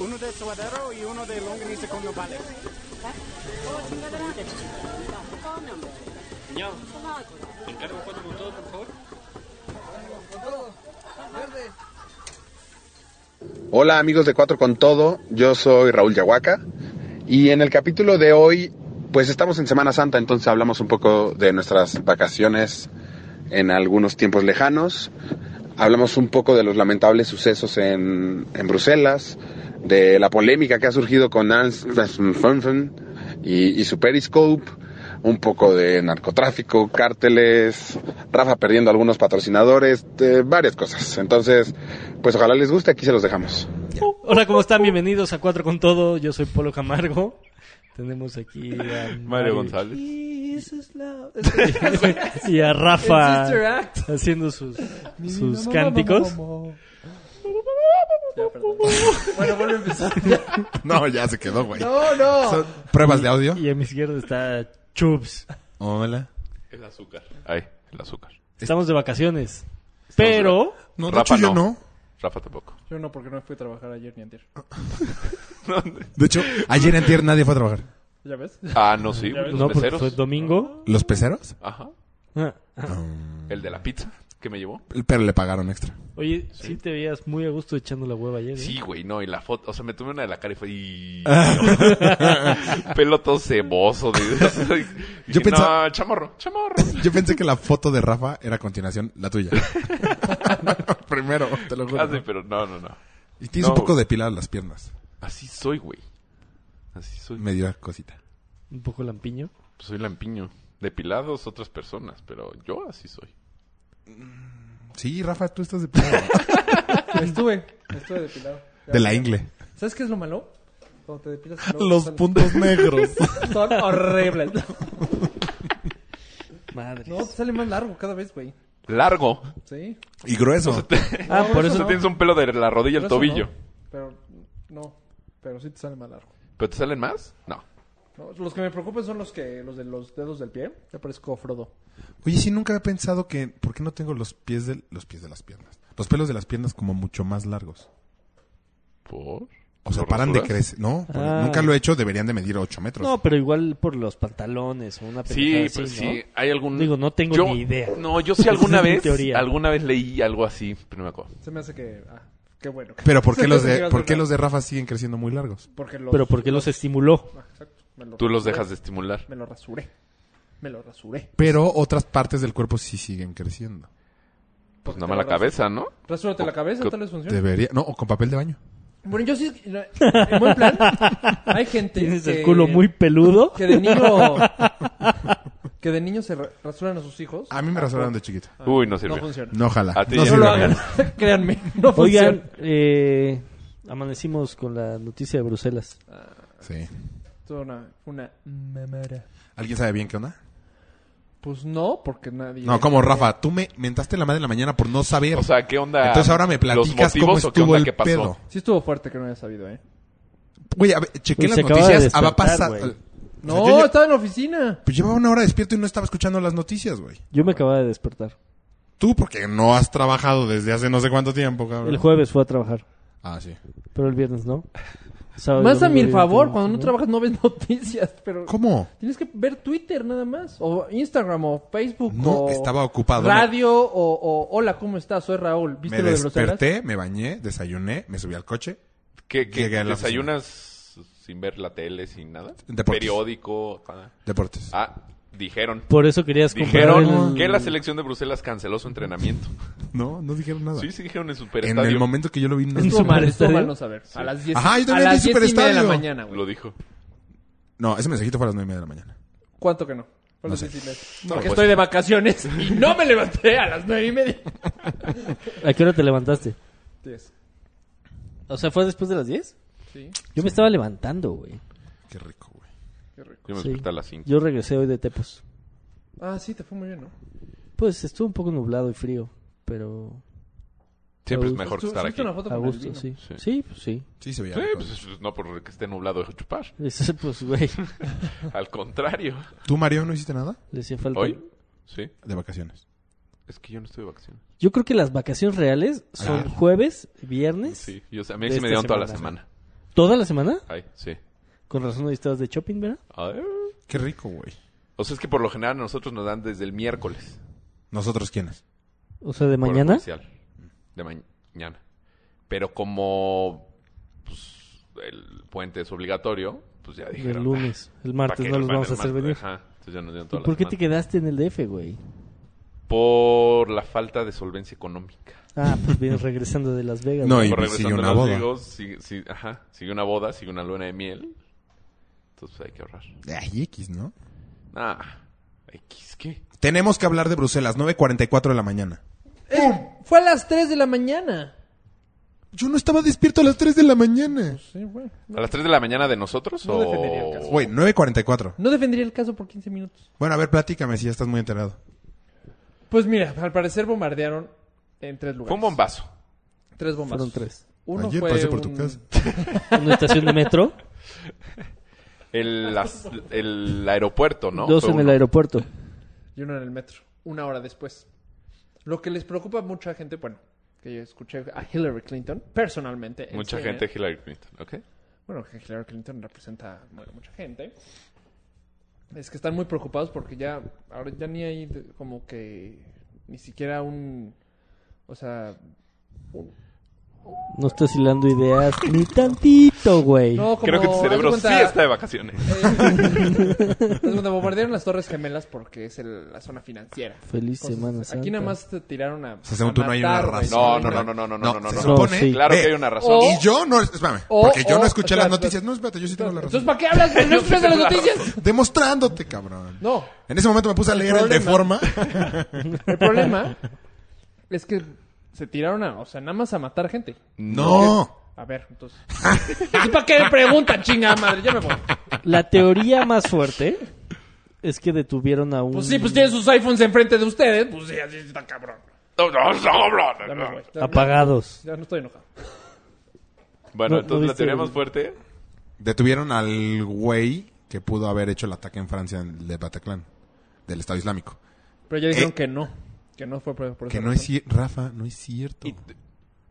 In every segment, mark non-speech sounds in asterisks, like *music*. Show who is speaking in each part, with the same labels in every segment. Speaker 1: uno de suadero y uno de longaniza con nopales.
Speaker 2: Ya, encargo cuatro con todo, por favor.
Speaker 3: Hola amigos de Cuatro con Todo, yo soy Raúl Yahuaca y en el capítulo de hoy pues estamos en Semana Santa, entonces hablamos un poco de nuestras vacaciones en algunos tiempos lejanos, hablamos un poco de los lamentables sucesos en, en Bruselas, de la polémica que ha surgido con Hans y, y su Periscope, un poco de narcotráfico, cárteles, Rafa perdiendo algunos patrocinadores, de varias cosas. Entonces, pues ojalá les guste, aquí se los dejamos.
Speaker 4: Hola, ¿cómo están? Bienvenidos a Cuatro con Todo. Yo soy Polo Camargo. Tenemos aquí a
Speaker 5: Mario González.
Speaker 4: Jesus love. *laughs* y a Rafa
Speaker 6: El Sister Act.
Speaker 4: haciendo sus, sus cánticos.
Speaker 6: *laughs* Bueno, vuelve a empezar.
Speaker 5: No, ya se quedó,
Speaker 6: *laughs*
Speaker 5: güey.
Speaker 6: No, no.
Speaker 5: Son pruebas de audio.
Speaker 4: Y a mi izquierda está Chubbs.
Speaker 5: Hola.
Speaker 2: El azúcar.
Speaker 7: Ay, el azúcar.
Speaker 4: Estamos de vacaciones. Pero
Speaker 5: No, de
Speaker 7: Rafa
Speaker 5: hecho yo
Speaker 7: no.
Speaker 5: no.
Speaker 7: Rafa tampoco.
Speaker 6: Yo no, porque no fui a trabajar ayer ni antier.
Speaker 5: De hecho, ayer antier nadie fue a trabajar.
Speaker 6: ¿Ya ves?
Speaker 7: Ah, no, sí,
Speaker 6: Ya ves.
Speaker 7: los
Speaker 4: no, porque
Speaker 7: meseros.
Speaker 4: fue domingo.
Speaker 5: ¿Los peceros?
Speaker 7: Ajá.
Speaker 4: Ah,
Speaker 7: El de la pizza que me llevó.
Speaker 5: Pero le pagaron extra.
Speaker 4: Oye, sí. te veías muy a gusto echando la hueva ayer. ¿eh?
Speaker 7: Sí, güey, no, y la foto, o sea, me tomé una de la cara y fue y... pelo todo ceboso. De... *laughs*
Speaker 5: Yo
Speaker 7: Yo
Speaker 5: pensaba-
Speaker 7: pensaba... No, chamorro, chamorro.
Speaker 5: Yo pensé que la foto de Rafa era a continuación la tuya. *laughs* Primero, te lo
Speaker 6: Ah,
Speaker 5: juro.
Speaker 7: Casi, pero no, no, no.
Speaker 5: Y tienes un
Speaker 7: No.
Speaker 5: poco depiladas las piernas.
Speaker 7: Así soy, güey. Así soy.
Speaker 5: Me dio cosita.
Speaker 4: Un poco lampiño.
Speaker 7: Pues soy lampiño. Depilados otras personas, pero yo así soy.
Speaker 5: Sí, Rafa, tú estás depilado.
Speaker 6: Estuve, estuve depilado. Ya.
Speaker 5: de la ingle.
Speaker 6: ¿Sabes qué es lo malo? Cuando te depilas luego
Speaker 5: Los
Speaker 6: son-
Speaker 5: puntos negros.
Speaker 6: *laughs* Son horribles.
Speaker 4: Madre.
Speaker 6: No, te sale más largo cada vez, güey.
Speaker 7: Largo.
Speaker 6: Sí.
Speaker 5: Y grueso.
Speaker 4: Ah,
Speaker 6: No,
Speaker 4: por
Speaker 7: O
Speaker 4: eso
Speaker 7: sea, tienes un pelo de la rodilla
Speaker 6: Pero
Speaker 7: al
Speaker 6: eso
Speaker 7: tobillo.
Speaker 6: no. Pero, no. Pero sí te sale más largo.
Speaker 7: ¿Pero te salen más? No.
Speaker 6: No, los que me preocupan son los que los de los dedos del pie. Te parezco Frodo.
Speaker 5: Oye, sí, nunca he pensado que... ¿Por qué no tengo los pies de, los pies de las piernas? Los pelos de las piernas como mucho más largos.
Speaker 7: ¿Por?
Speaker 5: O sea,
Speaker 7: ¿Lo
Speaker 5: paran de
Speaker 7: rasuras?
Speaker 5: crecer. No, pues,
Speaker 4: Ah.
Speaker 5: nunca lo he hecho. Deberían de medir 8 metros.
Speaker 4: No, pero igual por los pantalones o una
Speaker 7: Sí,
Speaker 4: pendejada
Speaker 7: pues
Speaker 4: así, ¿no?
Speaker 7: sí. Hay algún...
Speaker 4: Digo, no tengo
Speaker 7: Yo-
Speaker 4: ni idea.
Speaker 7: No, yo
Speaker 4: *laughs*
Speaker 7: sí
Speaker 4: Esa
Speaker 7: alguna
Speaker 4: es mi
Speaker 7: vez...
Speaker 4: teoría.
Speaker 7: Alguna vez leí algo así, pero no me acuerdo.
Speaker 6: Se me hace que... Ah, qué bueno.
Speaker 5: Pero
Speaker 4: *laughs*
Speaker 5: ¿por qué los
Speaker 6: Se me hace
Speaker 5: de,
Speaker 6: que
Speaker 5: ¿por qué
Speaker 6: iba a
Speaker 5: los de Rafa siguen creciendo muy largos?
Speaker 6: ser- Porque los...
Speaker 4: Pero porque los estimuló.
Speaker 6: Ah, exacto. Me lo
Speaker 7: Tú los
Speaker 6: rasuré.
Speaker 7: dejas de estimular.
Speaker 6: Me lo rasuré. Me lo rasuré.
Speaker 5: Pero otras partes del cuerpo sí siguen creciendo.
Speaker 7: Pues
Speaker 6: Porque
Speaker 7: nada
Speaker 6: te
Speaker 7: más
Speaker 6: lo
Speaker 7: la
Speaker 6: rasu-
Speaker 7: cabeza, ¿no?
Speaker 6: Rasúrate la cabeza, tal vez funcione.
Speaker 5: Debería... No, o con papel de baño.
Speaker 6: Bueno, yo sí... En buen *laughs* plan, hay gente
Speaker 4: Tienes
Speaker 6: que-
Speaker 4: el culo muy *laughs* peludo.
Speaker 6: Que de *laughs* niño... que de niño se ra- rasuran a sus hijos.
Speaker 5: A mí
Speaker 4: Ah,
Speaker 5: me rasuraron de chiquito.
Speaker 7: Uy, no
Speaker 6: No
Speaker 7: sirvió.
Speaker 6: funciona.
Speaker 5: No, ojalá.
Speaker 7: A ti
Speaker 5: No
Speaker 7: ya
Speaker 6: No
Speaker 5: sirve.
Speaker 6: lo
Speaker 7: no.
Speaker 6: hagan. *laughs* Créanme, no funciona.
Speaker 4: Oigan, eh, amanecimos con la noticia de Bruselas.
Speaker 5: Sí.
Speaker 6: Esto es una, una mamara.
Speaker 5: ¿Alguien sabe bien qué onda?
Speaker 6: Pues no, porque nadie...
Speaker 5: No, como Rafa, tú me mentaste la madre en la mañana por no saber.
Speaker 7: o sea, ¿qué onda?
Speaker 5: Entonces ahora me
Speaker 7: ¿Los
Speaker 5: platicas cómo
Speaker 7: motivos o qué
Speaker 5: estuvo
Speaker 7: onda
Speaker 5: el
Speaker 7: que pasó?
Speaker 5: pedo.
Speaker 6: Sí estuvo fuerte que no haya sabido, ¿eh?
Speaker 5: Güey, a ver, chequé
Speaker 4: Uy,
Speaker 5: las
Speaker 4: se acaba de
Speaker 5: noticias. Ah, va a
Speaker 4: despertar,
Speaker 5: pasar.
Speaker 4: güey.
Speaker 6: No,
Speaker 5: O sea, yo lle-
Speaker 6: estaba en la oficina.
Speaker 5: Pues llevaba una hora despierto y no estaba escuchando las noticias, güey.
Speaker 4: Yo me acababa de despertar.
Speaker 5: Tú, porque no has trabajado desde hace no sé cuánto tiempo, cabrón.
Speaker 4: El jueves fue a trabajar,
Speaker 5: Ah, sí.
Speaker 4: pero el viernes no. Sábado y
Speaker 6: Más a
Speaker 4: domingo
Speaker 6: mi
Speaker 4: yo
Speaker 6: favor,
Speaker 4: tengo-
Speaker 6: cuando no trabajas no ves *laughs* noticias, pero...
Speaker 5: ¿Cómo?
Speaker 6: Tienes que ver Twitter nada más, o Instagram, o Facebook,
Speaker 5: No,
Speaker 6: o
Speaker 5: estaba ocupado.
Speaker 6: radio, o, o hola, ¿cómo estás? Soy Raúl. ¿Viste
Speaker 5: Me
Speaker 6: lo de Bruselas?
Speaker 5: desperté, me bañé, desayuné, me subí al coche.
Speaker 7: ¿Qué, qué
Speaker 5: Llegué a la
Speaker 7: desayunas sin ver la tele, sin nada?
Speaker 5: Deportes.
Speaker 7: Periódico. ah.
Speaker 5: Deportes.
Speaker 7: Ah, dijeron.
Speaker 4: Por eso querías comprar
Speaker 7: Dijeron
Speaker 4: el-
Speaker 7: que la selección de Bruselas canceló su entrenamiento.
Speaker 5: No, no dijeron nada.
Speaker 7: Sí, sí dijeron en su
Speaker 5: en
Speaker 7: superestadio.
Speaker 5: el momento que yo lo vi, no.
Speaker 6: Estuvo mal, estuvo
Speaker 4: ¿Superestadio?
Speaker 6: mal no saber. A las 10
Speaker 5: Ajá, yo
Speaker 6: a
Speaker 5: también
Speaker 6: las
Speaker 5: vi
Speaker 6: 10 y media de la
Speaker 5: Superestadio.
Speaker 6: mañana, güey.
Speaker 7: Lo dijo.
Speaker 5: No, ese mensajito fue a las nueve y media de la mañana.
Speaker 6: ¿Cuánto que no? Fue a
Speaker 5: No
Speaker 6: las
Speaker 5: sé.
Speaker 6: 10 y media. Porque
Speaker 7: pues.
Speaker 6: estoy de vacaciones y no me levanté a las 9
Speaker 4: *laughs*
Speaker 6: y media.
Speaker 4: ¿A qué hora te levantaste?
Speaker 6: 10.
Speaker 4: O sea, ¿fue después de las 10?
Speaker 6: Sí,
Speaker 4: Yo me estaba levantando, güey.
Speaker 5: Qué rico, güey.
Speaker 6: qué rico.
Speaker 7: Yo me
Speaker 4: Sí.
Speaker 7: desperté a las 5.
Speaker 4: Yo regresé hoy de Tepos.
Speaker 6: Ah, sí, te fue muy bien, ¿no?
Speaker 4: Pues estuvo un poco nublado y frío, pero
Speaker 7: Siempre es
Speaker 4: Augusto.
Speaker 7: mejor
Speaker 6: Tú-
Speaker 7: estar
Speaker 6: subiste
Speaker 7: aquí.
Speaker 6: una foto
Speaker 4: a
Speaker 6: con el
Speaker 4: gusto,
Speaker 6: vino.
Speaker 4: sí.
Speaker 7: Sí.
Speaker 4: Sí, pues sí.
Speaker 5: Sí, se veía.
Speaker 7: Sí,
Speaker 5: rico.
Speaker 7: pues no porque esté nublado dejo *laughs* chupar.
Speaker 4: Eso, *laughs* Pues, güey,
Speaker 7: Al contrario.
Speaker 5: ¿Tú, Mario, no hiciste nada?
Speaker 4: le hacía falta.
Speaker 7: ¿Hoy? Sí.
Speaker 5: De vacaciones.
Speaker 7: Es que yo no estoy de vacaciones.
Speaker 4: Yo creo que las vacaciones reales son
Speaker 5: Ah.
Speaker 4: jueves, viernes.
Speaker 7: Sí. Yo, sé, a mí sí
Speaker 4: De esta
Speaker 7: me dieron toda la
Speaker 4: semana.
Speaker 7: este semana.
Speaker 4: ¿Toda la semana?
Speaker 7: Ay, sí.
Speaker 4: Con razón hoy estabas de shopping, ¿verdad?
Speaker 7: Ay.
Speaker 5: Qué rico, güey.
Speaker 7: O sea, es que por lo general nosotros nos dan desde el miércoles.
Speaker 5: ¿Nosotros quiénes?
Speaker 4: O sea, de
Speaker 7: por el
Speaker 4: mañana.
Speaker 7: comercial. De ma- mañana. Pero como pues, el puente es obligatorio, pues ya dijeron.
Speaker 4: Del lunes. El
Speaker 7: "Ah, ¿pa'
Speaker 4: martes
Speaker 7: qué
Speaker 4: no los
Speaker 7: van
Speaker 4: vamos a
Speaker 7: el
Speaker 4: hacer
Speaker 7: martes?".
Speaker 4: venir.
Speaker 7: Ajá. Entonces ya nos dieron
Speaker 4: ¿Y
Speaker 7: toda la
Speaker 4: por qué te
Speaker 7: semana.
Speaker 4: quedaste en el DF, güey?
Speaker 7: Por la falta de solvencia económica.
Speaker 4: Ah, pues
Speaker 7: *laughs*
Speaker 4: vienes regresando de Las Vegas.
Speaker 5: No,
Speaker 4: güey.
Speaker 5: Y
Speaker 7: Por
Speaker 5: pues, sigue
Speaker 7: regresando
Speaker 5: una
Speaker 7: a los
Speaker 5: boda.
Speaker 7: Diegos, sigue, sigue- ajá, sigue una boda, sigue una luna de miel. Entonces pues, hay que ahorrar.
Speaker 5: Ay, X, ¿no?
Speaker 7: Ah, X, ¿qué?
Speaker 5: Tenemos que hablar de Bruselas, 9.44 de la mañana.
Speaker 6: Fue a las 3 de la mañana.
Speaker 5: Yo no estaba despierto a las 3 de la mañana.
Speaker 7: Pues,
Speaker 6: Sí, güey.
Speaker 7: ¿A las 3 de la mañana de nosotros?
Speaker 6: No
Speaker 7: o...
Speaker 6: defendería el caso.
Speaker 5: Güey, 9.44.
Speaker 6: No defendería el caso por 15 minutos.
Speaker 5: Bueno, a ver, platícame si ya estás muy enterado.
Speaker 6: Pues mira, al parecer bombardearon en tres lugares.
Speaker 7: Fue un bombazo.
Speaker 6: Tres bombas.
Speaker 4: Fueron tres.
Speaker 6: Uno
Speaker 5: Ayer
Speaker 6: fue
Speaker 5: pasé por tu
Speaker 6: un- *laughs*
Speaker 5: casa.
Speaker 4: Una estación de metro,
Speaker 7: El, las- el aeropuerto, *laughs* ¿no?
Speaker 4: dos
Speaker 7: Fue
Speaker 4: en el
Speaker 7: uno.
Speaker 4: aeropuerto.
Speaker 6: y uno en el metro, una hora después. Lo que les preocupa a mucha gente, bueno, que yo escuché a Hillary Clinton personalmente. en
Speaker 7: Mucha
Speaker 6: CNN.
Speaker 7: gente Hillary Clinton, ¿ok?
Speaker 6: Bueno, que Hillary Clinton representa bueno, mucha gente. Es que están muy preocupados porque ya, ahora ya ni hay de- como que ni siquiera un, o sea, un-
Speaker 4: No estás hilando ideas ni tantito, güey.
Speaker 6: no, como,
Speaker 7: Creo que tu
Speaker 6: haz de
Speaker 7: cerebro
Speaker 6: cuenta- eh,
Speaker 7: sí
Speaker 6: *laughs*
Speaker 7: está de vacaciones.
Speaker 6: Donde bombardearon las Torres Gemelas porque es el- la zona financiera.
Speaker 4: Feliz Semana
Speaker 6: Pues, Aquí nada
Speaker 4: Santa.
Speaker 6: más te tiraron a.
Speaker 5: O sea, según tú
Speaker 6: a
Speaker 5: no hay una
Speaker 6: matar, güey.
Speaker 5: razón.
Speaker 7: No, no, no, no, no, no, no, no,
Speaker 5: Se
Speaker 7: no.
Speaker 5: supone...
Speaker 4: No, sí.
Speaker 7: Claro que
Speaker 5: Ve,
Speaker 7: hay una razón.
Speaker 6: O-
Speaker 5: Y yo no... Espérame,
Speaker 6: O-
Speaker 5: porque yo
Speaker 6: o-
Speaker 5: no escuché las
Speaker 6: espera,
Speaker 5: noticias. No, espérate, yo sí tengo la
Speaker 6: Entonces, ¿para
Speaker 5: razón.
Speaker 6: qué hablas?
Speaker 5: *laughs*
Speaker 6: ¿No escuchas las noticias?
Speaker 5: Demostrándote, cabrón.
Speaker 6: No.
Speaker 5: En ese momento me puse a leer el de forma.
Speaker 6: problema- El problema es que se tiraron a. O sea, nada más a matar gente.
Speaker 5: No.
Speaker 6: A ver,
Speaker 5: *laughs*
Speaker 6: entonces. ¿Y para qué me preguntan, chingada madre? Ya me voy.
Speaker 4: La teoría más fuerte es que detuvieron a un...
Speaker 6: Pues sí, pues tienen sus iPhones enfrente de ustedes. Pues sí, así está cabrón.
Speaker 7: No, no, no, no,
Speaker 6: Ya
Speaker 7: no.
Speaker 6: me voy. Ya,
Speaker 4: Apagados.
Speaker 6: ya no estoy enojado.
Speaker 7: Bueno,
Speaker 4: No, no
Speaker 7: entonces la teoría
Speaker 4: viste-
Speaker 7: más fuerte.
Speaker 5: Detuvieron al güey que pudo haber hecho el ataque en Francia en- de Bataclan, del Estado Islámico.
Speaker 6: Pero ya dijeron
Speaker 5: Eh.
Speaker 6: que no. Que no fue por, por
Speaker 5: Que
Speaker 6: esa
Speaker 5: no es
Speaker 6: razón.
Speaker 5: cierto, Rafa, no es cierto.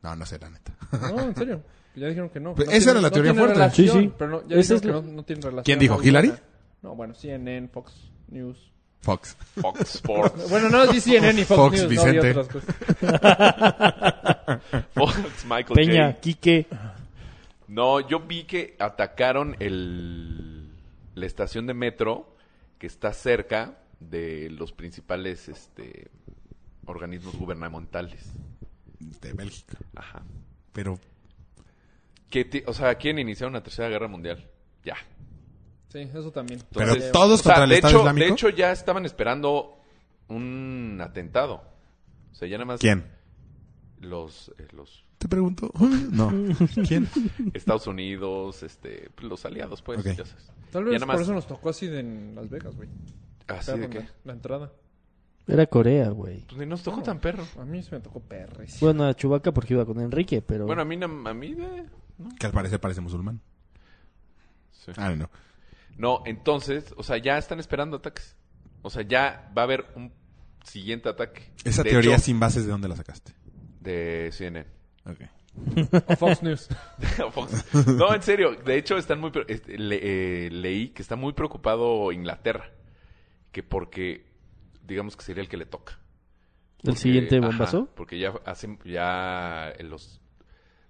Speaker 5: No, no sé, la neta. *laughs*
Speaker 6: No, en serio. Ya dijeron que no.
Speaker 5: Pues
Speaker 6: No
Speaker 5: esa
Speaker 6: tiene-
Speaker 5: era la
Speaker 6: no
Speaker 5: teoría
Speaker 6: tiene
Speaker 5: fuerte.
Speaker 6: relación,
Speaker 4: Sí, sí.
Speaker 6: Pero no, ya
Speaker 4: Esa
Speaker 6: dijeron
Speaker 4: es
Speaker 6: que
Speaker 4: la-
Speaker 6: no, no tiene relación.
Speaker 5: ¿Quién dijo,
Speaker 6: alguna.
Speaker 5: Hillary?
Speaker 6: No, bueno, CNN, Fox News.
Speaker 5: Fox.
Speaker 6: *laughs*
Speaker 7: Fox Sports,
Speaker 6: Bueno, no, sí CNN y Fox,
Speaker 5: Fox,
Speaker 6: News. No,
Speaker 5: Vicente.
Speaker 6: y otras cosas.
Speaker 7: Fox, Michael
Speaker 4: Peña,
Speaker 7: J.
Speaker 4: Quique.
Speaker 7: No, yo vi que atacaron el, la estación de metro que está cerca de los principales este, organismos gubernamentales.
Speaker 5: De Bélgica.
Speaker 7: Ajá.
Speaker 5: Pero
Speaker 7: Que ti- o sea, quieren iniciar una tercera guerra mundial. Ya.
Speaker 6: Sí, eso también.
Speaker 5: Pero
Speaker 7: Entonces,
Speaker 5: todos
Speaker 7: o sea,
Speaker 5: contra el
Speaker 7: de
Speaker 5: Estado
Speaker 7: hecho,
Speaker 5: Islámico.
Speaker 7: De hecho, ya estaban esperando un atentado. O sea, ya nada más.
Speaker 5: ¿Quién?
Speaker 7: Los, eh, los
Speaker 5: Te pregunto. *laughs* No. ¿Quién?
Speaker 7: Estados Unidos, este, pues, los aliados, pues.
Speaker 5: Ok.
Speaker 7: ya sabes.
Speaker 6: Tal
Speaker 7: Ya
Speaker 6: vez
Speaker 7: nada
Speaker 6: por
Speaker 7: más-
Speaker 6: eso nos tocó así de en Las Vegas, güey.
Speaker 7: Así
Speaker 6: Perro,
Speaker 7: de que.
Speaker 6: La, la entrada.
Speaker 4: Era Corea, güey.
Speaker 7: Pues ni nos tocó tan perro.
Speaker 6: A mí se me tocó perris.
Speaker 4: Bueno, a Chubaca porque iba con Enrique, pero...
Speaker 7: Bueno, a mí, nam- a mí eh. de.
Speaker 5: Que al parecer parece musulmán.
Speaker 7: Sí.
Speaker 5: Ah, no.
Speaker 7: No, entonces, o sea, ya están esperando ataques. O sea, ya va a haber un siguiente ataque.
Speaker 5: Esa
Speaker 7: De
Speaker 5: teoría
Speaker 7: hecho,
Speaker 5: sin bases, ¿de dónde la sacaste?
Speaker 7: De *laughs* CNN.
Speaker 5: Ok.
Speaker 6: O Fox News.
Speaker 7: Fox. No, en serio. De hecho, están muy. pre- este, le- eh, leí que está muy preocupado Inglaterra. Que porque. Digamos que sería el que le toca.
Speaker 4: el
Speaker 7: Porque-
Speaker 4: siguiente
Speaker 7: ajá,
Speaker 4: bombazo.
Speaker 7: porque ya hacen. Ya. en Los.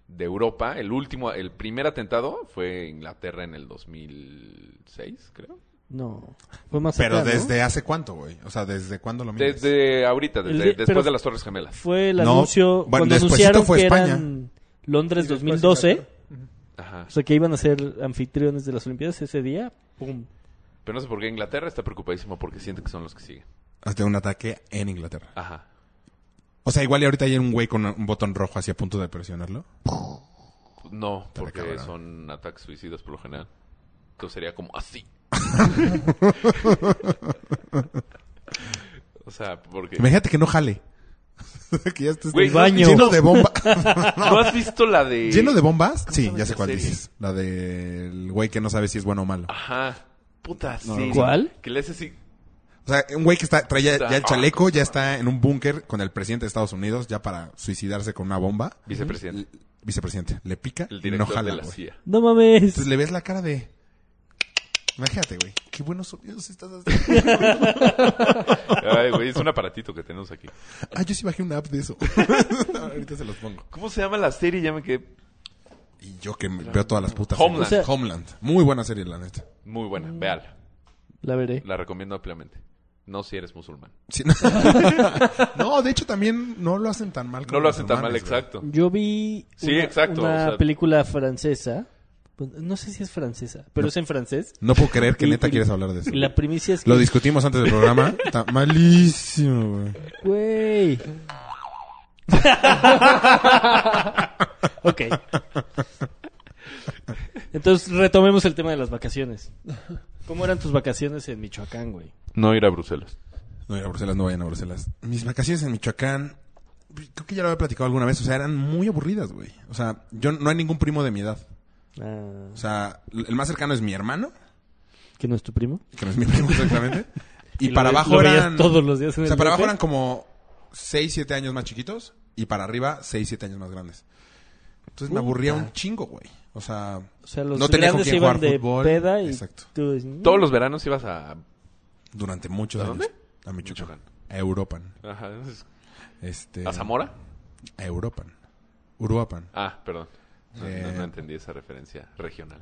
Speaker 7: De Europa, el último. El primer atentado fue Inglaterra en el 2006, creo.
Speaker 4: No. Fue más
Speaker 5: Pero
Speaker 4: acá, ¿no?
Speaker 5: desde hace cuánto, güey. O sea, ¿desde cuándo lo mides?
Speaker 7: Desde ahorita,
Speaker 4: El
Speaker 7: desde,
Speaker 4: de-
Speaker 7: después
Speaker 4: pero-
Speaker 7: de las Torres Gemelas.
Speaker 4: Fue el
Speaker 5: No,
Speaker 4: anuncio...
Speaker 5: bueno,
Speaker 4: cuando
Speaker 5: despuesito
Speaker 4: anunciaron
Speaker 5: fue
Speaker 4: que
Speaker 5: España.
Speaker 4: eran Londres
Speaker 6: Y después
Speaker 4: 2012,
Speaker 6: Inglaterra.
Speaker 7: Ajá.
Speaker 4: o sea, que iban a ser anfitriones de las Olimpiadas ese día, pum.
Speaker 7: Pero no sé por qué Inglaterra está preocupadísimo porque siente que son los que siguen.
Speaker 5: Hasta un ataque en Inglaterra.
Speaker 7: Ajá.
Speaker 5: O sea, igual y ahorita hay un güey con un botón rojo así a punto de presionarlo.
Speaker 7: No,
Speaker 5: Está
Speaker 7: porque
Speaker 5: cabrón.
Speaker 7: son ataques suicidas por lo general. Entonces sería como
Speaker 5: *laughs*
Speaker 7: así. o sea, porque...
Speaker 5: Imagínate que no jale. *laughs* que ya estés
Speaker 7: Güey,
Speaker 4: El baño.
Speaker 5: lleno de
Speaker 7: *laughs*
Speaker 5: bomba.
Speaker 7: ¿No has visto la de...?
Speaker 5: ¿Lleno de bombas? Sí,
Speaker 7: llama
Speaker 5: ya sé
Speaker 7: esa
Speaker 5: cuál
Speaker 7: serie?
Speaker 5: dices. La del güey que no sabe si es bueno o malo.
Speaker 7: Ajá. Puta,
Speaker 5: No,
Speaker 7: sí.
Speaker 4: no. ¿Cuál?
Speaker 7: Que le hace así...
Speaker 5: O sea, un güey que está, traía
Speaker 7: Está- Ah.
Speaker 5: ya el chaleco, ya está en un búnker con el presidente de Estados Unidos, ya para suicidarse con una bomba.
Speaker 7: Vicepresidente.
Speaker 5: Vicepresidente, le pica
Speaker 7: El
Speaker 5: y no
Speaker 7: director
Speaker 5: jala,
Speaker 7: de la
Speaker 5: güey.
Speaker 7: CIA.
Speaker 4: No mames.
Speaker 5: Entonces le ves la cara de... Imagínate, güey. Qué buenos sonidos estás haciendo.
Speaker 7: Ay, güey, es un aparatito que tenemos aquí.
Speaker 5: Ah, yo sí bajé una app de
Speaker 7: *laughs*
Speaker 5: eso. Ahorita se los pongo.
Speaker 7: ¿Cómo se llama la serie? Ya me quedé
Speaker 5: Y yo que me veo todas las putas.
Speaker 7: Homeland.
Speaker 5: series.
Speaker 4: O sea-
Speaker 5: Homeland. Muy buena serie, la neta.
Speaker 7: muy buena.
Speaker 5: Mm.
Speaker 7: Véala.
Speaker 4: La veré.
Speaker 7: La recomiendo ampliamente. No si eres musulmán.
Speaker 5: Sí, *laughs* no. No, de hecho también no lo hacen tan mal.
Speaker 7: No
Speaker 5: como
Speaker 7: lo
Speaker 5: los
Speaker 7: hacen tan mal,
Speaker 5: alemanes, güey.
Speaker 7: exacto.
Speaker 4: Yo vi
Speaker 7: Sí,
Speaker 4: una,
Speaker 7: exacto,
Speaker 4: una
Speaker 7: o sea-
Speaker 4: película francesa. Pues, No sé si es francesa, pero es en francés.
Speaker 5: No puedo creer que
Speaker 4: Y-
Speaker 5: neta
Speaker 4: y-
Speaker 5: quieres hablar de eso.
Speaker 4: La primicia es que...
Speaker 5: Lo discutimos antes del programa. Está malísimo, güey.
Speaker 4: Güey. ok. Entonces retomemos el tema de las vacaciones. ¿Cómo eran tus vacaciones en Michoacán, güey?
Speaker 7: No ir a Bruselas.
Speaker 5: No ir a Bruselas, no vayan a Bruselas. Mis vacaciones en Michoacán, creo que ya lo había platicado alguna vez, o sea, eran muy aburridas, güey. O sea, yo no hay ningún primo de mi edad.
Speaker 4: Ah,
Speaker 5: O sea, el más cercano es mi hermano,
Speaker 4: ¿Que no es tu primo?
Speaker 5: que no es mi
Speaker 4: *laughs*
Speaker 5: primo exactamente. Y,
Speaker 4: lo
Speaker 5: para
Speaker 4: ve-
Speaker 5: abajo
Speaker 4: lo veías
Speaker 5: eran
Speaker 4: todos los días en
Speaker 5: O sea,
Speaker 4: el
Speaker 5: para
Speaker 4: DF.
Speaker 5: abajo eran como 6, 7 años más chiquitos y para arriba 6, 7 años más grandes. Entonces me aburría un chingo, güey. O sea,
Speaker 4: O sea, los
Speaker 5: no tenía con
Speaker 4: grandes
Speaker 5: quién
Speaker 4: iban
Speaker 5: jugar
Speaker 4: de
Speaker 5: fútbol.
Speaker 4: peda y
Speaker 5: Exacto.
Speaker 4: tú... "Mm,
Speaker 7: Todos los veranos ibas a...
Speaker 5: Durante muchos
Speaker 7: ¿A
Speaker 5: años.
Speaker 7: dónde?
Speaker 5: A Michoacán.
Speaker 7: Michoacán.
Speaker 5: A Europan.
Speaker 7: Ajá, es-
Speaker 5: Este,
Speaker 7: ¿A Zamora?
Speaker 5: A Europan. Uruapan.
Speaker 7: Ah, perdón. No,
Speaker 5: Eh.
Speaker 7: no- no entendí esa referencia regional.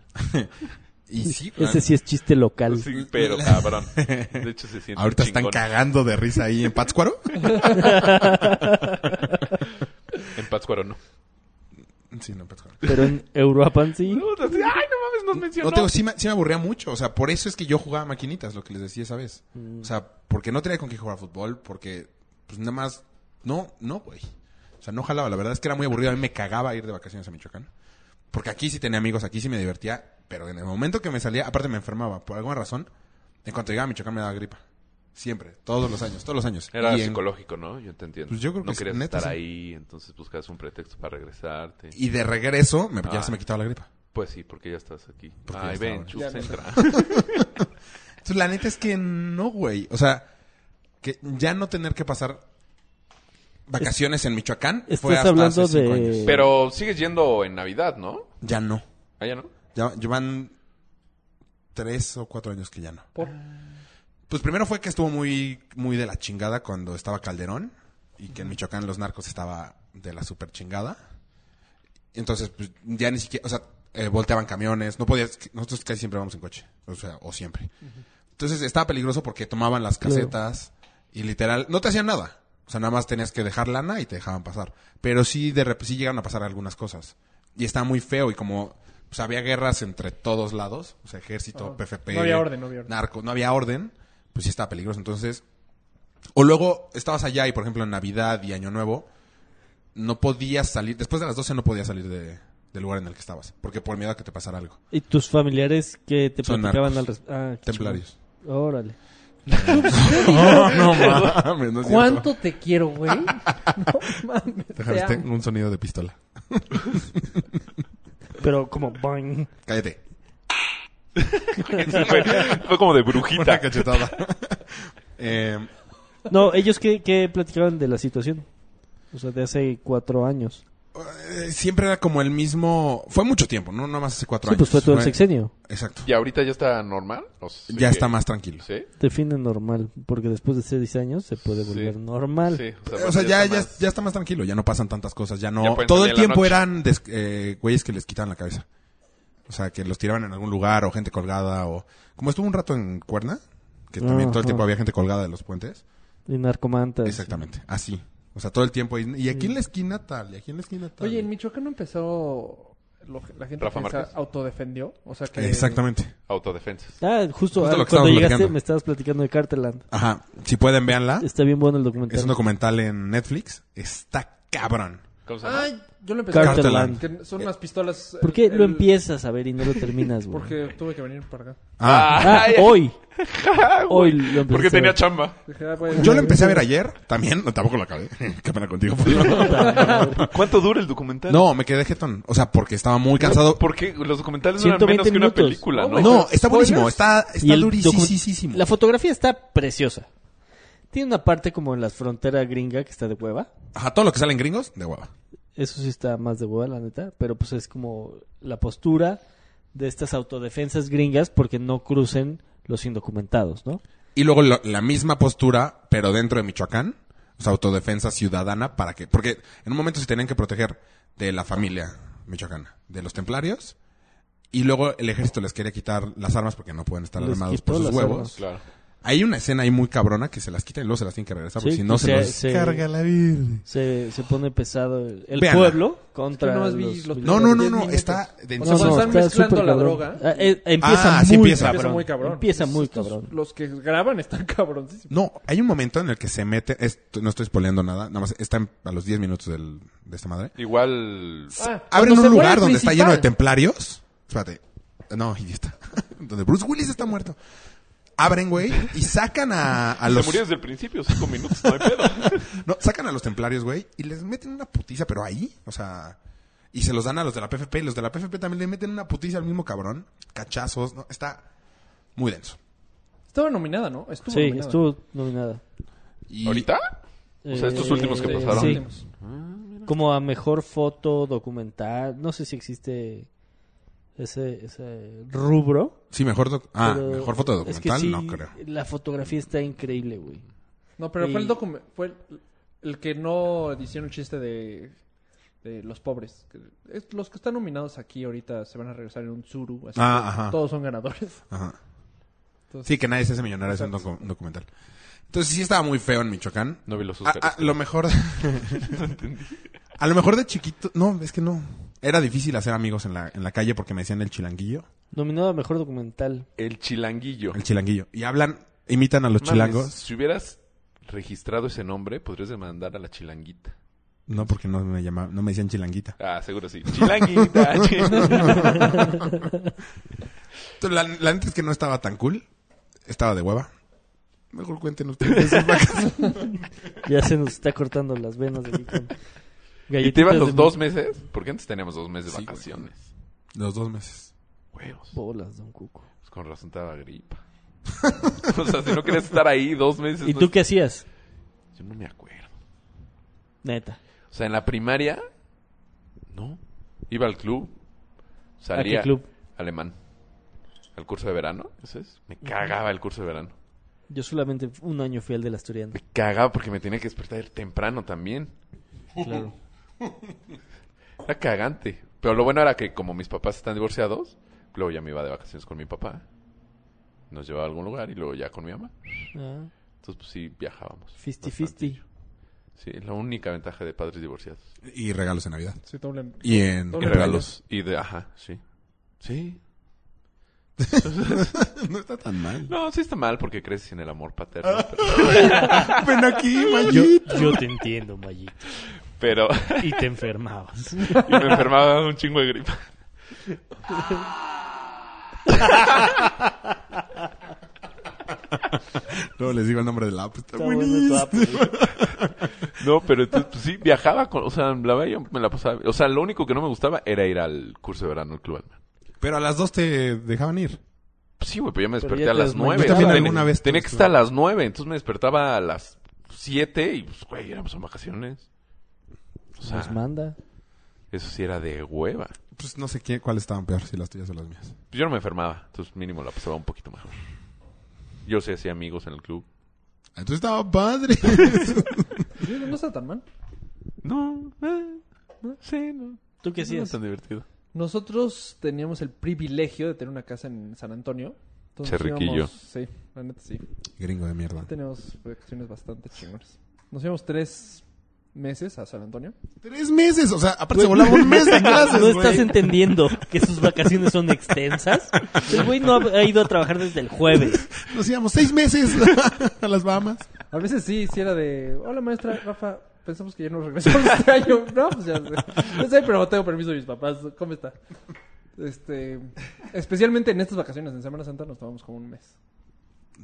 Speaker 5: Y
Speaker 4: *laughs*
Speaker 5: sí,
Speaker 4: Ese sí es chiste local.
Speaker 7: *laughs* Sí, pero cabrón. De hecho se siente
Speaker 5: Ahorita
Speaker 7: chingón.
Speaker 5: están cagando de risa ahí en
Speaker 7: *laughs*
Speaker 5: Pátzcuaro.
Speaker 7: En Pátzcuaro no.
Speaker 5: sí, no, en Pátzcuaro.
Speaker 4: Pero
Speaker 5: *laughs*
Speaker 4: en Europa sí.
Speaker 7: Ay, no mames, nos mencionó.
Speaker 5: No, te digo, sí me, sí me aburría mucho. O sea, por eso es que yo jugaba maquinitas, lo que les decía esa vez. O sea, porque no tenía con qué jugar fútbol, porque pues nada más... No, no, güey. O sea, no jalaba. La verdad es que era muy aburrido. A mí me cagaba ir de vacaciones a Michoacán. Porque aquí sí tenía amigos, aquí sí me divertía. Pero en el momento que me salía, aparte me enfermaba. Por alguna razón, en cuanto llegaba a Michoacán me daba gripa. Siempre. Todos los años, todos los años.
Speaker 7: Era
Speaker 5: Y en-
Speaker 7: psicológico, ¿no? Yo te entiendo.
Speaker 5: Pues yo creo
Speaker 7: no
Speaker 5: que
Speaker 7: querías
Speaker 5: neta,
Speaker 7: estar
Speaker 5: sí.
Speaker 7: ahí, entonces buscabas un pretexto para regresarte.
Speaker 5: Y de regreso me- ya
Speaker 7: Ah.
Speaker 5: se me quitaba la gripa.
Speaker 7: Pues sí, porque ya estás aquí.
Speaker 5: Porque ya
Speaker 7: Ay,
Speaker 5: estaba.
Speaker 7: ven, chus,
Speaker 6: Ya no
Speaker 7: entra.
Speaker 5: Entonces, la neta es que no, güey. O sea, que ya no tener que pasar vacaciones en Michoacán fue
Speaker 4: Estás
Speaker 5: hasta
Speaker 4: hablando
Speaker 5: hace cinco
Speaker 4: de...
Speaker 5: años.
Speaker 7: *laughs* Pero sigues yendo en Navidad, ¿no?
Speaker 5: Ya no.
Speaker 7: Ah, ya no.
Speaker 5: Ya, ya van tres o cuatro años que ya no.
Speaker 4: *laughs*
Speaker 6: ¿Por?
Speaker 5: Pues primero fue que estuvo muy, muy de la chingada cuando estaba Calderón y que en Michoacán los narcos estaba de la super chingada. Entonces, pues, ya ni siquiera, o sea, eh, volteaban camiones, no podías, nosotros casi siempre vamos en coche, o sea, o siempre. Entonces estaba peligroso porque tomaban las
Speaker 4: Claro.
Speaker 5: casetas y literal, no te hacían nada. O sea, nada más tenías que dejar lana y te dejaban pasar. Pero sí, de rep- sí llegaron a pasar algunas cosas. Y estaba muy feo y como pues, había guerras entre todos lados, o sea, ejército,
Speaker 6: Ajá.
Speaker 5: PFP,
Speaker 6: Ah. No había orden, no había orden.
Speaker 5: narco, no había orden, pues sí estaba peligroso. Entonces, o luego estabas allá y, por ejemplo, en Navidad y Año Nuevo, no podías salir, después de las 12 no podías salir de- del lugar en el que estabas, porque por miedo a que te pasara algo.
Speaker 4: ¿Y tus familiares que te
Speaker 5: Son
Speaker 4: platicaban al
Speaker 5: narcos.
Speaker 4: respecto? Ah, qué
Speaker 5: Templarios.
Speaker 4: chingón. Órale. *laughs* Oh,
Speaker 5: No, *laughs* no mames, no es cierto.
Speaker 6: ¿Cuánto te quiero, güey? No mames.
Speaker 5: Déjame,
Speaker 6: te
Speaker 5: tengo
Speaker 6: amo.
Speaker 5: un sonido de pistola.
Speaker 4: Pero como... boing.
Speaker 5: Cállate.
Speaker 7: Sí, fue, fue como de brujita.
Speaker 5: Una
Speaker 7: *laughs*
Speaker 5: cachetada. Eh,
Speaker 4: No, ellos qué, qué platicaban de la situación. O sea, de hace cuatro años.
Speaker 5: eh, siempre era como el mismo... Fue mucho tiempo, ¿no? Nada más hace cuatro
Speaker 4: Sí,
Speaker 5: años.
Speaker 4: pues fue todo el
Speaker 5: No,
Speaker 4: sexenio.
Speaker 5: Exacto.
Speaker 7: ¿Y ahorita ya está normal? ¿O sigue?
Speaker 5: Ya está más tranquilo.
Speaker 7: ¿Sí?
Speaker 4: Define normal, porque después de seis años se puede
Speaker 7: Sí.
Speaker 4: volver normal.
Speaker 7: Sí,
Speaker 5: Eh, O sea, ya,
Speaker 7: está
Speaker 5: ya,
Speaker 7: más-
Speaker 5: ya está más tranquilo, ya no pasan tantas cosas, ya no...
Speaker 7: Ya pueden
Speaker 5: todo
Speaker 7: salir
Speaker 5: el
Speaker 7: a la
Speaker 5: tiempo
Speaker 7: noche.
Speaker 5: eran des- eh, güeyes que les quitaban la cabeza. O sea, que los tiraban en algún lugar o gente colgada o... Como estuvo un rato en Cuerna, que también todo el
Speaker 4: Ajá.
Speaker 5: tiempo había gente colgada de los puentes.
Speaker 4: Y narcomantas.
Speaker 5: Exactamente, así. O sea, todo el tiempo. Y, y aquí en la esquina tal, y aquí en la esquina tal.
Speaker 6: Oye, en Michoacán no empezó lo- la gente
Speaker 7: Rafa
Speaker 6: que se
Speaker 7: Márquez.
Speaker 6: autodefendió. O sea que.
Speaker 5: Eh, Exactamente.
Speaker 7: Autodefensas.
Speaker 4: Ah, justo,
Speaker 5: Justo
Speaker 4: ah,
Speaker 5: lo que
Speaker 4: cuando
Speaker 5: estábamos
Speaker 4: llegaste
Speaker 5: platicando.
Speaker 4: me estabas platicando de Carteland.
Speaker 5: Ajá. Si pueden, véanla.
Speaker 4: Está bien bueno el documental.
Speaker 5: Es un documental en Netflix. Está cabrón.
Speaker 2: ¿Cómo se llama?
Speaker 6: Ay, yo lo empecé.
Speaker 5: Cartel.
Speaker 4: Carteland.
Speaker 6: Que son unas pistolas.
Speaker 4: ¿Por qué
Speaker 6: el-
Speaker 4: lo
Speaker 6: pues, el-
Speaker 4: empiezas a ver y no lo terminas, güey?
Speaker 6: Porque tuve que venir para acá.
Speaker 5: Ah,
Speaker 4: Ah,
Speaker 7: Ay,
Speaker 6: *laughs*
Speaker 4: hoy.
Speaker 6: Ah,
Speaker 4: hoy lo empezaste
Speaker 7: Porque
Speaker 4: a
Speaker 7: tenía
Speaker 4: ver.
Speaker 7: chamba.
Speaker 6: Dije, ah, bueno.
Speaker 5: yo lo empecé a ver ayer, también, no, tampoco lo acabé. *laughs* Qué pena contigo. Pablo.
Speaker 7: ¿Cuánto dura el documental?
Speaker 5: no, me quedé jetón. O sea, porque estaba muy cansado.
Speaker 7: Porque los documentales duran
Speaker 4: 120
Speaker 7: menos que una
Speaker 4: minutos.
Speaker 7: película, ¿no?
Speaker 5: No, está buenísimo,
Speaker 6: spoilers.
Speaker 5: está,
Speaker 4: Y
Speaker 5: está
Speaker 4: el docu-
Speaker 5: durísimo.
Speaker 4: La fotografía está preciosa. Tiene una parte como en la frontera gringa que está de hueva.
Speaker 5: Ajá, todo lo que salen gringos, de hueva.
Speaker 4: Eso sí está más de hueva, la neta. Pero pues es como la postura de estas autodefensas gringas porque no crucen los indocumentados, ¿no?
Speaker 5: Y luego lo- la misma postura, pero dentro de Michoacán. O sea, autodefensa ciudadana para que... Porque en un momento se tenían que proteger de la familia michoacana, de los templarios. Y luego el ejército les quería quitar las armas porque no pueden estar
Speaker 4: Les
Speaker 5: armados
Speaker 4: quitó
Speaker 5: por sus
Speaker 4: las
Speaker 5: huevos.
Speaker 4: armas.
Speaker 7: Claro.
Speaker 5: Hay una escena ahí muy cabrona que se las quita y luego se las tienen que regresar porque
Speaker 4: Sí,
Speaker 5: si no
Speaker 4: que
Speaker 5: se,
Speaker 4: se-
Speaker 5: los...
Speaker 4: se-
Speaker 5: carga la virgen.
Speaker 4: Se, se pone pesado el, el
Speaker 5: Véanla.
Speaker 4: pueblo contra
Speaker 6: no
Speaker 4: los,
Speaker 6: has visto los-
Speaker 5: No, no, no,
Speaker 6: 10
Speaker 5: no,
Speaker 6: minutos.
Speaker 5: está... de-
Speaker 6: O sea, cuando están
Speaker 4: está
Speaker 6: mezclando
Speaker 4: súper
Speaker 6: la
Speaker 4: cabrón.
Speaker 6: droga.
Speaker 4: Ah, eh, empieza,
Speaker 5: Ah, sí
Speaker 4: muy
Speaker 5: empieza.
Speaker 4: cabrón.
Speaker 6: Empieza muy cabrón.
Speaker 4: Empieza muy
Speaker 6: Estos-
Speaker 4: cabrón.
Speaker 6: Los que graban están cabroncísimos.
Speaker 5: No, hay un momento en el que se mete... esto- no estoy spoileando nada, nada más está en- a los 10 minutos del- de esta madre.
Speaker 7: Igual.
Speaker 6: Ah,
Speaker 5: Abren
Speaker 6: cuando se
Speaker 5: un
Speaker 6: muere
Speaker 5: lugar
Speaker 6: el
Speaker 5: donde está lleno de
Speaker 6: principal.
Speaker 5: templarios. Espérate. No, idiota. *laughs* donde Bruce Willis está muerto. Abren, güey, y sacan a, a
Speaker 7: *laughs* Se
Speaker 5: los...
Speaker 7: murió desde el principio, cinco minutos, no hay pedo.
Speaker 5: No, sacan a los templarios, güey, y les meten una putiza, pero ahí, o sea... Y se los dan a los de la PFP, y los de la PFP también le meten una putiza al mismo cabrón. Cachazos, ¿no? Está muy denso.
Speaker 6: Estaba nominada, ¿no? Estuvo
Speaker 4: Sí,
Speaker 6: nominada.
Speaker 4: estuvo nominada.
Speaker 5: *laughs*
Speaker 4: Eh,
Speaker 5: Y-
Speaker 7: ¿Ahorita? O sea, estos últimos que
Speaker 6: Sí,
Speaker 7: pasaron.
Speaker 4: sí.
Speaker 6: últimos.
Speaker 4: Como a mejor foto, documental. No sé si existe ese, ese rubro.
Speaker 5: Sí, mejor... doc- Ah,
Speaker 4: pero
Speaker 5: mejor foto de
Speaker 4: es
Speaker 5: documental,
Speaker 4: que sí,
Speaker 5: no creo.
Speaker 4: La fotografía está increíble, güey.
Speaker 6: No, pero
Speaker 4: Y-
Speaker 6: fue el documental. Fue el, el que no hicieron el chiste de, de los pobres. Que- es- Los que están nominados aquí ahorita se van a regresar en un Zuru. Así
Speaker 5: Ah,
Speaker 6: que
Speaker 5: ajá.
Speaker 6: Todos son ganadores.
Speaker 5: Ajá.
Speaker 6: Entonces-
Speaker 5: Sí, que nadie se hace millonario es un docu- un documental. Entonces sí estaba muy feo en Michoacán.
Speaker 7: No vi los
Speaker 5: A,
Speaker 7: Óscares.
Speaker 5: a lo mejor. *laughs* a lo mejor de chiquito. No, es que no. Era difícil hacer amigos en la, en la calle porque me decían el chilanguillo.
Speaker 4: Nominado a mejor documental.
Speaker 7: El chilanguillo.
Speaker 5: El chilanguillo. Y hablan, imitan a los
Speaker 7: Mames,
Speaker 5: chilangos.
Speaker 7: Si hubieras registrado ese nombre, podrías demandar a la chilanguita.
Speaker 5: No, porque no me llamaban, no me decían chilanguita.
Speaker 7: Ah, seguro sí. Chilanguita.
Speaker 5: Entonces, la, la neta es que no estaba tan cool. Estaba de hueva. Mejor cuenten ustedes. sus vacas.
Speaker 4: Ya se nos está cortando las venas de aquí con
Speaker 7: y te ibas
Speaker 4: galletitas
Speaker 7: los
Speaker 4: de
Speaker 7: dos meses. Porque antes teníamos dos meses de
Speaker 5: Sí, güey.
Speaker 7: vacaciones.
Speaker 5: *laughs* los dos meses.
Speaker 7: Huevos.
Speaker 4: bolas, don Cuco.
Speaker 7: Pues con razón te daba gripa. *laughs* o sea, si no querías estar ahí dos meses.
Speaker 4: ¿Y
Speaker 7: no
Speaker 4: tú
Speaker 7: es-
Speaker 4: qué hacías?
Speaker 7: Yo no me acuerdo.
Speaker 4: Neta.
Speaker 7: O sea, en la primaria, no. Iba al club.
Speaker 4: ¿A
Speaker 7: Salía.
Speaker 4: qué club?
Speaker 7: Alemán. Al curso de verano, eso es. Me cagaba el curso de verano.
Speaker 4: Yo solamente un año fui al del Asturiano.
Speaker 7: Me cagaba porque me tenía que despertar temprano también.
Speaker 4: Claro.
Speaker 7: *laughs* Era cagante. Pero lo bueno era que como mis papás están divorciados, luego ya me iba de vacaciones con mi papá. Nos llevaba a algún lugar y luego ya con mi mamá.
Speaker 4: Ah,
Speaker 7: Entonces, pues sí, viajábamos.
Speaker 4: fisti,
Speaker 7: bastante.
Speaker 4: fisti.
Speaker 7: Sí, es la única ventaja de padres divorciados.
Speaker 5: Y regalos en Navidad.
Speaker 6: Sí, doble. Y
Speaker 5: Y en, en
Speaker 7: Y
Speaker 6: Órale.
Speaker 7: regalos. Y de, ajá, sí. Sí.
Speaker 5: No está tan mal.
Speaker 7: No, sí está mal porque creces sin el amor paterno.
Speaker 5: Ah.
Speaker 7: pero-
Speaker 5: Ven aquí,
Speaker 4: Yo,
Speaker 5: Mayito.
Speaker 4: yo te entiendo, Mayito.
Speaker 7: Pero,
Speaker 4: Y te enfermabas.
Speaker 7: y me enfermaba un chingo de gripa.
Speaker 5: Luego les digo el nombre de la app. Está,
Speaker 4: Está bueno tu
Speaker 5: buenísimo.
Speaker 4: app, güey.
Speaker 7: No, pero entonces, pues, sí, viajaba con, o sea, la veía, me la pasaba. O sea, lo único que no me gustaba era ir al curso de verano, al Club Alma.
Speaker 5: Pero a las dos te dejaban ir.
Speaker 7: Pues sí, güey, pero ya me
Speaker 4: Pero
Speaker 7: desperté
Speaker 4: ya
Speaker 7: a
Speaker 4: te
Speaker 7: las
Speaker 4: desmayabas.
Speaker 7: nueve.
Speaker 5: Yo también
Speaker 7: Tenía-
Speaker 5: alguna vez
Speaker 7: Tenía
Speaker 5: tuve
Speaker 7: que
Speaker 5: que-
Speaker 7: estar a las nueve, entonces me despertaba a las siete y, pues, güey, éramos en vacaciones. O sea,
Speaker 4: Nos manda.
Speaker 7: eso sí era de hueva.
Speaker 5: Pues no sé qué, cuáles estaban peor, si las tuyas o las mías.
Speaker 7: Pues yo no me enfermaba, entonces mínimo la pasaba un poquito mejor. Yo sí hacía amigos en el club.
Speaker 5: Ah, Entonces estaba padre.
Speaker 6: Sí, No está tan mal.
Speaker 7: No, eh, no, sí, no.
Speaker 4: ¿Tú qué
Speaker 7: No era
Speaker 4: hacías?
Speaker 7: tan divertido.
Speaker 6: Nosotros teníamos el privilegio de tener una casa en San Antonio. Entonces
Speaker 7: Cherriquillo.
Speaker 6: íbamos- Sí, la neta sí.
Speaker 5: *laughs* Gringo de mierda.
Speaker 6: Teníamos vacaciones bastante chingonas. Nos íbamos tres meses a San Antonio.
Speaker 5: Tres meses, o sea, aparte se volaba
Speaker 4: *laughs*
Speaker 5: un mes *laughs* de clases,
Speaker 4: No
Speaker 5: güey.
Speaker 4: estás entendiendo que sus vacaciones son extensas. El güey no ha ha ido a trabajar desde el jueves.
Speaker 5: Nos íbamos seis meses *laughs* a las Bahamas.
Speaker 6: A veces sí, sí era de, hola maestra, Rafa, pensamos que ya nos regresamos *laughs* este año. No, pues ya. No sé, pero tengo permiso de mis papás. ¿Cómo está? Este, especialmente en estas vacaciones, en Semana Santa nos tomamos como un mes.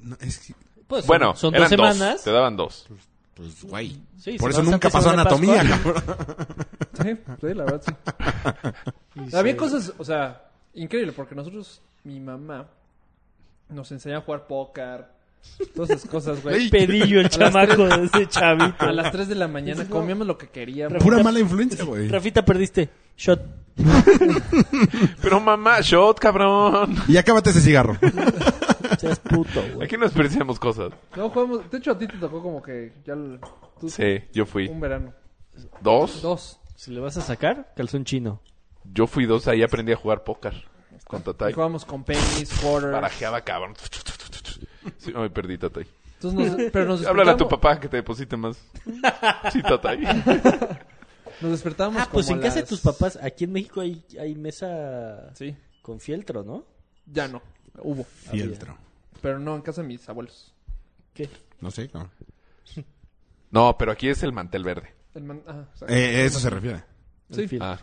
Speaker 5: No, es que,
Speaker 4: Pues,
Speaker 7: Bueno,
Speaker 4: son
Speaker 7: eran
Speaker 4: dos semanas.
Speaker 7: Te daban dos.
Speaker 5: pues, güey.
Speaker 4: Sí,
Speaker 5: Por
Speaker 4: se
Speaker 5: eso
Speaker 4: van a
Speaker 5: nunca
Speaker 4: empezar
Speaker 5: pasó
Speaker 4: de
Speaker 5: anatomía,
Speaker 4: Pascual.
Speaker 5: cabrón.
Speaker 6: Sí, sí, la verdad sí.
Speaker 4: Y
Speaker 6: Había
Speaker 4: se-
Speaker 6: cosas, o sea, increíble, porque nosotros, mi mamá, nos enseñaba a jugar póker, todas esas cosas, güey.
Speaker 4: Pedillo el chamaco de ese chavito.
Speaker 6: A *laughs* las 3 de la mañana comíamos lo que queríamos.
Speaker 5: Pura mala influencia, güey.
Speaker 4: Rafita, perdiste. Shot.
Speaker 7: Pero mamá, shot, cabrón.
Speaker 5: Y acábate ese cigarro.
Speaker 4: Seas puto, güey.
Speaker 7: Aquí no desperdiciamos cosas.
Speaker 6: No jugamos, de hecho a ti te tocó como que ya el- tú-
Speaker 7: Sí, yo fui.
Speaker 6: un verano.
Speaker 7: ¿Dos?
Speaker 6: Dos.
Speaker 4: Si le vas a sacar, calzón chino.
Speaker 7: Yo fui dos, ahí aprendí a jugar póker. Con
Speaker 6: Y
Speaker 7: Tatay.
Speaker 6: jugábamos con pennies, quarters.
Speaker 7: Barajeaba, cabrón. Sí, me perdí, Tatay.
Speaker 6: Entonces nos- pero nos
Speaker 7: *laughs* Háblale a tu
Speaker 6: despertamos-
Speaker 7: papá que te deposite más. Sí, Tatay.
Speaker 4: *laughs*
Speaker 6: Nos despertábamos
Speaker 4: Ah, pues
Speaker 6: como
Speaker 4: en
Speaker 6: a
Speaker 4: casa de
Speaker 6: las-
Speaker 4: tus papás, aquí en México hay, hay mesa
Speaker 6: Sí,
Speaker 4: con fieltro, ¿no?
Speaker 6: ya no. Hubo.
Speaker 5: Fieltro.
Speaker 6: Pero no, en casa de mis abuelos.
Speaker 4: ¿Qué?
Speaker 5: No sé, no.
Speaker 7: No, pero aquí es el mantel verde.
Speaker 6: El man- ah, o sea,
Speaker 5: Eh, a eso se refiere.
Speaker 4: El
Speaker 6: Sí.
Speaker 4: fieltro.
Speaker 7: Ah.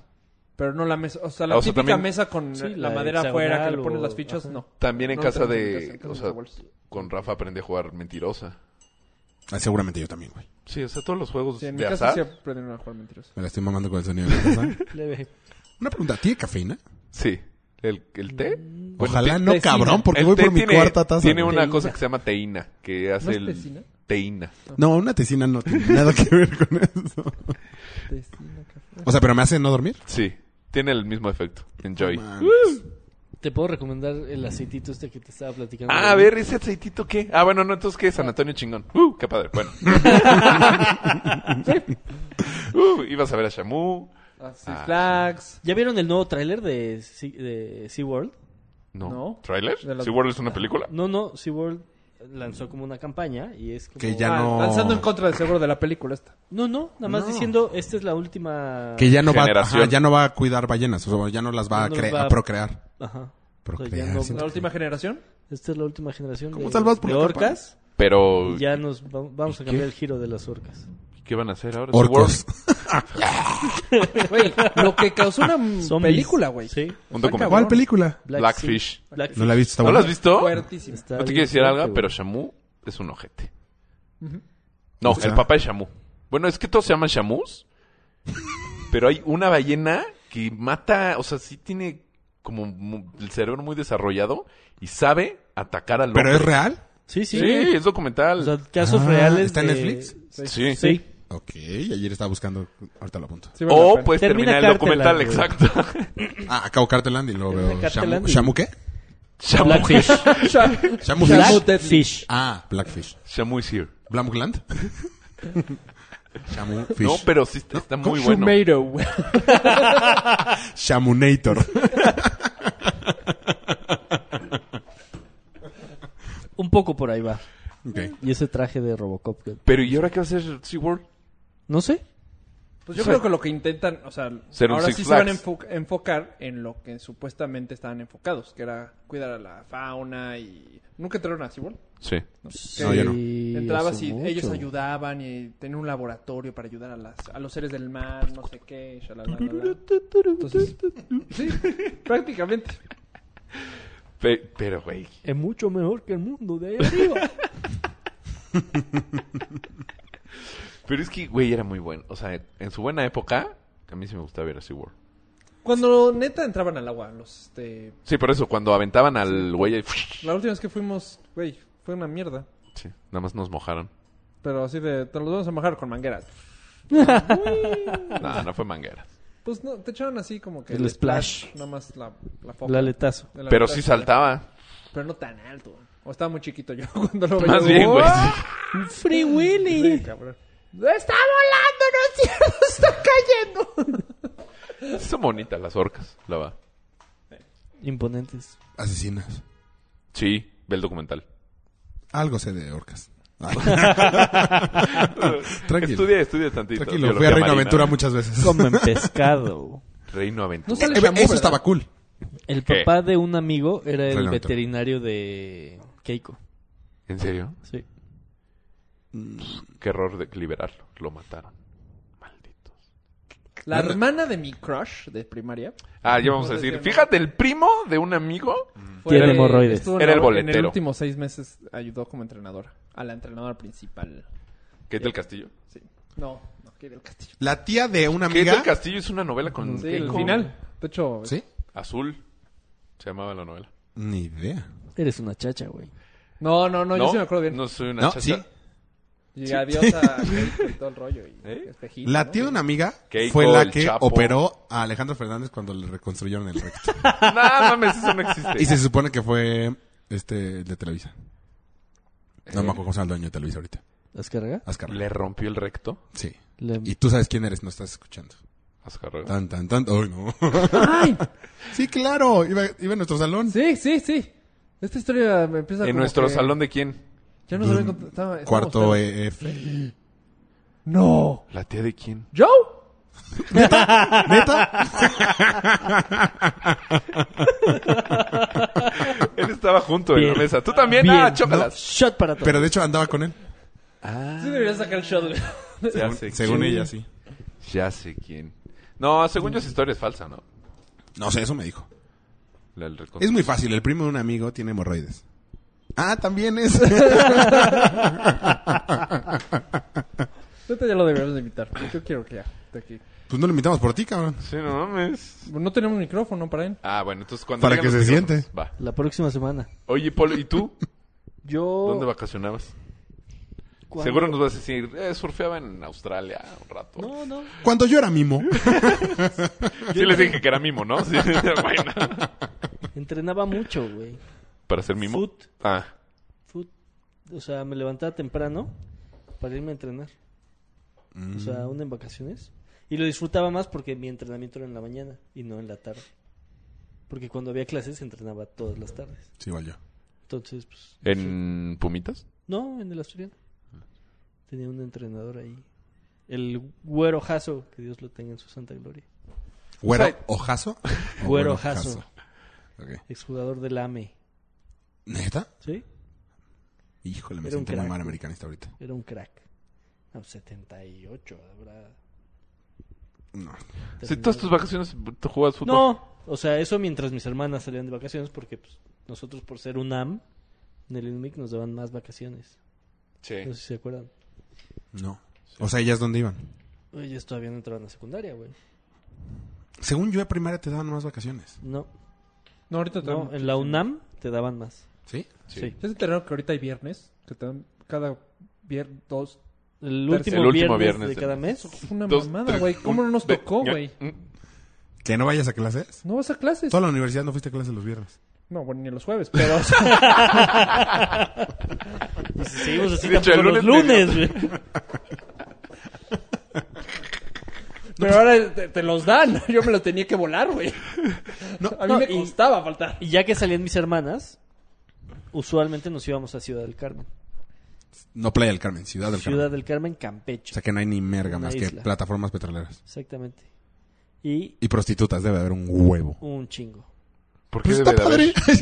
Speaker 6: Pero no la mesa, o sea, la
Speaker 7: O sea,
Speaker 6: típica
Speaker 7: también-
Speaker 6: mesa con
Speaker 4: Sí,
Speaker 6: la,
Speaker 4: la
Speaker 6: madera afuera que le
Speaker 4: hexagonal
Speaker 6: pones
Speaker 4: o-
Speaker 6: las fichas,
Speaker 4: ajá.
Speaker 6: no.
Speaker 7: También en
Speaker 6: No,
Speaker 7: casa
Speaker 6: también en casa, en
Speaker 7: de...
Speaker 6: casa
Speaker 7: O
Speaker 6: de
Speaker 7: sea,
Speaker 6: mis abuelos.
Speaker 7: con Rafa aprendí a jugar mentirosa.
Speaker 5: Ah, seguramente yo también, güey.
Speaker 7: Sí, o sea, todos los juegos
Speaker 6: Sí, en mi
Speaker 7: de
Speaker 6: casa
Speaker 7: azar.
Speaker 6: sí aprendieron a jugar mentirosos.
Speaker 5: Me la estoy mamando con el sonido de la taza.
Speaker 4: *laughs* Leve.
Speaker 5: Una pregunta, ¿tiene cafeína?
Speaker 7: Sí. ¿El, el té?
Speaker 6: Mm.
Speaker 7: Bueno,
Speaker 5: Ojalá
Speaker 7: té-
Speaker 5: no,
Speaker 6: tecina.
Speaker 5: cabrón, porque
Speaker 7: el
Speaker 5: voy
Speaker 7: té
Speaker 5: por mi
Speaker 7: tiene-
Speaker 5: cuarta taza.
Speaker 7: Tiene
Speaker 5: güey.
Speaker 7: una
Speaker 4: Teína.
Speaker 7: cosa que se llama teína, que hace
Speaker 6: es
Speaker 7: el...
Speaker 6: tecina?
Speaker 7: Teína.
Speaker 5: No, una tesina no tiene nada que ver con eso.
Speaker 6: Intestino, café.
Speaker 5: O sea, pero me hace no dormir.
Speaker 7: Sí. Tiene el mismo efecto. Uh. Enjoy.
Speaker 5: Man,
Speaker 4: Te puedo recomendar el aceitito este que te estaba platicando.
Speaker 7: Ah, a ver, ¿ese aceitito qué? Ah, bueno, no, entonces, ¿qué es? San Antonio Chingón. Uh, qué padre.
Speaker 6: *laughs*
Speaker 7: Bueno. uh, ibas a ver a Shamu.
Speaker 6: Ah, Six
Speaker 7: Ah,
Speaker 6: Flags.
Speaker 4: ¿Ya vieron el nuevo tráiler de, Sea- de SeaWorld?
Speaker 7: No.
Speaker 6: No.
Speaker 7: ¿Trailer?
Speaker 6: De Ah. la-
Speaker 7: ¿SeaWorld es una película?
Speaker 4: No, no, SeaWorld lanzó como una campaña y es como...
Speaker 5: Que ya
Speaker 6: Ah,
Speaker 5: no.
Speaker 6: Lanzando en contra del seguro de la película esta.
Speaker 4: No, no, nada más
Speaker 5: No.
Speaker 4: diciendo, esta es la última...
Speaker 5: Que ya no, va,
Speaker 7: Generación.
Speaker 5: ajá, ya no va a cuidar ballenas. O sea, ya no las va,
Speaker 4: Ya
Speaker 5: a,
Speaker 4: no las
Speaker 5: cre-
Speaker 4: va a-
Speaker 5: a procrear.
Speaker 4: Ajá.
Speaker 5: Procrear.
Speaker 4: O sea, ya no-
Speaker 5: siento
Speaker 6: La
Speaker 5: que-
Speaker 6: última generación.
Speaker 4: *laughs* Esta es la última generación
Speaker 5: ¿Cómo
Speaker 4: de,
Speaker 5: salvas por
Speaker 4: de
Speaker 5: la
Speaker 4: orcas.
Speaker 7: Pero,
Speaker 4: Y ya nos va- vamos a
Speaker 7: ¿Y qué?
Speaker 4: cambiar el giro de las orcas.
Speaker 7: ¿qué van a hacer ahora?
Speaker 5: Orcos.
Speaker 6: Güey, lo que causó una m-
Speaker 4: Zombies.
Speaker 6: Mm, película, güey.
Speaker 4: Sí.
Speaker 7: Un
Speaker 6: Está
Speaker 7: documental.
Speaker 5: ¿Cuál película?
Speaker 7: Blackfish.
Speaker 4: Blackfish.
Speaker 5: No la he visto. está
Speaker 7: ¿No lo has
Speaker 5: buena.
Speaker 7: visto?
Speaker 6: Fuertísimo.
Speaker 4: Está
Speaker 7: No te
Speaker 4: bien
Speaker 7: quiero decir
Speaker 4: fuerte,
Speaker 7: algo,
Speaker 4: güey.
Speaker 7: pero Shamu es un ojete. No,
Speaker 5: O sea.
Speaker 7: el papá es Shamu. Bueno, es que todos se llaman Shamus. pero hay una ballena que mata, o sea, sí tiene como mu- el cerebro muy desarrollado y sabe atacar al
Speaker 5: ¿Pero
Speaker 7: hombre.
Speaker 5: es real?
Speaker 4: Sí, sí.
Speaker 7: Sí, es documental.
Speaker 4: O sea, casos
Speaker 5: Ah,
Speaker 4: reales
Speaker 5: ¿está en
Speaker 4: de-
Speaker 5: Netflix?
Speaker 7: sí.
Speaker 4: Sí.
Speaker 5: *laughs* Ok, ayer estaba buscando. Ahorita lo apunto.
Speaker 6: Sí, vale la
Speaker 7: O
Speaker 6: pena.
Speaker 7: pues
Speaker 4: Termina
Speaker 7: termina, el
Speaker 4: Carteland,
Speaker 7: documental,
Speaker 4: güey.
Speaker 7: exacto.
Speaker 4: *laughs*
Speaker 5: Ah, acabo Carteland y luego
Speaker 4: Termina
Speaker 5: veo.
Speaker 4: Carteland
Speaker 5: Shamu,
Speaker 4: y-
Speaker 5: ¿Shamu qué?
Speaker 7: Shamu,
Speaker 4: Blackfish.
Speaker 5: ¿Shamu
Speaker 6: Black-
Speaker 5: Fish?
Speaker 4: Blackfish.
Speaker 5: Ah, Blackfish.
Speaker 7: Shamu is here.
Speaker 4: *laughs*
Speaker 5: ¿Blamgland? Shamu Fish.
Speaker 7: No, pero sí está, está muy bueno.
Speaker 6: Shumato, güey.
Speaker 5: Shamunator.
Speaker 4: Un poco por ahí va.
Speaker 5: Ok.
Speaker 4: Y ese traje de Robocop. que-
Speaker 7: Pero ¿y ahora qué va a hacer SeaWorld?
Speaker 4: No sé.
Speaker 6: Pues yo creo que lo que intentan, o sea,
Speaker 7: Ser un
Speaker 6: ahora
Speaker 7: Six
Speaker 6: sí se van a
Speaker 7: Flags.
Speaker 6: enfo- enfocar en lo que supuestamente estaban enfocados, que era cuidar a la fauna y... ¿Nunca entraron a SeaWorld?
Speaker 7: Sí.
Speaker 5: No, yo no.
Speaker 4: Sí,
Speaker 6: Entrabas
Speaker 4: hace
Speaker 6: y ellos
Speaker 4: mucho.
Speaker 6: ayudaban y tenían un laboratorio para ayudar a, las, a los seres del mar, no sé qué, shalalala. Entonces, sí, *laughs* prácticamente.
Speaker 7: Pe- pero, güey.
Speaker 4: Es mucho mejor que el mundo de ahí *laughs* arriba.
Speaker 7: Pero es que, güey, era muy bueno. O sea, en su buena época, a mí sí me gustaba ver a SeaWorld.
Speaker 6: Cuando neta entraban al agua, los, este,
Speaker 7: Sí, por eso, cuando aventaban al güey, ahí,
Speaker 6: la última vez que fuimos, güey, fue una mierda.
Speaker 7: sí, nada más nos
Speaker 6: *laughs*
Speaker 7: mojaron.
Speaker 6: Pero así de, te los vamos a mojar con mangueras.
Speaker 7: No, no fue manguera.
Speaker 6: Pues no, te echaron así como que...
Speaker 4: El splash.
Speaker 6: Nada más la, la foca.
Speaker 4: el aletazo.
Speaker 6: De la
Speaker 7: Pero
Speaker 6: mitad
Speaker 7: sí
Speaker 6: de la-
Speaker 7: saltaba.
Speaker 6: Pero no tan alto. O estaba muy chiquito yo *laughs* cuando lo veía.
Speaker 7: Más bien, güey. sí.
Speaker 4: Free Willy.
Speaker 6: Sí, cabrón. ¡Está volando! ¡No es cierto!
Speaker 4: *laughs*
Speaker 6: ¡Está cayendo!
Speaker 7: *laughs* Son bonitas las orcas, la va.
Speaker 4: Imponentes.
Speaker 5: Asesinas.
Speaker 7: Sí, ve
Speaker 6: *laughs*
Speaker 7: el documental.
Speaker 5: Algo sé de
Speaker 7: *laughs*
Speaker 5: orcas. Ah, Tranquilo.
Speaker 7: Estudia, estudia tantito.
Speaker 5: Tranquilo, fui a
Speaker 7: biología
Speaker 5: Reino
Speaker 7: marina.
Speaker 5: Aventura muchas veces.
Speaker 4: Comen pescado.
Speaker 7: Reino
Speaker 6: No
Speaker 7: Aventura.
Speaker 6: sale
Speaker 5: Eh,
Speaker 6: Shamu,
Speaker 5: Eso
Speaker 6: ¿verdad?
Speaker 5: estaba cool.
Speaker 4: El
Speaker 7: ¿Qué?
Speaker 4: papá de un amigo era el
Speaker 5: Reino Aventura.
Speaker 4: veterinario de Keiko.
Speaker 7: ¿En serio?
Speaker 4: Sí.
Speaker 7: Qué error de liberarlo. Lo mataron.
Speaker 6: La
Speaker 5: Anda.
Speaker 6: hermana de mi crush de primaria.
Speaker 7: Ah, ya vamos a decir. Fíjate, el primo de un amigo.
Speaker 6: fue-
Speaker 4: Tiene hemorroides.
Speaker 6: estuvo en
Speaker 7: Era
Speaker 6: la-
Speaker 7: el
Speaker 6: En el
Speaker 7: boletero.
Speaker 6: último seis meses ayudó como entrenadora. A la entrenadora principal.
Speaker 7: ¿Qué del Castillo?
Speaker 6: Sí. No, no quiere el castillo.
Speaker 5: La tía de una
Speaker 7: ¿Qué
Speaker 5: amiga.
Speaker 7: del Castillo es una novela con
Speaker 6: Sí, el
Speaker 7: Keiko.
Speaker 6: final. De hecho,
Speaker 5: ¿Sí?
Speaker 7: Azul. Se llamaba la novela.
Speaker 5: Ni idea.
Speaker 4: Eres una chacha, güey.
Speaker 6: No, no, no, yo sí me acuerdo bien.
Speaker 7: No soy una
Speaker 5: No,
Speaker 7: chacha.
Speaker 5: sí.
Speaker 6: Y adiós
Speaker 7: *laughs*
Speaker 6: a Keiko y todo el rollo. Y
Speaker 7: ¿Eh?
Speaker 6: espejito,
Speaker 5: La
Speaker 6: ¿no?
Speaker 5: tía de una amiga
Speaker 7: Keiko,
Speaker 5: fue la
Speaker 7: el
Speaker 5: que
Speaker 7: Chapo.
Speaker 5: operó a Alejandro Fernández cuando le reconstruyeron el recto.
Speaker 7: *laughs* No, mames, eso no *laughs* existe.
Speaker 5: y se supone que fue este el de Televisa.
Speaker 7: Eh.
Speaker 5: No me acuerdo cómo se llama el dueño de Televisa ahorita.
Speaker 4: ¿Descarga?
Speaker 5: Azcarra.
Speaker 7: ¿Le rompió el recto?
Speaker 5: Sí.
Speaker 4: Le-
Speaker 5: Y tú sabes quién eres, no estás escuchando.
Speaker 7: Azcárraga.
Speaker 5: Tan, tan, tan. Ay, no. *laughs*
Speaker 6: ¡Ay!
Speaker 5: sí, claro. Iba, iba en nuestro salón.
Speaker 6: Sí, sí, sí. Esta historia me empieza
Speaker 7: ¿En
Speaker 6: como
Speaker 7: nuestro
Speaker 6: que-
Speaker 7: salón de quién?
Speaker 6: Ya nos habían contado. estaba- estábamos
Speaker 5: Cuarto E.
Speaker 6: pedos.
Speaker 5: EF.
Speaker 6: ¡No!
Speaker 7: ¿La tía de quién?
Speaker 6: ¿Joe?
Speaker 7: *laughs* Él estaba junto en la
Speaker 4: Bien.
Speaker 7: mesa. Tú también,
Speaker 4: Bien,
Speaker 7: ah, chócalas.
Speaker 4: Shot para todos.
Speaker 5: Pero de hecho andaba con él.
Speaker 6: Sí deberías sacar el *laughs* shot. güey.
Speaker 7: Ya
Speaker 5: Según-
Speaker 7: sé
Speaker 5: Según
Speaker 7: quién.
Speaker 5: ella, sí.
Speaker 7: Ya sé quién. No, según yo esa historia es falsa, ¿no?
Speaker 5: No sé, eso me dijo.
Speaker 7: La del recto.
Speaker 5: Es muy fácil. El primo de un amigo tiene hemorroides. Ah, también *laughs* es.
Speaker 6: Neta, ya lo deberíamos de invitar. Yo quiero que ya. esté aquí.
Speaker 5: Pues no lo invitamos por ti, cabrón.
Speaker 7: Sí, no mames.
Speaker 6: No tenemos micrófono para él.
Speaker 7: Ah, bueno, entonces cuando
Speaker 5: Para
Speaker 7: llegan
Speaker 5: que
Speaker 7: los
Speaker 5: se
Speaker 7: micrófonos,
Speaker 5: siente.
Speaker 7: Va.
Speaker 4: La próxima semana.
Speaker 7: Oye, Polo,
Speaker 6: *laughs*
Speaker 7: ¿y tú?
Speaker 4: Yo...
Speaker 7: ¿Dónde vacacionabas?
Speaker 4: ¿Cuándo?
Speaker 7: Seguro nos vas a decir, eh, surfeaba en Australia un rato.
Speaker 4: No, no.
Speaker 5: Cuando yo era mimo.
Speaker 7: Sí les dije que era mimo, ¿no? Sí, *laughs* bueno.
Speaker 4: Entrenaba mucho, güey.
Speaker 7: Para ser mimo.
Speaker 4: Foot.
Speaker 7: Ah.
Speaker 4: Fut- O sea, me levantaba temprano para irme a entrenar. O sea, aún en vacaciones. Y lo disfrutaba más porque mi entrenamiento era en la mañana y no en la tarde. Porque cuando había clases entrenaba todas las tardes.
Speaker 5: Sí, igual yo.
Speaker 4: Entonces, pues...
Speaker 7: ¿En Pumitas?
Speaker 4: No, en el Asturiano. Tenía un entrenador ahí. El güero Jaso, que Dios lo tenga en su santa gloria.
Speaker 5: ¿Güero
Speaker 7: O sea,
Speaker 5: ojazo?
Speaker 4: *laughs*
Speaker 5: o
Speaker 4: Güero Jaso,
Speaker 5: Jaso? Ok.
Speaker 4: exjugador del AME.
Speaker 5: ¿Neta?
Speaker 4: ¿Sí?
Speaker 5: Híjole, me
Speaker 4: Era un
Speaker 5: siento muy
Speaker 4: crack.
Speaker 5: mal americanista ahorita.
Speaker 4: Era un crack. No, 78, habrá.
Speaker 5: No.
Speaker 7: Si todas tus vacaciones tú jugabas fútbol.
Speaker 4: No, Pues, o sea, eso mientras mis hermanas salían de vacaciones, porque pues, nosotros por ser un AM, en el INMIC nos daban más vacaciones.
Speaker 7: Sí.
Speaker 4: No sé si se acuerdan.
Speaker 5: No. O sea, ¿ellas dónde iban?
Speaker 4: Ellos todavía no entraban a secundaria, güey.
Speaker 5: Según yo, a primaria te daban más vacaciones.
Speaker 4: No,
Speaker 6: No, ahorita tenemos.
Speaker 4: no, en la UNAM te daban más.
Speaker 5: ¿Sí?
Speaker 4: Sí.
Speaker 6: ¿Ya se enteraron que ahorita hay viernes? Que te dan cada viernes dos.
Speaker 4: El
Speaker 6: Tercer-
Speaker 4: último,
Speaker 7: El último
Speaker 4: viernes,
Speaker 7: viernes
Speaker 4: de
Speaker 7: del
Speaker 4: cada mes.
Speaker 6: Es una
Speaker 7: Dos,
Speaker 6: mamada, güey. ¿Cómo no nos tocó, güey?
Speaker 7: mm,
Speaker 5: ¿Que no vayas a clases?
Speaker 6: No vas a clases.
Speaker 5: Toda la universidad no fuiste a clases los viernes.
Speaker 6: No, bueno, ni los jueves, pero... o sea,
Speaker 4: Y si seguimos así
Speaker 7: *laughs* De hecho,
Speaker 4: tampoco
Speaker 7: el
Speaker 4: los
Speaker 7: lunes
Speaker 4: lunes, güey.
Speaker 7: *laughs*
Speaker 6: pero ahora te, te los dan. Yo me los tenía que volar, güey. a mí
Speaker 4: no,
Speaker 6: me
Speaker 4: y-
Speaker 6: costaba faltar.
Speaker 4: Y ya que salían mis hermanas, usualmente nos íbamos a Ciudad del Carmen.
Speaker 5: No Playa del Carmen, Ciudad del
Speaker 4: Ciudad
Speaker 5: Carmen.
Speaker 4: del Carmen,
Speaker 5: O
Speaker 4: Campeche.
Speaker 5: sea, que no hay ni merga
Speaker 4: Una
Speaker 5: más que
Speaker 4: isla.
Speaker 5: plataformas petroleras.
Speaker 4: Exactamente. Y
Speaker 5: Y prostitutas, debe haber un huevo.
Speaker 4: un chingo.
Speaker 7: ¿Por qué
Speaker 5: Pues
Speaker 7: debe
Speaker 5: está
Speaker 7: de haber?
Speaker 5: padre.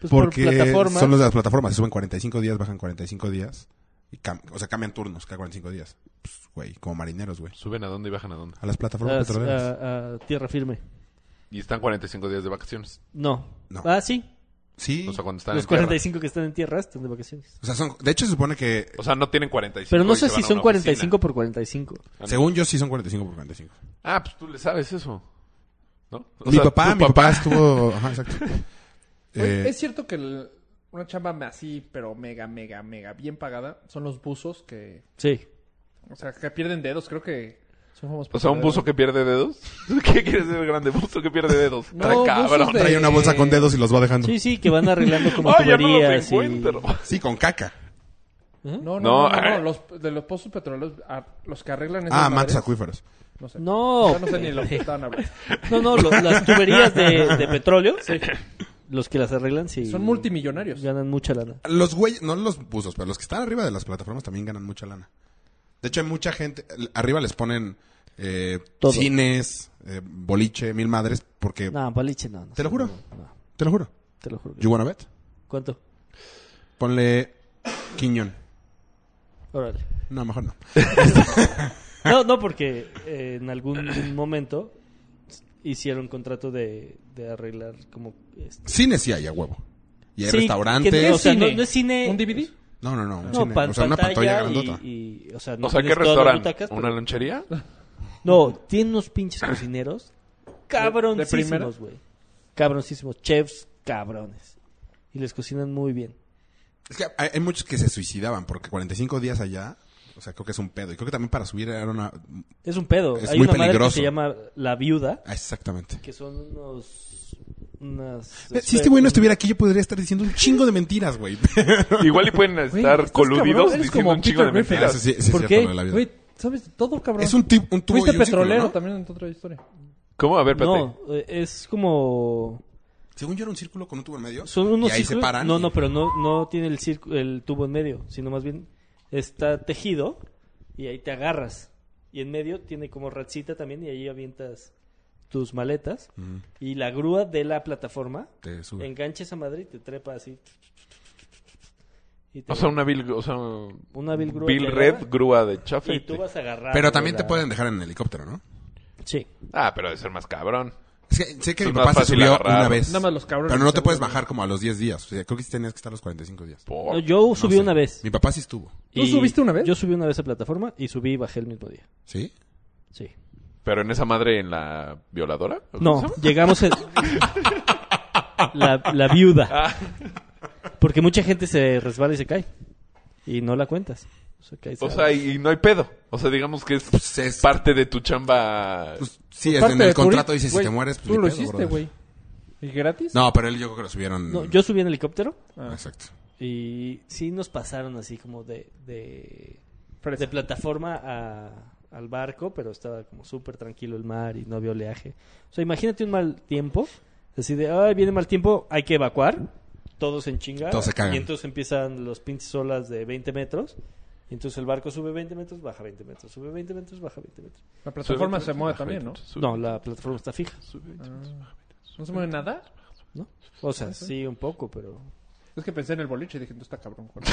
Speaker 4: Pues
Speaker 5: Porque
Speaker 4: por plataforma.
Speaker 5: son los de las plataformas. Se suben 45 días, bajan 45 días. Y cam- o sea, cambian turnos cada 45 días. Pues, güey, como marineros, güey.
Speaker 7: *laughs* Suben a dónde y bajan a dónde.
Speaker 5: A las plataformas
Speaker 4: a-
Speaker 5: petroleras.
Speaker 4: a- a tierra firme.
Speaker 7: Y están 45 días de vacaciones.
Speaker 4: No.
Speaker 5: No.
Speaker 4: Ah, sí.
Speaker 5: Sí.
Speaker 7: O sea, cuando están
Speaker 4: los
Speaker 7: en tierra.
Speaker 4: 45 que están en tierra están de vacaciones.
Speaker 5: O sea, son, de hecho se supone que,
Speaker 7: O sea, no tienen 45.
Speaker 4: Pero no
Speaker 7: y
Speaker 4: sé si
Speaker 7: se van a
Speaker 4: son
Speaker 7: una
Speaker 4: 45 por 45.
Speaker 7: oficina.
Speaker 5: según yo, sí son 45 por 45.
Speaker 7: Ah, pues tú le sabes eso. ¿No? O
Speaker 5: mi
Speaker 7: sea,
Speaker 5: papá,
Speaker 7: tu
Speaker 5: mi papá estuvo... Ajá, exacto.
Speaker 7: *laughs*
Speaker 6: Oye,
Speaker 5: Eh,
Speaker 6: es cierto que el- una chamba así, pero mega, mega, mega bien pagada, son los buzos que...
Speaker 4: Sí.
Speaker 6: O sea, que pierden dedos, creo que son famosos.
Speaker 7: O sea, un buzo que pierde dedos. *laughs* ¿Qué quieres decir grande? Buzo que pierde dedos.
Speaker 6: No,
Speaker 7: Ay,
Speaker 6: buzos
Speaker 7: cabrón.
Speaker 6: de-
Speaker 5: Trae una bolsa con dedos y los va dejando.
Speaker 4: Sí,
Speaker 5: Sí,
Speaker 4: sí, que van arreglando como
Speaker 7: *laughs* Ay, ya no los
Speaker 4: tuberías y...
Speaker 7: encuentro.
Speaker 5: con caca.
Speaker 6: No, no, no,
Speaker 7: No,
Speaker 6: no,
Speaker 7: ah.
Speaker 6: no, los, de los pozos petroleros, ah, los que arreglan esas
Speaker 5: Ah, mantos
Speaker 6: madres,
Speaker 5: acuíferos.
Speaker 6: No sé.
Speaker 4: No.
Speaker 6: Ya no sé ni lo que estaban hablando.
Speaker 4: *laughs* No, no, lo- las tuberías de, de petróleo. Los que las arreglan, sí.
Speaker 6: Son multimillonarios.
Speaker 4: Ganan mucha lana.
Speaker 5: Los güeyes, no los buzos, pero los que están arriba de las plataformas también ganan mucha lana. De hecho, hay mucha gente, l- arriba les ponen eh,
Speaker 4: Todo.
Speaker 5: cines, eh, boliche, mil madres,
Speaker 7: Eh,
Speaker 5: porque...
Speaker 4: No, boliche no. no
Speaker 5: Te lo
Speaker 4: sé,
Speaker 5: juro.
Speaker 4: no, no,
Speaker 5: Te lo juro.
Speaker 4: te lo juro. que-
Speaker 5: You wanna bet?
Speaker 4: ¿Cuánto?
Speaker 5: Ponle Quiñón.
Speaker 4: Órale.
Speaker 5: No, mejor no.
Speaker 4: No, no, porque eh, en algún momento hicieron contrato de, de arreglar como... este-
Speaker 5: Cine sí hay a huevo. Y hay
Speaker 4: Sí,
Speaker 5: restaurantes.
Speaker 4: que no, o sea,
Speaker 6: cine?
Speaker 4: no, no es cine...
Speaker 6: ¿Un DVD?
Speaker 5: No, no, no. un
Speaker 4: No,
Speaker 5: cine.
Speaker 4: pan-
Speaker 5: o sea, una pantalla
Speaker 4: pantalla y-
Speaker 5: grandota.
Speaker 4: y, o sea, no
Speaker 7: O sea, ¿qué
Speaker 4: tienes todas las
Speaker 7: restaurante?
Speaker 4: butacas, pero-
Speaker 7: ¿Una lonchería?
Speaker 4: No, tiene unos pinches cocineros
Speaker 6: primera?
Speaker 4: cabroncísimos, güey. Cabroncísimos. Chefs cabrones. Y les cocinan muy bien.
Speaker 5: Es que hay, hay muchos que se suicidaban porque 45 días allá, o sea, creo que es un pedo. Y creo que también para subir era una...
Speaker 4: Es un pedo.
Speaker 5: Es
Speaker 4: Hay
Speaker 5: muy
Speaker 4: una madre que
Speaker 5: peligroso.
Speaker 4: se llama La Viuda,
Speaker 5: Ah, exactamente.
Speaker 4: que son unos... Unas...
Speaker 5: Si este güey no estuviera aquí, yo podría estar diciendo un chingo de mentiras, güey.
Speaker 7: Igual y pueden estar
Speaker 6: estás
Speaker 7: coludidos
Speaker 6: cabrón, eres
Speaker 7: diciendo
Speaker 6: como
Speaker 7: un chico de
Speaker 6: Peter Griffin.
Speaker 5: Ah, eso
Speaker 7: mentiras.
Speaker 5: sí, sí es
Speaker 4: ¿Por
Speaker 5: cierto,
Speaker 4: qué?
Speaker 5: lo de la vida.
Speaker 6: Güey, sabes de todo, cabrón.
Speaker 5: Es un, tip- un tubo
Speaker 6: Fuiste
Speaker 5: y un círculo,
Speaker 6: petrolero
Speaker 5: ¿no?
Speaker 6: también en otra historia.
Speaker 7: ¿Cómo? A ver, espérate.
Speaker 4: No, eh, es como...
Speaker 5: Según yo era un círculo con un tubo en medio.
Speaker 4: Son unos
Speaker 5: y ahí
Speaker 4: círculos-
Speaker 5: se paran.
Speaker 4: No,
Speaker 5: y-
Speaker 4: no, pero no, no tiene el, circu- el tubo en medio, sino más bien está tejido y ahí te agarras. Y en medio tiene como ratcita también y ahí avientas tus maletas.
Speaker 5: Mm.
Speaker 4: Y la grúa de la plataforma
Speaker 5: Te sube.
Speaker 4: engancha esa madre y te trepa así. Y te-
Speaker 7: O sea, una vil, o sea,
Speaker 4: Una vil grúa
Speaker 7: vil
Speaker 4: que
Speaker 7: red
Speaker 4: agarra.
Speaker 7: grúa de chafa.
Speaker 4: y
Speaker 7: y
Speaker 4: tú
Speaker 7: te-
Speaker 4: vas agarrado.
Speaker 5: Pero también te
Speaker 4: la-
Speaker 5: pueden dejar en el helicóptero, ¿no?
Speaker 4: Sí.
Speaker 7: Ah, pero debe ser más cabrón.
Speaker 5: Es que sé que
Speaker 7: Es
Speaker 5: mi
Speaker 7: más
Speaker 5: papá se
Speaker 7: fácil
Speaker 5: subió
Speaker 7: agarrar.
Speaker 5: una vez.
Speaker 6: Nada más los cabrones,
Speaker 5: Pero no te
Speaker 6: seguro.
Speaker 5: puedes bajar como a los 10 días. O sea, creo que sí tenías que estar los 45 días.
Speaker 7: Por-
Speaker 4: No, yo subí
Speaker 5: Oh, sé.
Speaker 4: una vez.
Speaker 5: Mi papá sí estuvo.
Speaker 6: ¿Tú subiste una vez?
Speaker 4: Yo subí una vez a plataforma y subí y bajé el mismo día.
Speaker 5: ¿Sí?
Speaker 4: Sí.
Speaker 7: Pero en esa madre, en la violadora. ¿O cómo
Speaker 4: No,
Speaker 7: se llama?
Speaker 4: llegamos en... la, la
Speaker 7: Ah.
Speaker 4: viuda. Porque mucha gente se resbala y se cae. Y no la cuentas. O sea, caes
Speaker 7: O
Speaker 4: a-
Speaker 7: sea, y, y no hay pedo. O sea, digamos que es,
Speaker 5: Pues es-
Speaker 7: parte de tu chamba.
Speaker 5: Pues, sí, es en el contrato dice si te mueres. pues,
Speaker 6: Tú
Speaker 5: ni
Speaker 6: lo
Speaker 5: pedo,
Speaker 6: hiciste,
Speaker 5: brother.
Speaker 6: güey. ¿Y gratis?
Speaker 5: No, pero él yo creo que lo subieron.
Speaker 4: No, yo subí en helicóptero
Speaker 6: Ah,
Speaker 5: Exacto.
Speaker 4: y sí nos pasaron así como de, de,
Speaker 6: fresa.
Speaker 4: de plataforma a- al barco, pero estaba como súper tranquilo el mar y no había oleaje. O sea, imagínate un mal tiempo, así de, ay, viene mal tiempo, hay que evacuar, todos en chinga.
Speaker 5: Todos se cagan.
Speaker 4: Y entonces empiezan los pinches olas de 20 metros. Y entonces el barco sube 20 metros, baja 20 metros, sube 20 metros, baja 20 metros.
Speaker 6: La plataforma se mueve
Speaker 7: Sube,
Speaker 6: también, ¿no?
Speaker 7: sube,
Speaker 4: No, la plataforma está fija,
Speaker 7: sube.
Speaker 6: ¿No se mueve nada?
Speaker 4: ¿no? O sea, sí, un poco, pero... *laughs*
Speaker 6: Es que pensé en el boliche y dije, tú está cabrón. Juan".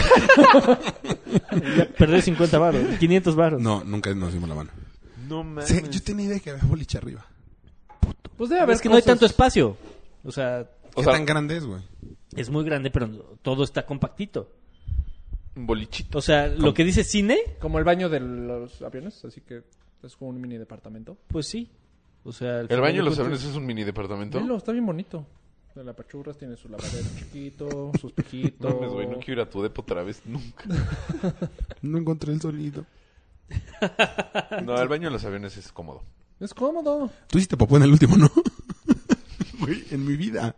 Speaker 4: Perder 50 varos, 500 varos.
Speaker 5: No, nunca nos dimos la mano.
Speaker 7: No mames.
Speaker 5: Sí, yo tenía idea que había boliche arriba.
Speaker 6: Pues debe haber
Speaker 4: es que no hay
Speaker 6: cosas-
Speaker 4: tanto espacio. O sea,
Speaker 7: O
Speaker 5: ¿Qué
Speaker 7: sea,
Speaker 5: tan grande es, güey?
Speaker 4: es muy grande, pero todo está compactito.
Speaker 7: un bolichito.
Speaker 4: O sea, lo que dice cine,
Speaker 6: Como el baño de los aviones, así que es como un mini departamento.
Speaker 4: pues sí. O sea,
Speaker 7: El baño de los aviones es un mini departamento.
Speaker 6: Velo, está bien bonito. De la pachurras tiene su
Speaker 7: *laughs*
Speaker 6: lavadero chiquito, sus
Speaker 7: No,
Speaker 6: espejitos.
Speaker 7: mames, güey, no quiero ir a tu depo otra vez nunca.
Speaker 5: No encontré el sonido.
Speaker 7: No, el baño de los aviones es cómodo.
Speaker 6: Es cómodo.
Speaker 5: Tú hiciste popó en el último, ¿no? *laughs* Güey, en mi vida.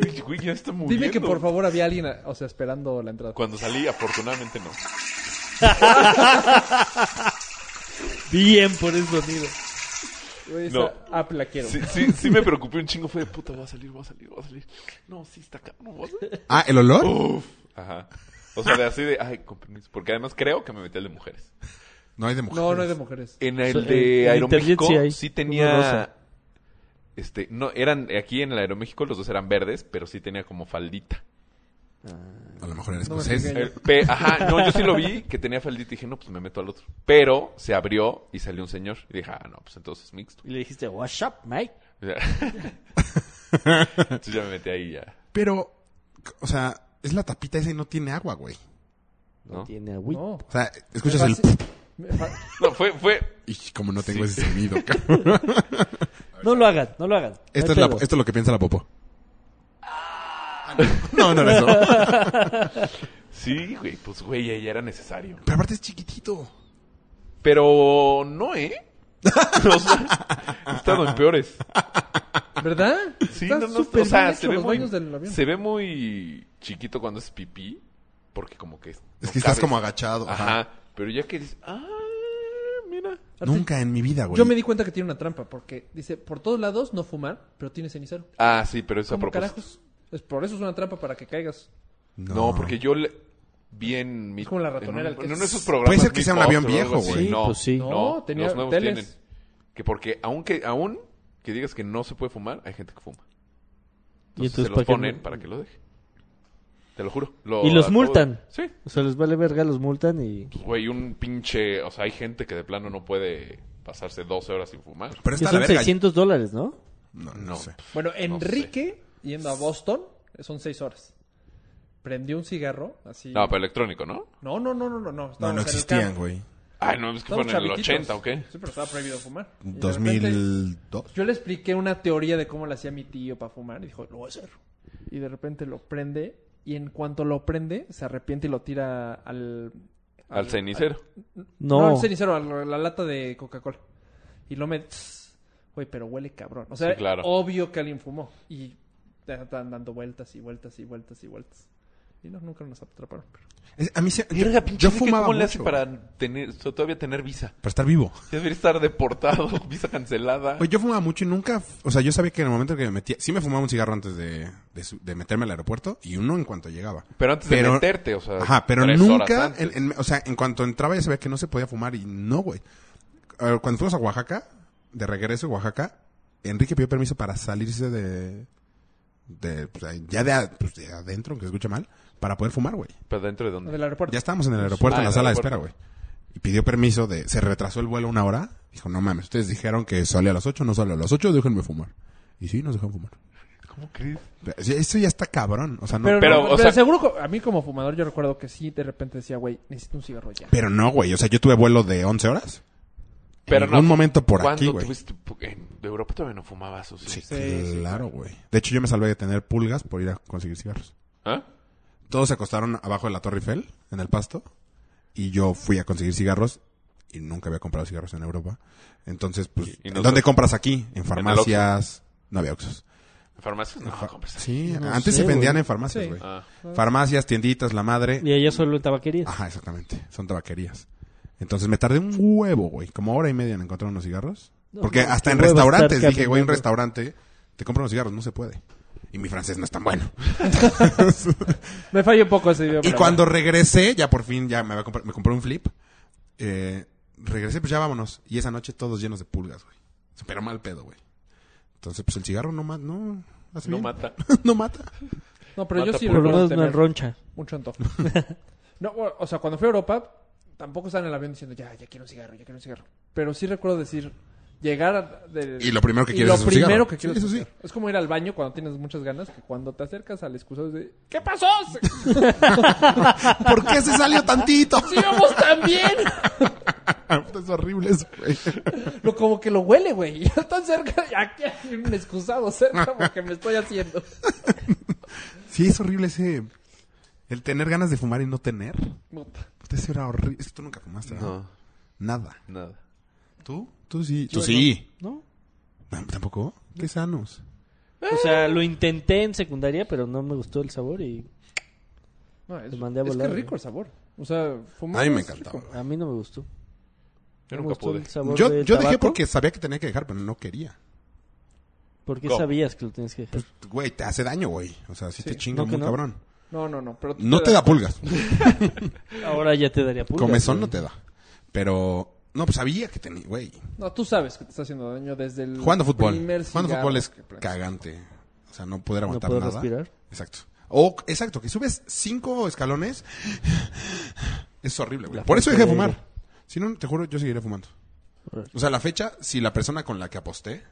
Speaker 7: Güey, güey, ya está muriendo.
Speaker 6: Dime que por favor había alguien, o sea, esperando la entrada.
Speaker 7: Cuando salí, afortunadamente no.
Speaker 4: *laughs* Bien por el sonido.
Speaker 6: Güey,
Speaker 7: No.
Speaker 6: esa app la quiero.
Speaker 7: Sí, sí, sí me preocupé un chingo. Fue de puta, voy a salir, voy a salir, voy a salir. No, sí está cabrón. voy a salir.
Speaker 5: Ah, ¿el olor?
Speaker 7: Ajá. O sea, de así de, ay, con permiso. Porque además creo que me metí al de mujeres.
Speaker 5: No hay de mujeres.
Speaker 6: No, no hay de mujeres.
Speaker 7: En
Speaker 4: O
Speaker 7: el
Speaker 4: sea, en-
Speaker 7: de
Speaker 4: en
Speaker 7: Aeroméxico
Speaker 4: Interjet sí hay
Speaker 7: sí
Speaker 4: uno
Speaker 7: tenía.
Speaker 4: rosa.
Speaker 7: Este, no, eran, aquí en el Aeroméxico los dos eran verdes, pero sí tenía como faldita.
Speaker 5: A lo mejor eres
Speaker 6: No me
Speaker 5: escocés.
Speaker 6: fijé.
Speaker 7: El pe- Ajá, no, yo sí lo vi que tenía faldita y dije, no, pues me meto al otro. Pero se abrió y salió un señor. Y dije, ah, no, pues entonces es mixto. *laughs*
Speaker 4: Y le dijiste, what's up, mate?
Speaker 7: O sea, Entonces ya me metí ahí ya.
Speaker 5: Pero, o sea, es la tapita esa y no tiene agua, güey.
Speaker 4: No,
Speaker 7: ¿No?
Speaker 4: tiene agüita.
Speaker 6: No.
Speaker 5: O sea, escuchas el...
Speaker 6: Fácil- me fa-
Speaker 7: No, fue, fue.
Speaker 5: Y como no tengo ese sonido, cabrón.
Speaker 4: No lo hagan, no lo hagan.
Speaker 5: Esto, es
Speaker 4: No
Speaker 5: la-
Speaker 4: hay
Speaker 5: esto
Speaker 4: pedo.
Speaker 5: es lo que piensa la popó. Ah, No, *laughs* no era eso.
Speaker 7: Sí, güey, pues güey, ahí era necesario.
Speaker 5: Pero aparte es chiquitito.
Speaker 7: Pero no, ¿eh? *laughs* O sea, he estado en peores.
Speaker 6: ¿Verdad?
Speaker 7: Sí,
Speaker 6: Están
Speaker 7: no, no,
Speaker 6: súper
Speaker 7: o sea,
Speaker 6: bien
Speaker 7: se
Speaker 6: hechos
Speaker 7: ve,
Speaker 6: los
Speaker 7: muy,
Speaker 6: baños del avión.
Speaker 7: se ve muy chiquito cuando es pipí, porque como que...
Speaker 5: Es que estás como agachado.
Speaker 7: Ajá.
Speaker 5: Ajá.
Speaker 7: pero ya que dices, ah, mira.
Speaker 5: Nunca en mi vida, güey.
Speaker 6: Yo me di cuenta que tiene una trampa, porque dice, por todos lados no fumar, pero tiene cenicero.
Speaker 7: Ah, sí, pero eso a
Speaker 6: ¿Cómo
Speaker 7: propósito.
Speaker 6: carajos? Es por eso es una trampa para que caigas.
Speaker 7: No, porque yo le- vi en... mi-
Speaker 6: Es como la ratonera,
Speaker 7: En,
Speaker 6: el
Speaker 7: un-
Speaker 6: que-
Speaker 7: en uno de esos programas...
Speaker 5: Puede ser que sea un
Speaker 7: Meatballs
Speaker 5: avión
Speaker 7: o algo
Speaker 5: viejo,
Speaker 7: así.
Speaker 5: güey.
Speaker 4: Sí,
Speaker 7: no,
Speaker 4: pues sí.
Speaker 7: No,
Speaker 6: No, tenía
Speaker 7: los nuevos
Speaker 6: teles.
Speaker 7: tienen. Que porque, aunque, aún que digas que no se puede fumar, hay gente que fuma. Entonces,
Speaker 4: entonces
Speaker 7: se
Speaker 4: para
Speaker 7: los
Speaker 4: qué-
Speaker 7: ponen para que lo deje. Te lo juro. Lo-
Speaker 4: Y los
Speaker 7: a todo-
Speaker 4: multan.
Speaker 7: Sí.
Speaker 4: O sea, les vale verga, los multan y...
Speaker 7: Pues, güey, un pinche... O sea, hay gente que de plano no puede pasarse 12 horas sin fumar.
Speaker 5: Pero
Speaker 4: Que
Speaker 5: está la
Speaker 4: son
Speaker 5: verga.
Speaker 4: 600 dólares, ¿no?
Speaker 5: No, no sé.
Speaker 6: Bueno, Enrique, yendo a Boston, son seis horas. Prendió un cigarro, así.
Speaker 7: No, pero electrónico, ¿no?
Speaker 6: No, no, no, no, no. No,
Speaker 5: No,
Speaker 6: estábamos
Speaker 5: no
Speaker 6: en el
Speaker 5: existían,
Speaker 6: campo.
Speaker 5: güey.
Speaker 7: Ay, no, es que
Speaker 6: Estábamos
Speaker 7: fueron en el
Speaker 6: chamaquitos.
Speaker 7: 80, ¿o qué?
Speaker 6: Sí, pero estaba prohibido fumar. Y de repente,
Speaker 5: 2002.
Speaker 6: Yo le expliqué una teoría de cómo lo hacía mi tío para fumar y dijo, lo voy a hacer. Y de repente lo prende y en cuanto lo prende, se arrepiente y lo tira al...
Speaker 7: Al cenicero.
Speaker 4: No.
Speaker 6: No, al cenicero, a la, la lata de Coca-Cola. Y lo me... Güey, pero huele cabrón. O sea,
Speaker 7: Sí, claro.
Speaker 6: obvio que alguien fumó. Y te están dando vueltas y vueltas y vueltas y vueltas. Y no, nunca nos atraparon. pero-
Speaker 5: Es- A mí se, yo,
Speaker 7: Verga,
Speaker 5: yo
Speaker 7: pinche Enrique,
Speaker 5: fumaba
Speaker 7: ¿Cómo
Speaker 5: mucho.
Speaker 7: le hace
Speaker 5: para...
Speaker 7: para tener, so- todavía tener visa?
Speaker 5: estar vivo.
Speaker 7: Ya debería estar deportado, *laughs* visa cancelada.
Speaker 5: Pues yo fumaba mucho y nunca... f- O sea, yo sabía que en el momento que me metía... Sí me fumaba un cigarro antes de, de, su- de meterme al aeropuerto y uno en cuanto llegaba.
Speaker 7: Pero antes de meterte, o sea,
Speaker 5: Ajá, pero
Speaker 7: tres horas
Speaker 5: nunca...
Speaker 7: antes.
Speaker 5: En, en- o sea, en cuanto entraba ya sabía que no se podía fumar y no, güey. A ver, Cuando fuimos a Oaxaca, de regreso a Oaxaca, Enrique pidió permiso para salirse de... de pues, ahí- ya de, a- pues, de adentro, aunque se escucha mal, para poder fumar, güey.
Speaker 7: ¿Pero dentro de dónde?
Speaker 6: Del aeropuerto.
Speaker 5: Ya estábamos en el aeropuerto,
Speaker 7: Ah,
Speaker 5: en la
Speaker 7: en el
Speaker 5: sala de espera,
Speaker 7: aeropuerto.
Speaker 5: güey. Y pidió permiso de... Se retrasó el vuelo una hora. Dijo, no mames, ustedes dijeron que sale a las 8, no sale a las 8, déjenme fumar. Y sí, nos dejaron fumar.
Speaker 7: ¿Cómo crees?
Speaker 5: Pero Eso ya está cabrón. O sea, no...
Speaker 6: Pero,
Speaker 5: Pero,
Speaker 7: Pero,
Speaker 6: no,
Speaker 7: o
Speaker 6: pero
Speaker 7: sea-
Speaker 6: seguro, co- a mí como fumador, yo recuerdo que sí, de repente decía, güey, necesito un cigarro ya.
Speaker 5: no, güey. O sea, yo tuve vuelo de 11 horas.
Speaker 7: Pero
Speaker 5: en un momento por
Speaker 7: ¿cuándo
Speaker 5: aquí, güey.
Speaker 7: tuviste pu- en- de Europa todavía no fumabas, ¿o sí?
Speaker 5: Sí,
Speaker 6: Sí, sí,
Speaker 5: claro, güey. De hecho, yo me salvé de tener pulgas por ir a conseguir cigarros.
Speaker 7: ¿Ah?
Speaker 5: Todos se acostaron abajo de la Torre Eiffel, en el pasto. Y yo fui a conseguir cigarros. Y nunca había comprado cigarros en Europa. Entonces, pues,
Speaker 7: Y- y
Speaker 5: ¿en
Speaker 7: no-
Speaker 5: ¿dónde compras aquí? En
Speaker 7: Oxxo.
Speaker 5: farmacias. no había Oxxos.
Speaker 7: ¿En farmacias? No,
Speaker 5: Fa-
Speaker 7: compras.
Speaker 5: sí,
Speaker 4: No
Speaker 5: antes
Speaker 4: sé,
Speaker 5: se vendían
Speaker 4: güey.
Speaker 5: en farmacias,
Speaker 6: Sí.
Speaker 5: güey.
Speaker 7: Ah.
Speaker 5: Farmacias, tienditas, la madre.
Speaker 4: Y allá solo en tabaquerías.
Speaker 5: Ajá, exactamente. Son tabaquerías. Entonces me tardé un huevo, güey. Como hora y media en encontrar unos cigarros.
Speaker 4: No,
Speaker 5: Porque
Speaker 4: no,
Speaker 5: hasta
Speaker 4: qué
Speaker 5: en
Speaker 4: hueva estar
Speaker 5: restaurantes dije, güey, un
Speaker 4: caminando.
Speaker 5: restaurante te compro unos cigarros. No se puede. Y mi francés no es tan bueno.
Speaker 6: Me falló un poco ese video.
Speaker 5: y
Speaker 6: pero-
Speaker 5: cuando regresé, ya por fin, ya me, había compra- me compré un flip. Eh, regresé, pues ya vámonos. Y esa noche todos llenos de pulgas, güey. Pero mal pedo, güey. Entonces, pues el cigarro no mata. No, hace
Speaker 7: No
Speaker 5: bien.
Speaker 7: mata.
Speaker 5: *laughs* no mata.
Speaker 6: No, pero yo
Speaker 7: Mata
Speaker 6: sí
Speaker 4: Por lo
Speaker 6: recuerdo
Speaker 4: menos no
Speaker 6: tener
Speaker 4: enroncha. *laughs*
Speaker 6: mucho antojo. no, o o sea, cuando fui a Europa, tampoco estaba en el avión diciendo, ya, ya quiero un cigarro, ya quiero un cigarro. Pero sí recuerdo decir, llegar a- de-
Speaker 5: Y lo primero que quieres
Speaker 6: lo
Speaker 5: es un
Speaker 6: primero
Speaker 5: cigarro.
Speaker 6: que
Speaker 5: Sí,
Speaker 6: quieres
Speaker 5: eso
Speaker 6: es un
Speaker 5: sí.
Speaker 6: cigarro. Es como ir al baño cuando tienes muchas ganas, que cuando te acercas al excusado es de, ¿qué pasó?
Speaker 5: ¿Por qué se salió tantito?
Speaker 6: ¡Sí, vamos también!
Speaker 5: *laughs*
Speaker 6: *laughs*
Speaker 5: es horrible eso, güey.
Speaker 6: Lo, como que lo huele, güey. *laughs* Ya están cerca, aquí hay un excusado cerca porque me estoy haciendo.
Speaker 5: Sí, es horrible ese. El tener ganas de fumar y no tener.
Speaker 6: Puta.
Speaker 5: Puta, eso era horrible. Es que tú nunca fumaste, ¿no?
Speaker 7: No,
Speaker 5: Nada.
Speaker 7: nada.
Speaker 5: ¿Tú? Tú sí.
Speaker 6: Yo
Speaker 5: Tú sí.
Speaker 4: ¿No?
Speaker 5: No, ¿Tampoco? Qué sanos.
Speaker 4: O sea, lo intenté en secundaria, pero no me gustó el sabor y
Speaker 6: No, es,
Speaker 4: Te mandé a
Speaker 6: es que
Speaker 4: volar,
Speaker 6: es rico
Speaker 4: güey.
Speaker 6: el sabor. O sea, fumar.
Speaker 5: A mí me
Speaker 6: es
Speaker 5: encantaba.
Speaker 6: rico.
Speaker 4: a mí no me gustó. No me
Speaker 7: Yo nunca
Speaker 4: gustó
Speaker 7: pude.
Speaker 4: el sabor
Speaker 5: Yo,
Speaker 4: del
Speaker 5: yo dejé
Speaker 4: tabaco.
Speaker 5: porque sabía que tenía que dejar, pero no quería.
Speaker 4: ¿Por qué
Speaker 7: ¿Cómo?
Speaker 4: sabías que lo tenías que dejar?
Speaker 5: pues, Güey, te hace daño, güey. O sea, sí, te chinga
Speaker 4: No que
Speaker 5: muy
Speaker 4: no.
Speaker 5: cabrón.
Speaker 6: No, no, no. Pero
Speaker 5: No te da pulgas.
Speaker 4: Ahora ya te daría pulgas.
Speaker 5: Comezón no
Speaker 4: güey.
Speaker 5: te da. Pero. No, pues sabía que tenía, güey.
Speaker 6: No, tú sabes que te está haciendo daño desde el.
Speaker 5: Jugando fútbol.
Speaker 6: primer
Speaker 5: Jugando
Speaker 6: cigarro
Speaker 5: fútbol es
Speaker 6: que prendes.
Speaker 5: cagante. O sea, no poder aguantar
Speaker 4: puedo
Speaker 5: nada.
Speaker 4: respirar.
Speaker 5: Exacto. O, exacto, que subes cinco escalones. Es horrible, güey.
Speaker 4: La
Speaker 5: Por eso
Speaker 4: falta
Speaker 5: dejé de
Speaker 4: de
Speaker 5: fumar.
Speaker 4: aire.
Speaker 5: Si no, te juro, yo seguiré fumando.
Speaker 4: Órale.
Speaker 5: O sea, la fecha, si la persona con la que aposté.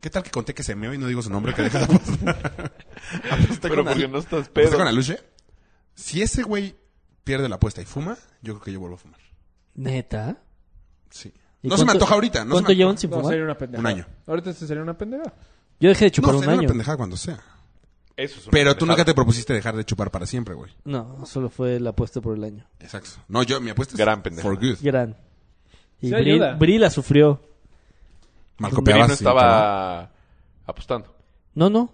Speaker 5: ¿Qué tal que conté que se meó y no digo su nombre que deja de apostar? *laughs* aposté
Speaker 7: Pero
Speaker 5: con
Speaker 7: porque
Speaker 5: Alu-
Speaker 7: no estás
Speaker 5: aposté
Speaker 7: pedo.
Speaker 5: con Aluche. Si ese güey pierde la apuesta y fuma, yo creo que yo vuelvo a fumar.
Speaker 4: ¿Neta?
Speaker 5: Sí.
Speaker 4: ¿Y
Speaker 5: No se me
Speaker 4: cuánto-
Speaker 5: antoja ahorita. No se
Speaker 4: ¿Cuánto
Speaker 5: me
Speaker 4: llevan
Speaker 5: antoja.
Speaker 4: sin
Speaker 6: No,
Speaker 4: fumar?
Speaker 6: sería una pendejada.
Speaker 5: Un año.
Speaker 6: Ahorita sí sería una pendejada.
Speaker 4: Yo dejé de chupar
Speaker 5: No,
Speaker 4: un
Speaker 5: sería una
Speaker 4: año.
Speaker 5: pendejada cuando sea.
Speaker 7: Eso es
Speaker 5: Pero tú
Speaker 7: una pendejada.
Speaker 5: nunca te propusiste dejar de chupar para siempre, güey.
Speaker 4: No, solo fue la apuesta por el
Speaker 6: *laughs*
Speaker 4: año.
Speaker 5: Exacto. No, yo, mi apuesta es
Speaker 7: Gran pendejada.
Speaker 5: for good.
Speaker 4: Gran. Y
Speaker 6: Sí
Speaker 4: Bri,
Speaker 6: ayuda.
Speaker 4: Bri la sufrió.
Speaker 5: Mal
Speaker 7: Pero
Speaker 5: copiabas
Speaker 7: no
Speaker 5: y todo.
Speaker 7: estaba apostando.
Speaker 4: No, no,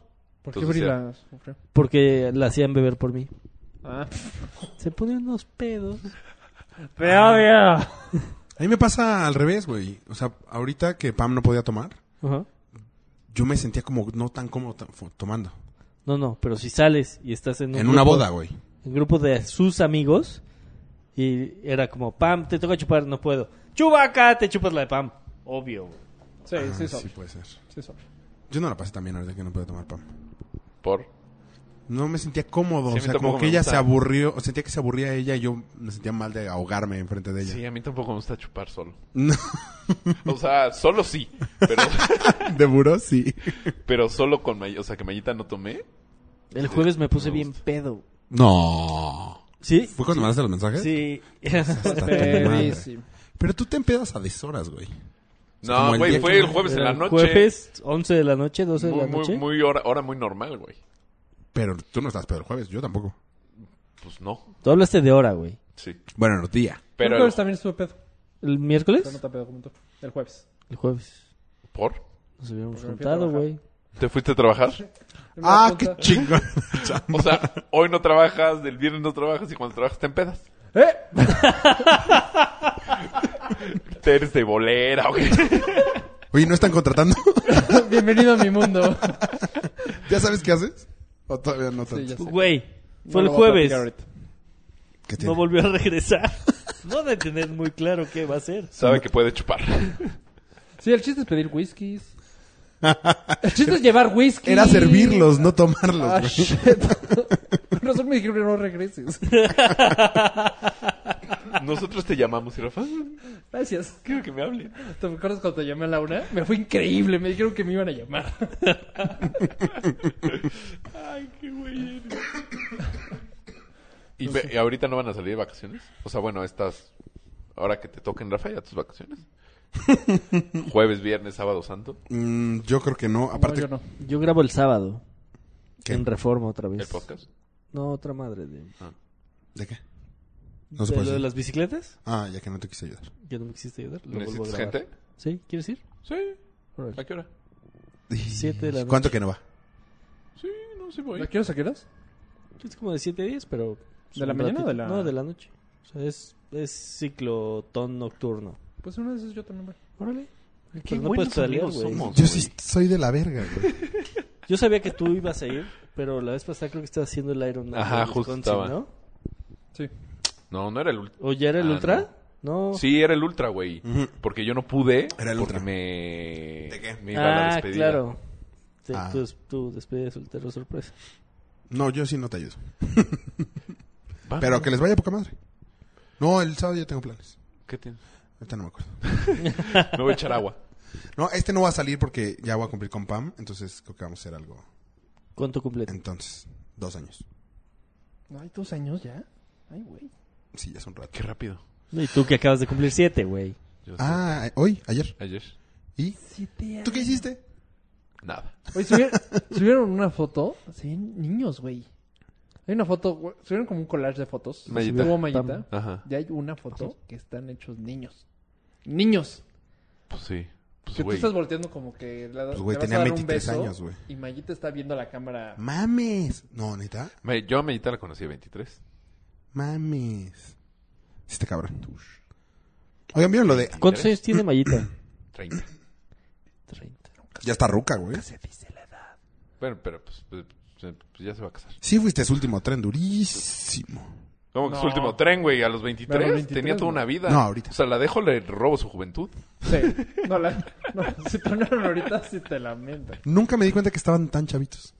Speaker 6: ¿Por
Speaker 5: Pues
Speaker 6: qué
Speaker 7: Entonces,
Speaker 6: brila? sufrió?
Speaker 4: porque la hacían beber por mí.
Speaker 6: Ah.
Speaker 4: Se ponía unos pedos.
Speaker 6: Te odio.
Speaker 5: A mí me pasa al revés, güey. O sea, ahorita que Pam no podía tomar,
Speaker 4: Ajá.
Speaker 5: yo me sentía como no tan cómodo ta- fu- tomando.
Speaker 4: No, no, pero si sales y estás en, un
Speaker 5: En una
Speaker 4: grupo-
Speaker 5: boda, güey.
Speaker 4: En grupo de sus amigos. Y era como, Pam, te toca chupar, no puedo. Chubaca, te chupas la de Pam. Obvio. güey.
Speaker 6: Sí, sí,
Speaker 5: Ah,
Speaker 6: sobrio.
Speaker 5: puede ser.
Speaker 6: Sí, sobrio.
Speaker 5: Yo no la pasé tan bien ahorita que no puedo tomar Pam.
Speaker 7: Por.
Speaker 5: no me sentía cómodo.
Speaker 7: Sí, a mí
Speaker 5: o sea,
Speaker 7: tampoco
Speaker 5: como que
Speaker 7: me
Speaker 5: ella
Speaker 7: gusta.
Speaker 5: se aburrió, sentía que se aburría ella y yo me sentía mal de ahogarme enfrente de ella.
Speaker 7: Sí, a mí tampoco me gusta chupar solo.
Speaker 5: No,
Speaker 7: O sea, solo sí, pero,
Speaker 5: *laughs*
Speaker 7: *laughs*
Speaker 5: de buró, sí.
Speaker 7: pero solo con Mayita. O sea, que Mayita no tomé.
Speaker 4: El jueves me puse
Speaker 7: Me
Speaker 4: bien
Speaker 7: gusta.
Speaker 4: pedo.
Speaker 5: No.
Speaker 4: ¿Sí?
Speaker 5: ¿Fue cuando mandaste los mensajes?
Speaker 4: Sí. *laughs*
Speaker 5: Hasta tu madre.
Speaker 6: Pedísimo.
Speaker 5: Pero tú te empedas a deshoras, güey. como
Speaker 7: No,
Speaker 5: el
Speaker 7: güey,
Speaker 5: día
Speaker 7: fue
Speaker 5: que-
Speaker 7: el jueves Pues en la
Speaker 4: Era
Speaker 7: noche.
Speaker 4: Jueves, 11 de la noche, 12 de
Speaker 7: muy,
Speaker 4: la
Speaker 7: muy-
Speaker 4: noche.
Speaker 7: muy hora, hora muy normal, güey.
Speaker 5: Pero tú no estás pedo el jueves, yo tampoco.
Speaker 7: Pues no,
Speaker 4: Tú hablaste de hora, güey.
Speaker 7: sí.
Speaker 5: Bueno, no, tía.
Speaker 6: el
Speaker 7: Pero,
Speaker 6: jueves también estuve pedo.
Speaker 4: ¿El
Speaker 6: Pero no
Speaker 4: miércoles?
Speaker 6: tan pedo como tú. El jueves.
Speaker 4: El jueves.
Speaker 7: ¿por?
Speaker 4: Nos habíamos
Speaker 6: Porque me fui a
Speaker 4: juntado,
Speaker 6: trabajar.
Speaker 4: güey.
Speaker 7: ¿Te fuiste a trabajar?
Speaker 6: En una
Speaker 5: Ah, qué
Speaker 6: junta-
Speaker 5: chingón. *laughs*
Speaker 7: O sea, hoy no trabajas, del viernes no trabajas y cuando trabajas te empedas.
Speaker 6: ¡Eh! *laughs*
Speaker 7: Te eres de bolera, güey.
Speaker 5: Oye, ¿no están contratando? *laughs*
Speaker 6: Bienvenido a mi mundo.
Speaker 5: ¿Ya sabes qué haces? ¿O todavía no tanto?
Speaker 6: Sí, ya sé.
Speaker 4: Güey,
Speaker 6: No
Speaker 4: fue el
Speaker 6: lo voy a
Speaker 4: jueves.
Speaker 6: platicar ahorita.
Speaker 5: ¿Qué tiene?
Speaker 4: No volvió a regresar. *laughs* No de tener muy claro qué va a hacer.
Speaker 7: Sabe que puede chupar.
Speaker 6: Sí, el chiste es pedir whiskies. El chiste es llevar whisky.
Speaker 5: Era servirlos, no tomarlos.
Speaker 6: Ah,
Speaker 5: güey.
Speaker 6: shit. Nosotros me dijeron no regreses. *laughs*
Speaker 7: Nosotros te llamamos, y Rafa.
Speaker 6: Gracias.
Speaker 7: Quiero que me hable.
Speaker 6: ¿Te acuerdas cuando te llamé a la una? Me fue increíble. Me dijeron que me iban a
Speaker 5: *laughs*
Speaker 6: llamar.
Speaker 7: Ay, qué güey eres. ¿Y, ve- y ahorita no van a salir de vacaciones? O sea, bueno, estas... Ahora que te toquen, Rafa, ya tus vacaciones. Jueves, viernes, sábado santo.
Speaker 5: *laughs* Mm, yo creo que no.
Speaker 6: No,
Speaker 5: Aparte,
Speaker 6: yo no.
Speaker 4: Yo grabo el sábado.
Speaker 5: ¿Qué?
Speaker 4: En Reforma otra vez.
Speaker 7: El podcast.
Speaker 4: No, otra madre. De...
Speaker 5: ¿de qué? No se
Speaker 4: ¿De lo
Speaker 5: puede
Speaker 4: de
Speaker 5: decir.
Speaker 4: las bicicletas?
Speaker 5: Ah, ya que no te quise ayudar.
Speaker 4: Ya no me quisiste ayudar. Lo vuelvo a
Speaker 7: ¿Necesitas
Speaker 4: grabar.
Speaker 7: gente?
Speaker 4: ¿Sí? ¿Quieres ir?
Speaker 7: Sí.
Speaker 4: Órale.
Speaker 7: ¿A qué hora?
Speaker 4: Siete de la noche.
Speaker 5: ¿Cuánto que no va?
Speaker 7: Sí, no, sí voy.
Speaker 6: ¿La quieres a qué horas?
Speaker 4: Es como de 7 a 10, pero... pues,
Speaker 6: ¿De la
Speaker 4: un
Speaker 6: mañana o
Speaker 4: ratito.
Speaker 6: de la-
Speaker 4: No, de la noche. O sea, es, es ciclotón nocturno.
Speaker 6: Pues una de esas yo también voy.
Speaker 4: Órale.
Speaker 7: Qué
Speaker 4: Pero no
Speaker 7: buenos
Speaker 4: puedes pedalear,
Speaker 7: amigos
Speaker 4: güey.
Speaker 7: somos,
Speaker 5: Yo
Speaker 7: güey.
Speaker 5: sí soy de la verga, güey.
Speaker 4: Yo sabía que tú ibas a ir, pero la vez pasada creo que estabas haciendo el Iron Man.
Speaker 7: Ajá,
Speaker 4: de
Speaker 7: justo
Speaker 4: Wisconsin,
Speaker 7: estaba.
Speaker 4: ¿no?
Speaker 6: Sí.
Speaker 7: No, no era el último.
Speaker 4: ¿O ya era el
Speaker 7: Ah,
Speaker 4: Ultra? No.
Speaker 7: Sí, era el ultra, güey. Porque yo no pude.
Speaker 5: Era el
Speaker 7: porque
Speaker 5: ultra.
Speaker 7: Me...
Speaker 5: ¿De qué?
Speaker 7: Me iba a la
Speaker 4: Ah,
Speaker 7: despedida.
Speaker 4: claro. Sí,
Speaker 5: Ah.
Speaker 4: Tu, des- tu despedida de soltero sorpresa.
Speaker 5: No, yo sí no te ayudo. *laughs*
Speaker 7: Va,
Speaker 5: Pero que les vaya poca madre. No, el sábado yo tengo planes.
Speaker 7: ¿Qué tienes?
Speaker 5: Ahorita no me acuerdo.
Speaker 7: Me voy a echar agua.
Speaker 5: No, este no va a salir porque ya voy a cumplir con Pam. Entonces creo que vamos a hacer algo.
Speaker 4: ¿Cuánto completo?
Speaker 5: Entonces, dos años.
Speaker 6: Ay, dos años ya. Ay, güey.
Speaker 5: Sí, ya es un rato.
Speaker 7: Qué rápido.
Speaker 4: Y tú que acabas de cumplir siete, güey.
Speaker 7: Yo sé.
Speaker 5: Ah, hoy, ayer.
Speaker 7: Ayer.
Speaker 5: ¿Y? ¿Tú qué hiciste?
Speaker 7: Nada.
Speaker 6: Oye,
Speaker 5: *laughs*
Speaker 6: subieron, subieron una foto. Se ven niños, güey. Hay una foto, güey, subieron como un collage de fotos.
Speaker 7: Mallita.
Speaker 6: Hubo mallita.
Speaker 5: ah.
Speaker 7: Ajá.
Speaker 6: Ya hay una foto que están hechos niños. Niños.
Speaker 7: Pues sí. Pues,
Speaker 6: que
Speaker 7: güey.
Speaker 6: tú estás volteando como que la,
Speaker 5: Pues, güey,
Speaker 6: le vas a
Speaker 5: tenía
Speaker 6: dar un
Speaker 5: 23
Speaker 6: beso,
Speaker 5: años, güey.
Speaker 6: Y Mayita está viendo la cámara.
Speaker 5: Mames. No, neta.
Speaker 7: Me- Yo a Mellita la conocí a 23.
Speaker 5: Mames. Sí, está cabrón. Oigan, ¿vieron lo de...
Speaker 4: ¿Cuántos años tiene Mayita? *clears throat*
Speaker 7: 30.
Speaker 4: 30.
Speaker 5: Ya está ruca, güey.
Speaker 7: Bueno, pero pues, pues, pues, pues ya se va a casar.
Speaker 5: Sí fuiste su último tren durísimo.
Speaker 7: ¿Cómo que su
Speaker 6: No.
Speaker 7: último tren, güey? A los 23.
Speaker 6: A los 23,
Speaker 7: Tenía toda
Speaker 6: no.
Speaker 7: una vida.
Speaker 5: No, ahorita.
Speaker 7: O sea, la dejo, le robo su juventud.
Speaker 6: Sí. *laughs* No, la, no, si te hablaron ahorita, sí te lamento.
Speaker 5: Nunca me di cuenta que estaban tan chavitos.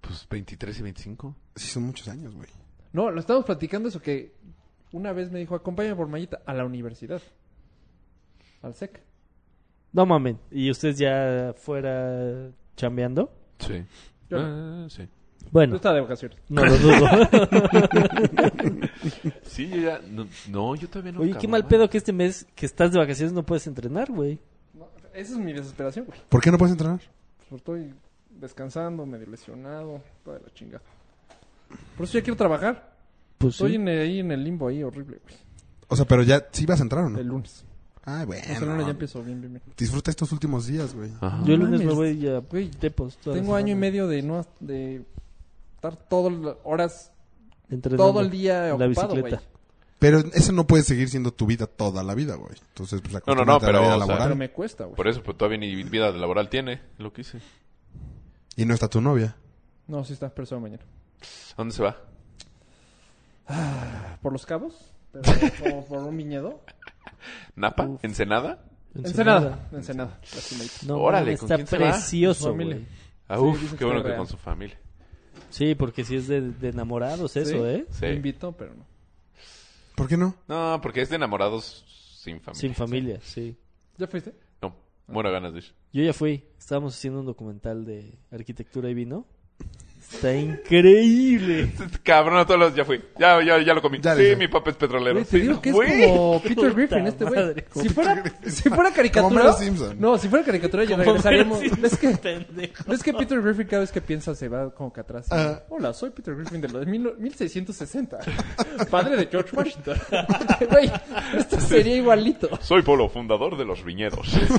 Speaker 7: Pues 23 y 25.
Speaker 5: Sí, son muchos años, güey.
Speaker 6: No, lo estábamos platicando eso que una vez me dijo, acompáñame por Mayita a la universidad. Al SEC.
Speaker 4: No mamen. ¿Y ustedes ya fuera chambeando?
Speaker 7: Sí.
Speaker 6: Yo
Speaker 7: Ah, sí.
Speaker 6: Tú
Speaker 4: Bueno,
Speaker 6: estás de vacaciones.
Speaker 4: no lo dudo. *laughs*
Speaker 7: Sí, yo ya. No, no, yo todavía no. ¿eh?
Speaker 4: Oye, qué
Speaker 7: acababa.
Speaker 4: mal pedo que este mes que estás de vacaciones no puedes entrenar, güey.
Speaker 6: No, esa es mi desesperación, güey.
Speaker 5: ¿Por qué no puedes entrenar?
Speaker 6: Pues estoy descansando, medio lesionado, toda la chingada. Por eso ya quiero trabajar.
Speaker 4: Pues
Speaker 6: Estoy en- ahí en el limbo, ahí horrible, güey.
Speaker 5: O sea, pero ya sí vas a entrar o
Speaker 6: El
Speaker 5: no.
Speaker 6: lunes.
Speaker 5: Ay,
Speaker 6: O sea, el lunes ya
Speaker 5: bueno.
Speaker 6: empiezo bien, bien, bien.
Speaker 5: Disfruta estos últimos días, güey.
Speaker 7: Ajá.
Speaker 4: Yo el lunes
Speaker 6: mames,
Speaker 4: me voy a
Speaker 6: güey,
Speaker 4: Tepos. toda la
Speaker 6: Tengo año y
Speaker 4: semana.
Speaker 6: medio de no de estar todas las horas,
Speaker 4: Entrenando.
Speaker 6: todo el día
Speaker 4: La
Speaker 6: ocupado, güey.
Speaker 4: bicicleta.
Speaker 5: Pero eso no puede seguir siendo tu vida toda la vida, güey. Entonces, pues
Speaker 7: No, no, no,
Speaker 5: acostúmbrate a la vida
Speaker 7: pero, o sea,
Speaker 5: laboral.
Speaker 6: Pero me cuesta, güey.
Speaker 7: Por eso, pues todavía ni vida laboral tiene. Lo que hice.
Speaker 5: Y no está tu novia.
Speaker 6: No, sí estás preso mañana.
Speaker 7: ¿A dónde se va?
Speaker 6: ¿Por los cabos? Pero como por un viñedo.
Speaker 7: ¿Napa? ¿Ensenada?
Speaker 6: Ensenada. Ensenada. lastimadito.
Speaker 4: No,
Speaker 7: Órale,
Speaker 4: mames,
Speaker 7: ¿con
Speaker 4: está
Speaker 7: quién se va?
Speaker 4: precioso,
Speaker 6: Con su familia.
Speaker 4: güey.
Speaker 7: Ah,
Speaker 6: Sí,
Speaker 7: uf,
Speaker 6: dicen
Speaker 7: qué
Speaker 6: que
Speaker 7: bueno
Speaker 6: está
Speaker 7: que
Speaker 6: real.
Speaker 7: con su familia.
Speaker 4: Sí, porque si es de, de enamorados eso,
Speaker 6: Sí.
Speaker 4: ¿eh?
Speaker 7: Sí.
Speaker 6: Me invitó, pero no.
Speaker 5: ¿Por qué no?
Speaker 7: No, porque es de enamorados sin familia.
Speaker 4: Sin familia, sí.
Speaker 6: ¿Ya fuiste?
Speaker 7: No, muero de ganas de ir.
Speaker 4: Yo ya fui. Estábamos haciendo un documental de arquitectura y vino. Está
Speaker 7: *laughs*
Speaker 4: increíble.
Speaker 7: Cabrón, a todos los... Ya fui. Ya, ya, ya lo comí.
Speaker 5: Ya
Speaker 7: sí,
Speaker 5: dije.
Speaker 7: mi papá es petrolero.
Speaker 6: Güey, te
Speaker 7: Sí,
Speaker 6: digo
Speaker 7: no,
Speaker 6: que es
Speaker 7: güey.
Speaker 6: como Peter
Speaker 4: Puta
Speaker 6: Griffin este güey.
Speaker 4: madre, como
Speaker 6: Si fuera, si fuera caricatura.
Speaker 5: Homero Simpson.
Speaker 6: No, si fuera caricatura ya regresaríamos. ¿Ves que,
Speaker 4: Pendejo.
Speaker 6: ves que Peter Griffin cada vez que piensa se va como que atrás? y,
Speaker 5: Ah.
Speaker 6: Hola, soy Peter Griffin de los mil- 1660. *laughs* padre de George Washington. *laughs* Güey, esto sería igualito.
Speaker 7: Soy Polo, fundador de los viñedos.
Speaker 4: Está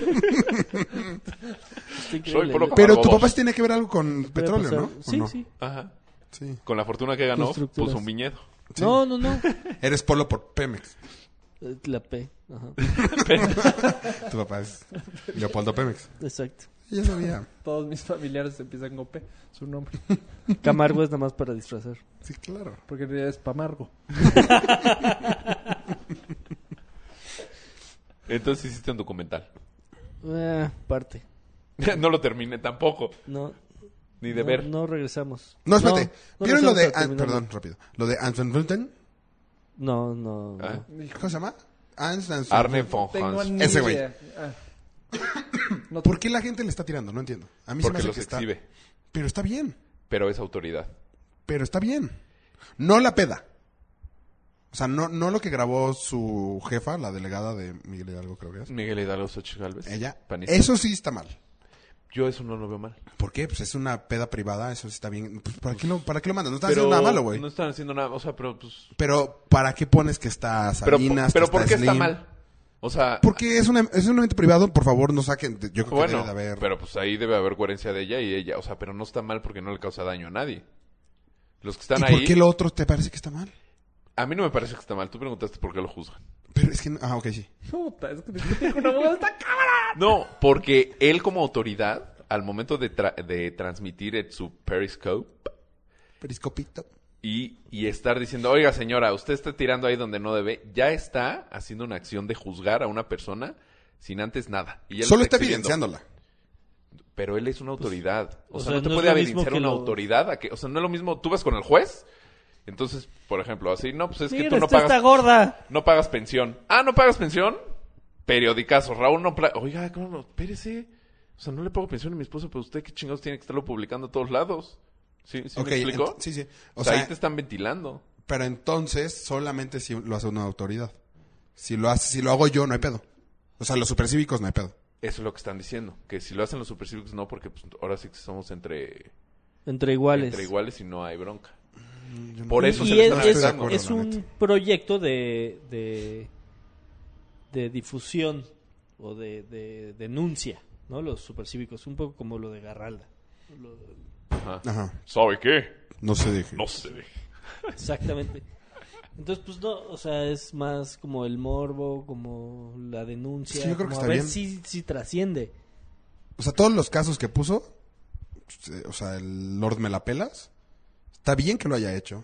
Speaker 7: Soy
Speaker 4: increíble.
Speaker 7: polo
Speaker 4: ¿no?
Speaker 5: Pero
Speaker 7: para
Speaker 5: tu
Speaker 7: bobos.
Speaker 5: papá sí tenía que ver algo con
Speaker 4: Puede
Speaker 5: petróleo,
Speaker 4: pasar.
Speaker 5: ¿no? ¿O
Speaker 4: Sí,
Speaker 5: no?
Speaker 4: sí.
Speaker 7: *laughs* Ajá.
Speaker 5: Sí.
Speaker 7: Con la fortuna que ganó,
Speaker 4: Constructuras.
Speaker 7: puso un viñedo.
Speaker 4: No, no, no.
Speaker 5: Eres polo por Pemex.
Speaker 4: Eh, La P. Ajá.
Speaker 5: Tu papá es Leopoldo Pemex.
Speaker 4: Exacto.
Speaker 5: *laughs* Ya sabía.
Speaker 6: Todos mis familiares empiezan con P, su nombre.
Speaker 4: Camargo es nada más para disfrazar.
Speaker 5: Sí, claro.
Speaker 6: Porque en realidad es Pamargo.
Speaker 7: Entonces hiciste un documental. *laughs*
Speaker 4: Eh, parte.
Speaker 7: no lo terminé tampoco.
Speaker 4: No.
Speaker 7: Ni de
Speaker 4: no,
Speaker 7: ver.
Speaker 4: No regresamos.
Speaker 5: No, espérate.
Speaker 4: no
Speaker 5: ¿Vieron lo de...
Speaker 4: regresamos a
Speaker 5: An-
Speaker 4: terminar.
Speaker 5: Perdón, rápido. Lo de Anton Rutten.
Speaker 4: No, no. no.
Speaker 7: Ah.
Speaker 5: ¿Cómo se llama? Ans Ans-
Speaker 7: Arne von
Speaker 6: Tengo
Speaker 7: Hans.
Speaker 6: ni
Speaker 5: Ese güey.
Speaker 6: idea. Ah. *coughs* No,
Speaker 5: ¿Por qué la gente le está tirando? No entiendo. A mí se me
Speaker 7: Porque
Speaker 5: hace
Speaker 7: los
Speaker 5: que está...
Speaker 7: exhibe.
Speaker 5: Pero está bien.
Speaker 7: Pero es autoridad.
Speaker 5: Pero está bien. No la peda. O sea, no, no lo que grabó su jefa, la delegada de Miguel Hidalgo, creo que es.
Speaker 7: Miguel Hidalgo Xochitl Galvez.
Speaker 5: Ella.
Speaker 7: Panista.
Speaker 5: Eso sí está mal.
Speaker 7: Yo eso no lo veo mal.
Speaker 5: ¿Por qué? Pues es una peda privada, eso sí está bien. Pues, ¿para, qué lo, ¿Para qué lo mandas? No está
Speaker 7: Pero
Speaker 5: haciendo nada malo, güey.
Speaker 7: No están haciendo nada. O sea, pero pues.
Speaker 5: Pero ¿para qué pones que está
Speaker 7: Pero,
Speaker 5: Salinas?
Speaker 7: pero
Speaker 5: que
Speaker 7: ¿por qué está
Speaker 5: Slim?
Speaker 7: mal? O sea.
Speaker 5: Porque es, una, es un evento privado, por favor, no saquen. Yo creo que debe
Speaker 7: Bueno,
Speaker 5: de haber.
Speaker 7: pero pues ahí debe haber coherencia de ella y ella. O sea, pero no está mal porque no le causa daño a nadie. Los que están
Speaker 5: ¿Y
Speaker 7: ahí.
Speaker 5: por qué lo otro te parece que está mal?
Speaker 7: A mí no me parece que está mal. Tú preguntaste por qué lo juzgan.
Speaker 5: Pero es que. no- Ah, ok, sí.
Speaker 6: Puta, es que discutir con un abogado está cámara.
Speaker 7: No, porque él como autoridad, al momento de, tra- de transmitir en su Periscope
Speaker 5: Periscopito.
Speaker 7: y, y estar diciendo, oiga señora, usted está tirando ahí donde no debe, ya está haciendo una acción de juzgar a una persona sin antes nada. Y él
Speaker 5: Solo está
Speaker 7: está exhibiendo.
Speaker 5: evidenciándola.
Speaker 7: Pero él es una autoridad. o,
Speaker 4: Pues, o
Speaker 7: sea,
Speaker 4: sea,
Speaker 7: no te
Speaker 4: no es
Speaker 7: puede
Speaker 4: lo mismo
Speaker 7: evidenciar
Speaker 4: que
Speaker 7: una
Speaker 4: lo-
Speaker 7: autoridad. A que, o sea, no es lo mismo. Tú vas con el juez. Entonces, por ejemplo, así, no, pues es que
Speaker 4: Mira,
Speaker 7: tú no
Speaker 4: esta
Speaker 7: pagas,
Speaker 4: está gorda.
Speaker 7: no pagas pensión. Ah, no pagas pensión. Periodicazo. Raúl no. pla- Oiga, ¿cómo no? Espérese. O sea, no le pago pensión a mi esposo, pero usted qué chingados tiene que estarlo publicando a todos lados. ¿Sí, sí
Speaker 5: Ok,
Speaker 7: me explicó?
Speaker 5: ent- sí, sí.
Speaker 7: O,
Speaker 5: O
Speaker 7: sea,
Speaker 5: sea-
Speaker 7: ahí te están ventilando.
Speaker 5: Pero entonces, solamente si lo hace una autoridad. Si lo, hace, si lo hago yo, no hay pedo. O sea, los supercívicos no hay pedo.
Speaker 7: Eso es lo que están diciendo. Que si lo hacen los supercívicos, no, porque pues, ahora sí que somos entre,
Speaker 4: Entre iguales.
Speaker 7: entre iguales y no hay bronca. Por
Speaker 4: Y-
Speaker 7: eso
Speaker 4: y
Speaker 7: se le
Speaker 4: es,
Speaker 7: están
Speaker 4: es-
Speaker 5: de
Speaker 7: regresando.
Speaker 5: acuerdo,
Speaker 4: es
Speaker 5: la
Speaker 4: un
Speaker 5: neta.
Speaker 4: proyecto de, de, de difusión o de, de denuncia, ¿no? Los supercívicos, un poco como lo de Garralda.
Speaker 7: Ajá.
Speaker 5: Ajá.
Speaker 7: ¿Sabe qué?
Speaker 5: No se deje.
Speaker 7: No se deje.
Speaker 4: Exactamente. Entonces, pues no, o sea, es más como el morbo, como la denuncia.
Speaker 5: Sí, yo creo
Speaker 4: como
Speaker 5: que está
Speaker 4: a ver
Speaker 5: bien.
Speaker 4: si, si trasciende.
Speaker 5: O sea, todos los casos que puso, se- o sea, el Lord me la pelas, está bien que lo haya hecho.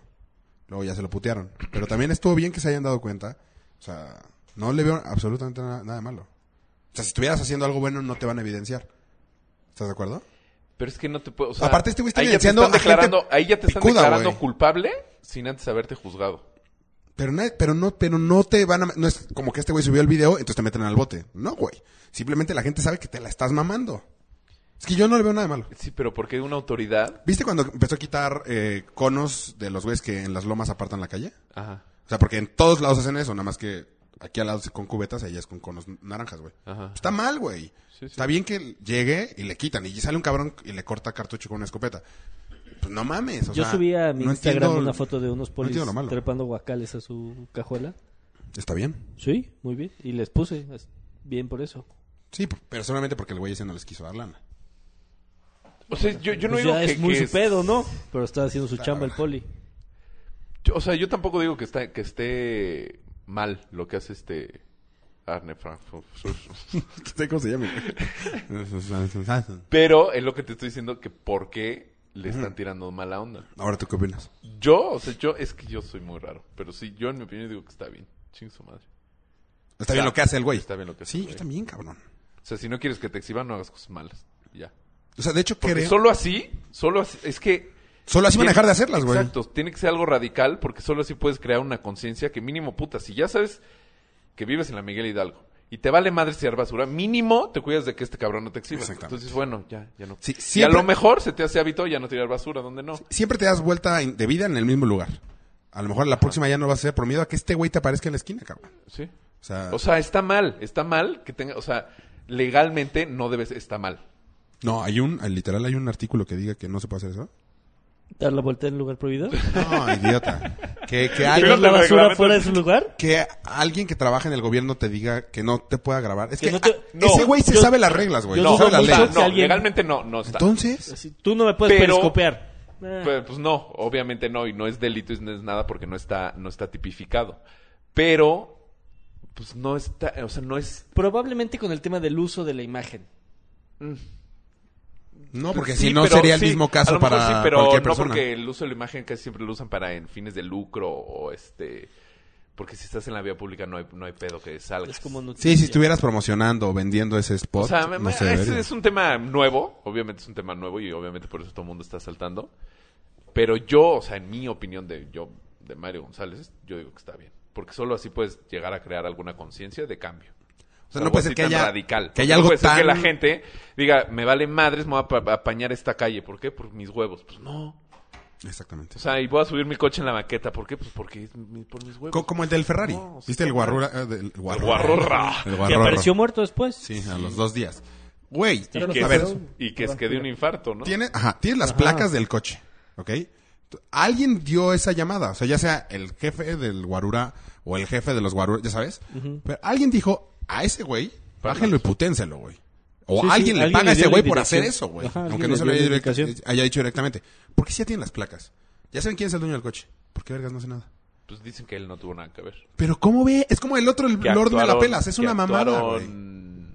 Speaker 5: Luego ya se lo putearon. Pero también estuvo bien que se hayan dado cuenta. O sea, no le veo absolutamente na- nada de malo. O sea, si estuvieras haciendo algo bueno, no te van a evidenciar. ¿Estás de acuerdo?
Speaker 7: Pero es que no te puedo. O sea,
Speaker 5: Aparte, este güey está
Speaker 7: ahí ya te
Speaker 5: evidenciando
Speaker 7: están
Speaker 5: a gente
Speaker 7: declarando, ahí ya te están
Speaker 5: picuda,
Speaker 7: declarando
Speaker 5: güey.
Speaker 7: culpable sin antes haberte juzgado.
Speaker 5: Pero, nadie- pero no pero no te van a... No es como que este güey subió el video, entonces te meten al bote. No, güey. Simplemente la gente sabe que te la estás mamando. Es que yo no le veo nada de malo.
Speaker 7: Sí, pero porque una autoridad.
Speaker 5: ¿Viste cuando empezó a quitar eh, conos de los güeyes que en las lomas apartan la calle?
Speaker 7: Ajá,
Speaker 5: O sea, porque en todos lados hacen eso, nada más que aquí al lado es con cubetas y allá es con conos naranjas, güey.
Speaker 7: ajá.
Speaker 5: Está mal, güey. Está bien que llegue y le quitan y sale un cabrón y le corta cartucho con una escopeta. Pues no mames, o
Speaker 4: Yo
Speaker 5: sea,
Speaker 4: subí a mi
Speaker 5: no
Speaker 4: Instagram
Speaker 5: entiendo-
Speaker 4: una foto de unos polis
Speaker 5: entiendo lo malo.
Speaker 4: trepando guacales a su cajuela.
Speaker 5: Está bien.
Speaker 4: Sí, muy bien. Y les puse, es- bien por eso.
Speaker 5: Sí, p- pero solamente porque el güey ese no les quiso dar lana.
Speaker 7: O sea, yo, yo no
Speaker 4: Pues
Speaker 7: digo
Speaker 4: ya
Speaker 7: que.
Speaker 4: es muy
Speaker 7: que
Speaker 4: su pedo, ¿no? Pero está haciendo su chamba el poli.
Speaker 7: yo- o sea, yo tampoco digo que, está, que esté mal lo que hace este. Arne Frank. *laughs*
Speaker 5: No sé cómo se llama. güey.
Speaker 7: Pero es lo que te estoy diciendo que por qué le están tirando mala onda.
Speaker 5: *laughs* Ahora tú qué opinas.
Speaker 7: Yo, o sea, yo. Es que yo soy muy raro. Pero sí, yo en mi opinión digo que está bien. Ching su madre.
Speaker 5: Está bien lo que hace el güey.
Speaker 7: Está bien lo que hace el
Speaker 5: Sí,
Speaker 7: güey.
Speaker 5: yo también, cabrón.
Speaker 7: O sea, si no quieres que te exhiban, no hagas cosas malas. Ya.
Speaker 5: O sea, de hecho
Speaker 7: Porque
Speaker 5: creo
Speaker 7: solo así, solo así, es que
Speaker 5: Solo así van a dejar de hacerlas, güey.
Speaker 7: Exacto, tiene que ser algo radical porque solo así puedes crear una conciencia que mínimo, puta, si ya sabes que vives en la Miguel Hidalgo y te vale madre tirar basura, mínimo te cuidas de que este cabrón no te exhiba.
Speaker 5: Exactamente.
Speaker 7: Entonces, bueno, ya, ya no.
Speaker 5: Sí,
Speaker 7: y a
Speaker 5: siempre-
Speaker 7: lo mejor se te hace hábito ya no tirar basura, donde no.
Speaker 5: Siempre te das vuelta en- de vida en el mismo lugar. A lo mejor la próxima ya no lo vas a hacer por miedo a que este güey te aparezca en la esquina, cabrón.
Speaker 7: Sí.
Speaker 5: O sea,
Speaker 7: O sea, está mal, está mal que tenga, o sea, legalmente no debes, está mal.
Speaker 5: no, hay un, literal hay un artículo que diga que no se puede hacer eso.
Speaker 4: ¿Dar la vuelta en lugar
Speaker 7: *laughs*
Speaker 4: prohibido?
Speaker 5: No, idiota. que, que alguien,
Speaker 4: ¿Tirar la basura fuera de su lugar?
Speaker 5: que alguien que trabaja en el gobierno te diga que no te pueda grabar. Es que,
Speaker 4: Que no te-
Speaker 5: ah, ese güey se
Speaker 4: yo-
Speaker 5: sabe las reglas, güey.
Speaker 4: yo
Speaker 5: No,
Speaker 4: dudo
Speaker 5: sabe las
Speaker 4: mucho
Speaker 7: Está-
Speaker 5: leyes.
Speaker 4: que
Speaker 7: no,
Speaker 4: alguien-
Speaker 7: legalmente no, no está.
Speaker 5: Entonces,
Speaker 4: Así, tú no me puedes
Speaker 7: Pero-
Speaker 4: periscopear. Ah,
Speaker 7: Pues, pues no, obviamente no, y no es delito y no es nada porque no está, no está tipificado. Pero, pues no está, o sea, no es...
Speaker 4: Probablemente con el tema del uso de la imagen.
Speaker 5: no, porque
Speaker 7: pues Sí,
Speaker 5: si no
Speaker 7: pero
Speaker 5: sería el
Speaker 7: sí,
Speaker 5: mismo
Speaker 7: a
Speaker 5: caso
Speaker 7: lo mejor
Speaker 5: para
Speaker 7: sí, pero
Speaker 5: cualquier
Speaker 7: no
Speaker 5: persona.
Speaker 7: porque el uso de la imagen casi siempre lo usan para en fines de lucro o este... Porque si estás en la vía pública no hay, no hay pedo que salgas.
Speaker 4: Es como noticia.
Speaker 5: Sí, si estuvieras promocionando o vendiendo ese spot,
Speaker 7: O sea,
Speaker 5: no
Speaker 7: me-
Speaker 5: se
Speaker 7: es,
Speaker 5: debería.
Speaker 7: es un tema nuevo, obviamente es un tema nuevo y obviamente por eso todo el mundo está saltando. Pero yo, o sea, en mi opinión de yo, de Mario González, yo digo que está bien. Porque solo así puedes llegar a crear alguna conciencia de cambio.
Speaker 5: O sea, no puede ser
Speaker 7: Algo así
Speaker 5: que
Speaker 7: tan
Speaker 5: haya,
Speaker 7: radical.
Speaker 5: que haya
Speaker 7: No
Speaker 5: algo
Speaker 7: puede ser
Speaker 5: tan...
Speaker 7: que la gente diga, me vale madres, me voy a pa- apañar esta calle. ¿Por qué? Por mis huevos. Pues no.
Speaker 5: Exactamente.
Speaker 7: O sea, y voy a subir mi coche en la maqueta. ¿por qué? Pues porque es mi- por mis huevos.
Speaker 5: Co- como el del Ferrari.
Speaker 7: No, o sea,
Speaker 5: ¿Viste el guarrura? eh, del guarrura.
Speaker 7: guarrorra.
Speaker 5: El
Speaker 4: Que
Speaker 5: guarrorra.
Speaker 4: apareció muerto después.
Speaker 5: Sí, a los dos días. Güey,
Speaker 7: Y
Speaker 6: Pero
Speaker 7: que,
Speaker 5: a
Speaker 6: no
Speaker 5: ver,
Speaker 6: sabes-
Speaker 7: y que es que de un infarto, ¿no?
Speaker 5: tienes, ajá, tienes las placas del coche, ¿ok? T- Alguien dio esa llamada, o sea, ya sea el jefe del guarura o el jefe de los guaruras, ya sabes. Pero alguien dijo a ese güey, bájenlo y puténselo, güey.
Speaker 4: Sí,
Speaker 5: O
Speaker 4: sí,
Speaker 5: alguien le
Speaker 4: alguien
Speaker 5: paga
Speaker 4: le
Speaker 5: a
Speaker 4: dio
Speaker 5: ese
Speaker 4: la
Speaker 5: güey por hacer eso,
Speaker 4: indicación.
Speaker 5: güey.
Speaker 4: Ajá,
Speaker 5: Aunque
Speaker 4: alguien
Speaker 5: no
Speaker 4: le
Speaker 5: se lo
Speaker 4: dio
Speaker 5: haya,
Speaker 4: la
Speaker 5: directa-
Speaker 4: indicación.
Speaker 5: haya dicho directamente. Porque si ya tienen las placas. Ya saben quién es el dueño del coche. ¿Por qué vergas no hace nada?
Speaker 7: Pues dicen que él no tuvo nada que ver.
Speaker 5: Pero ¿cómo ve? Es como el otro, el
Speaker 7: Que
Speaker 5: Lord de la
Speaker 7: actuaron-
Speaker 5: Pelas. Es
Speaker 7: que
Speaker 5: una mamada, güey.
Speaker 7: actuaron-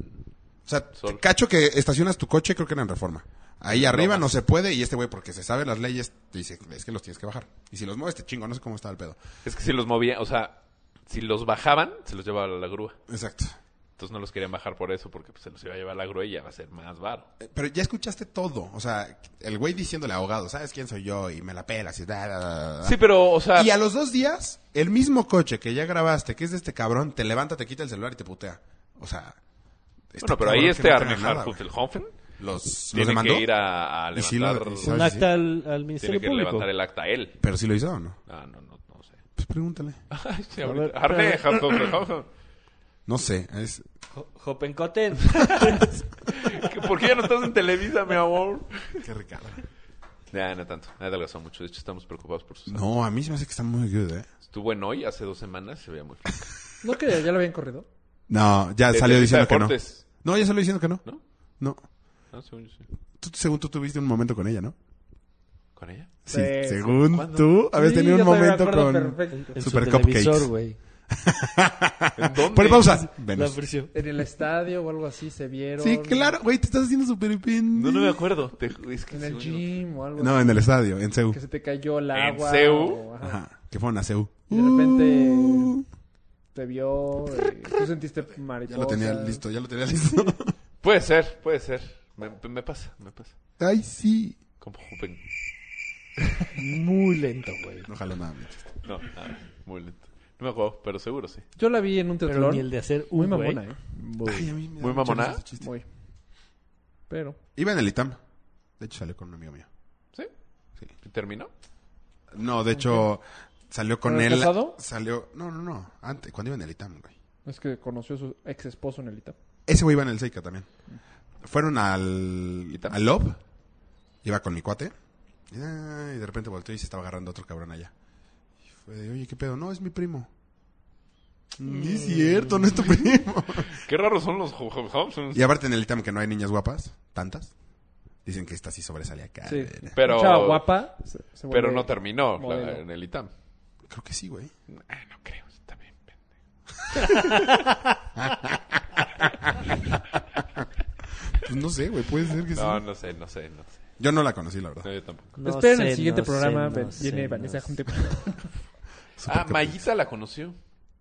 Speaker 5: O sea, te
Speaker 7: Sol.
Speaker 5: cacho que estacionas tu coche, creo que era en reforma. Ahí arriba no se puede y este güey, porque se sabe las leyes, te dice, es que los tienes que bajar. Y si los mueves, te chingo, no sé cómo está el pedo.
Speaker 7: Es que si los movía, o sea, si los bajaban, se los llevaba la grúa.
Speaker 5: Exacto.
Speaker 7: Entonces no los querían bajar por eso, porque pues, se los iba a llevar la grúa y ya va a ser más varo.
Speaker 5: Eh, Pero ya escuchaste todo. O sea, el güey diciéndole ahogado, ¿sabes quién soy yo? Y me la pelas y da, da, da, da.
Speaker 7: Sí, pero, o sea,
Speaker 5: Ah. Y a los dos días, el mismo coche que ya grabaste, que es de este cabrón, te levanta, te quita el celular y te putea. O sea... está
Speaker 7: bueno, pero
Speaker 5: cabrón
Speaker 7: ahí
Speaker 5: que
Speaker 7: este
Speaker 5: no tenga
Speaker 7: Armin
Speaker 5: nada, güey.
Speaker 7: Hartl-Hofen
Speaker 5: Los, los
Speaker 7: tiene
Speaker 5: demandó,
Speaker 7: que ir a, a
Speaker 5: Y sí lo-
Speaker 7: levantar,
Speaker 5: y sí lo-
Speaker 4: Un
Speaker 5: ¿Sabes?
Speaker 4: acta al, al
Speaker 7: tiene
Speaker 4: Ministerio
Speaker 7: que
Speaker 4: Público.
Speaker 7: levantar el acta él.
Speaker 5: pero sí lo hizo o no.
Speaker 7: Ah, no, no, no sé. *laughs*
Speaker 5: Pues pregúntale.
Speaker 7: Ay, sí,
Speaker 4: A
Speaker 7: ahorita.
Speaker 4: ver,
Speaker 7: Armin
Speaker 4: espera.
Speaker 7: Hartl-Hofen.
Speaker 5: No sé, es...
Speaker 4: Jo-
Speaker 5: *laughs*
Speaker 4: Jopencoten.
Speaker 7: ¿Qué- ¿Por qué ya no estás en Televisa, mi amor?
Speaker 5: Qué Ricardo.
Speaker 7: Ya, no tanto. Ha adelgazado mucho. De hecho, estamos preocupados por sus...
Speaker 5: No, a mí se me hace que está muy good, ¿eh?
Speaker 7: Estuvo en hoy, hace dos semanas, se veía muy... flaco.
Speaker 6: ¿No que ya lo habían corrido?
Speaker 5: No, ya
Speaker 7: De
Speaker 5: salió
Speaker 7: Televisa
Speaker 5: diciendo que no.
Speaker 7: Deportes.
Speaker 5: No, ya salió diciendo que no.
Speaker 7: ¿No?
Speaker 5: No.
Speaker 7: No, según yo sí.
Speaker 5: Tú, según tú tuviste un momento con ella, ¿no?
Speaker 7: ¿Con ella?
Speaker 5: Sí,
Speaker 6: Sí.
Speaker 5: según tú
Speaker 6: Pues,
Speaker 5: habías
Speaker 6: Sí,
Speaker 5: tenido
Speaker 6: yo también me
Speaker 5: un momento
Speaker 6: acuerdo
Speaker 5: con...
Speaker 6: perfecto.
Speaker 4: En
Speaker 5: Super
Speaker 4: su
Speaker 5: cupcakes.
Speaker 4: televisor, güey.
Speaker 7: ¿En dónde?
Speaker 5: Pon pausa.
Speaker 4: La
Speaker 5: Venus.
Speaker 4: versión.
Speaker 6: En el estadio o algo así se vieron.
Speaker 5: Sí, claro, güey, te estás haciendo súper
Speaker 7: No,
Speaker 5: pendejo.
Speaker 7: no me acuerdo. Te ju- es que
Speaker 6: En el
Speaker 7: según yo-
Speaker 6: gym o algo
Speaker 5: No,
Speaker 6: así.
Speaker 5: en el estadio, en CEU.
Speaker 6: Que se te cayó el
Speaker 7: ¿En
Speaker 6: agua.
Speaker 7: CEU?
Speaker 6: o- ajá.
Speaker 5: Ajá, que fueron a CEU.
Speaker 6: Y de repente
Speaker 5: Uh,
Speaker 6: te vio, eh, tú sentiste mariposa.
Speaker 5: Ya lo tenía listo, ya lo *laughs* tenía listo.
Speaker 7: Puede ser, puede ser. Me, me pasa, me pasa.
Speaker 5: Ay, sí.
Speaker 7: Como Jupen.
Speaker 4: Muy lento, güey.
Speaker 5: No jalo nada. mi chiste.
Speaker 7: No, nada, muy lento. No me acuerdo, pero seguro sí.
Speaker 6: Yo la vi en un
Speaker 4: Pero
Speaker 6: teatrón.
Speaker 4: ni el de hacer
Speaker 6: Muy
Speaker 4: un güey.
Speaker 6: mamona, eh.
Speaker 5: Ay, a mí me da
Speaker 7: Muy
Speaker 5: mucha
Speaker 7: mamona.
Speaker 5: risa ese chiste.
Speaker 6: Muy. Pero.
Speaker 5: Iba en el ITAM. De hecho, salió con un amigo mío.
Speaker 7: ¿Sí?
Speaker 5: Sí.
Speaker 7: ¿Y ¿Terminó?
Speaker 5: No, de hecho, salió con
Speaker 6: ¿Pero
Speaker 5: él.
Speaker 6: casado?
Speaker 5: Salió. No, no, no. Antes, cuando iba en el ITAM, güey.
Speaker 6: Es que conoció a su ex esposo en el ITAP.
Speaker 5: Ese güey iba en el Seika también. Fueron al,
Speaker 7: tal?
Speaker 5: al Lob. Iba con mi cuate. Y ah, y de repente volteó y se estaba agarrando otro cabrón allá. Y fue de, oye, ¿qué pedo? No, es mi primo. Ni
Speaker 6: Mm.
Speaker 5: es cierto, no es tu primo. *laughs*
Speaker 7: Qué raros son los Ju- Ju- Hobsons.
Speaker 5: y aparte en el ITAM que no hay niñas guapas, tantas. Dicen que esta sí sobresale acá.
Speaker 6: Sí.
Speaker 7: Pero,
Speaker 6: Mucha guapa. se- se
Speaker 7: pero
Speaker 6: vuelve-
Speaker 7: no terminó la-
Speaker 6: modelo.
Speaker 7: en el ITAM.
Speaker 5: Creo que sí, güey.
Speaker 7: Ah, no creo, está bien, pendejo.
Speaker 5: Pues no sé, güey, puede ser que
Speaker 7: No,
Speaker 5: sí.
Speaker 7: no sé, no sé, no sé.
Speaker 5: Yo no la conocí, la
Speaker 7: No,
Speaker 5: verdad.
Speaker 7: yo tampoco.
Speaker 4: No
Speaker 6: Esperen
Speaker 4: sé,
Speaker 6: el siguiente
Speaker 4: no
Speaker 6: programa.
Speaker 4: sé,
Speaker 6: ven-
Speaker 4: no
Speaker 6: viene
Speaker 4: sé,
Speaker 6: Vanessa
Speaker 4: no sé.
Speaker 6: Hunte. *laughs*
Speaker 7: Ah,
Speaker 5: pues,
Speaker 7: Mayita la conoció.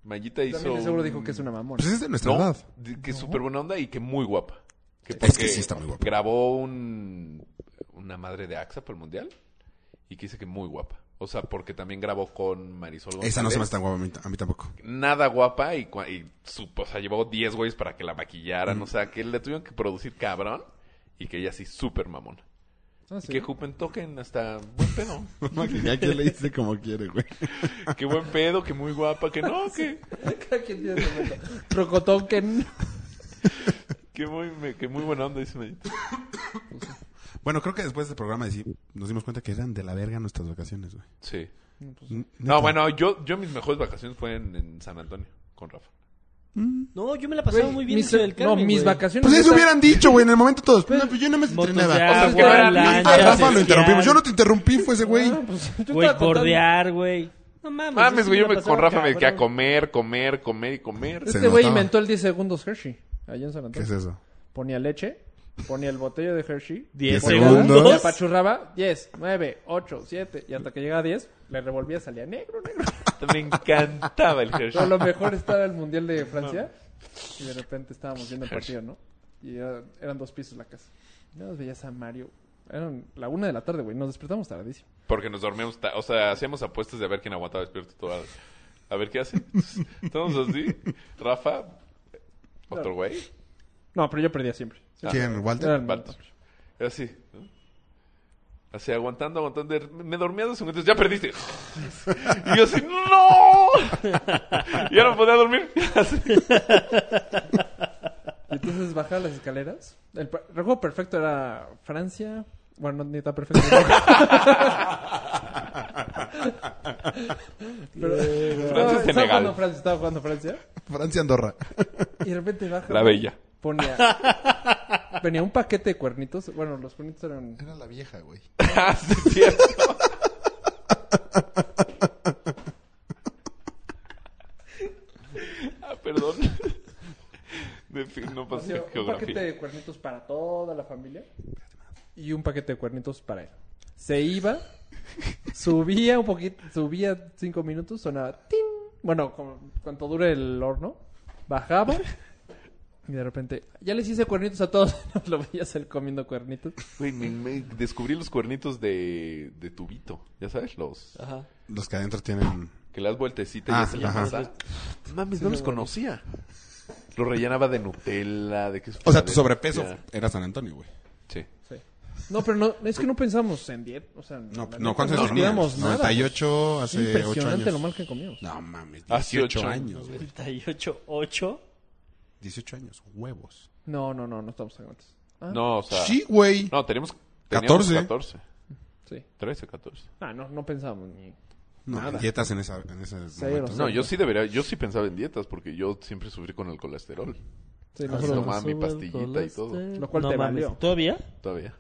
Speaker 7: Mayita hizo.
Speaker 6: También seguro dijo
Speaker 7: un-
Speaker 6: que es una mamona.
Speaker 7: *laughs*
Speaker 5: Pues es de nuestra
Speaker 7: No,
Speaker 5: edad.
Speaker 7: de- que es súper buena onda y que muy guapa. Que
Speaker 5: Es que
Speaker 7: porque
Speaker 5: sí está muy guapa.
Speaker 7: Grabó un, una madre de AXA para el mundial. y que dice que muy guapa. O sea, porque también grabó con Marisol González.
Speaker 5: Esa no se me hace tan guapa a mí, a mí tampoco. *laughs*
Speaker 7: Nada guapa y, cua- y su- o sea, llevó 10 güeyes para que la
Speaker 5: Mm.
Speaker 7: maquillaran. O sea, que le tuvieron que producir cabrón y que ella sí súper mamona.
Speaker 6: Ah,
Speaker 7: Y que Jupen toquen hasta buen pedo.
Speaker 5: Maquillaje que le dice como quiere, güey.
Speaker 7: que buen pedo, que muy guapa, que no, que,
Speaker 6: *laughs* Cada quien tiene su momento.
Speaker 7: *laughs*
Speaker 6: Rocotoken.
Speaker 7: que, muy, me- que muy buena onda, dice Mayito.
Speaker 5: Bueno, creo que después de este programa sí nos dimos cuenta que eran de la verga nuestras vacaciones, güey.
Speaker 7: Sí.
Speaker 5: N-
Speaker 7: No,
Speaker 5: neta.
Speaker 7: bueno, yo, yo mis mejores vacaciones fueron en San Antonio con Rafa.
Speaker 4: No, yo me la pasaba muy bien en
Speaker 6: Mis-
Speaker 4: Ciudad del
Speaker 6: no,
Speaker 4: Carmen.
Speaker 6: mis
Speaker 4: güey.
Speaker 6: vacaciones.
Speaker 5: Pues eso
Speaker 6: están-
Speaker 5: hubieran dicho, güey, en el momento todos. No, pues yo no me
Speaker 4: Motos de agua,
Speaker 5: entrenaba.
Speaker 7: O sea, que no era-
Speaker 4: lanchas,
Speaker 5: A Rafa lo
Speaker 4: esquiar,
Speaker 5: interrumpimos. Yo no te interrumpí, fue ese güey.
Speaker 6: Ah, pues, yo
Speaker 4: Güey,
Speaker 6: estaba contando.
Speaker 4: bordear, güey. No mames.
Speaker 7: Mames,
Speaker 4: sí
Speaker 7: güey, yo
Speaker 4: me
Speaker 7: me-
Speaker 4: la
Speaker 7: con
Speaker 4: pasaba
Speaker 7: Rafa me quedé a
Speaker 4: cabrón.
Speaker 7: comer, comer, comer y comer.
Speaker 5: Se
Speaker 6: Este güey
Speaker 5: notaba.
Speaker 6: inventó el 10 segundos Hershey. Allá en San
Speaker 5: ¿Qué
Speaker 6: Antonio.
Speaker 5: es eso?
Speaker 6: Ponía leche, ponía el botello de Hershey.
Speaker 4: Diez
Speaker 6: ponía-
Speaker 5: segundos.
Speaker 6: Le apachurraba 10, 9, 8, 7. Y hasta que llegaba a 10, le revolvía, salía negro, negro.
Speaker 7: *laughs* Me encantaba el
Speaker 6: A
Speaker 7: Hershey. *laughs*
Speaker 6: lo mejor estaba el Mundial de Francia. Y de repente estábamos viendo el partido, ¿no? Y era- eran dos pisos la casa. Ya nos veías a Mario. Eran la una de la tarde, güey. Nos despertamos tardísimo.
Speaker 7: Porque nos dormíamos, ta- o sea, hacíamos apuestas de a ver quién aguantaba despierto toda la- A ver qué hace. *laughs* Estamos así. Rafa, otro güey.
Speaker 6: No, pero yo perdía siempre. Sí,
Speaker 7: Ah.
Speaker 5: ¿Quién? ¿Walter?
Speaker 6: eran-
Speaker 7: Baltos. Era así. ¿no? Así, aguantando, aguantando. de- Me dormía dos segundos, ya perdiste. *laughs* Y yo así, ¡no! *laughs* Y ya no podía dormir. *laughs* Así.
Speaker 6: Y entonces bajaba las escaleras. El, pa- el juego perfecto era Francia. Bueno, no, ni tan
Speaker 7: *laughs*
Speaker 6: perfecto. *laughs* Pero- estaba- estaba
Speaker 7: Senegal.
Speaker 6: jugando Francia, estaba jugando Francia.
Speaker 5: Francia Andorra.
Speaker 6: Y de repente baja.
Speaker 7: La bella.
Speaker 6: Ponía. Venía un paquete de cuernitos. Bueno, los cuernitos eran.
Speaker 5: Era la vieja, güey.
Speaker 7: Ah, sí, es cierto. *laughs* ah, perdón. *laughs* De fin, no pasé
Speaker 6: hacía un paquete
Speaker 7: geografía.
Speaker 6: de cuernitos para toda la familia. Y un paquete de cuernitos para él. Se iba. subía un poquito. Subía cinco minutos. Sonaba. ¡Ting! Bueno, con- cuanto dure el horno. Bajaba. Y de repente. Ya les hice cuernitos a todos. *laughs* Lo veías él comiendo cuernitos.
Speaker 7: Güey, me, me descubrí los cuernitos de, de tubito. Ya sabes, los
Speaker 4: Ajá.
Speaker 5: Los que adentro tienen.
Speaker 7: que le das vueltecita y
Speaker 5: Ah,
Speaker 7: ya se la
Speaker 5: ajá.
Speaker 7: masa. Mames, no los conocía. Lo rellenaba de Nutella, de queso.
Speaker 5: O sea, tu
Speaker 7: Filadelfia.
Speaker 5: sobrepeso era San Antonio, güey.
Speaker 7: Sí.
Speaker 6: Sí. No, pero no, es que no pensamos en dieta. O sea,
Speaker 5: No,
Speaker 6: la
Speaker 5: no,
Speaker 6: neta,
Speaker 5: ¿cuántos años
Speaker 6: nos cuidamos
Speaker 5: teníamos?
Speaker 6: nada.
Speaker 5: 98
Speaker 6: Es
Speaker 5: hace 8
Speaker 6: impresionante
Speaker 5: años.
Speaker 6: lo mal que comíamos.
Speaker 5: No mames,
Speaker 7: Hace
Speaker 5: 18
Speaker 7: ocho
Speaker 5: años, güey.
Speaker 4: 38, 8.
Speaker 5: 18 años, huevos.
Speaker 6: No, no, no, no estamos tan grandes. Ah,
Speaker 7: No, o sea.
Speaker 5: Sí, güey.
Speaker 7: No, tenemos, teníamos
Speaker 5: 14.
Speaker 7: 14.
Speaker 6: Sí.
Speaker 7: 13, 14.
Speaker 6: Ah, no, no pensábamos ni.
Speaker 5: No, dietas en esa en ese
Speaker 6: Cero.
Speaker 5: momento.
Speaker 7: No, yo sí debería, yo sí pensaba en dietas porque yo siempre sufrí con el colesterol.
Speaker 6: Sí,
Speaker 7: Pues
Speaker 6: nosotros
Speaker 7: tomaba mi pastillita y todo.
Speaker 6: Lo cual te valió.
Speaker 4: ¿Todavía?
Speaker 7: Todavía.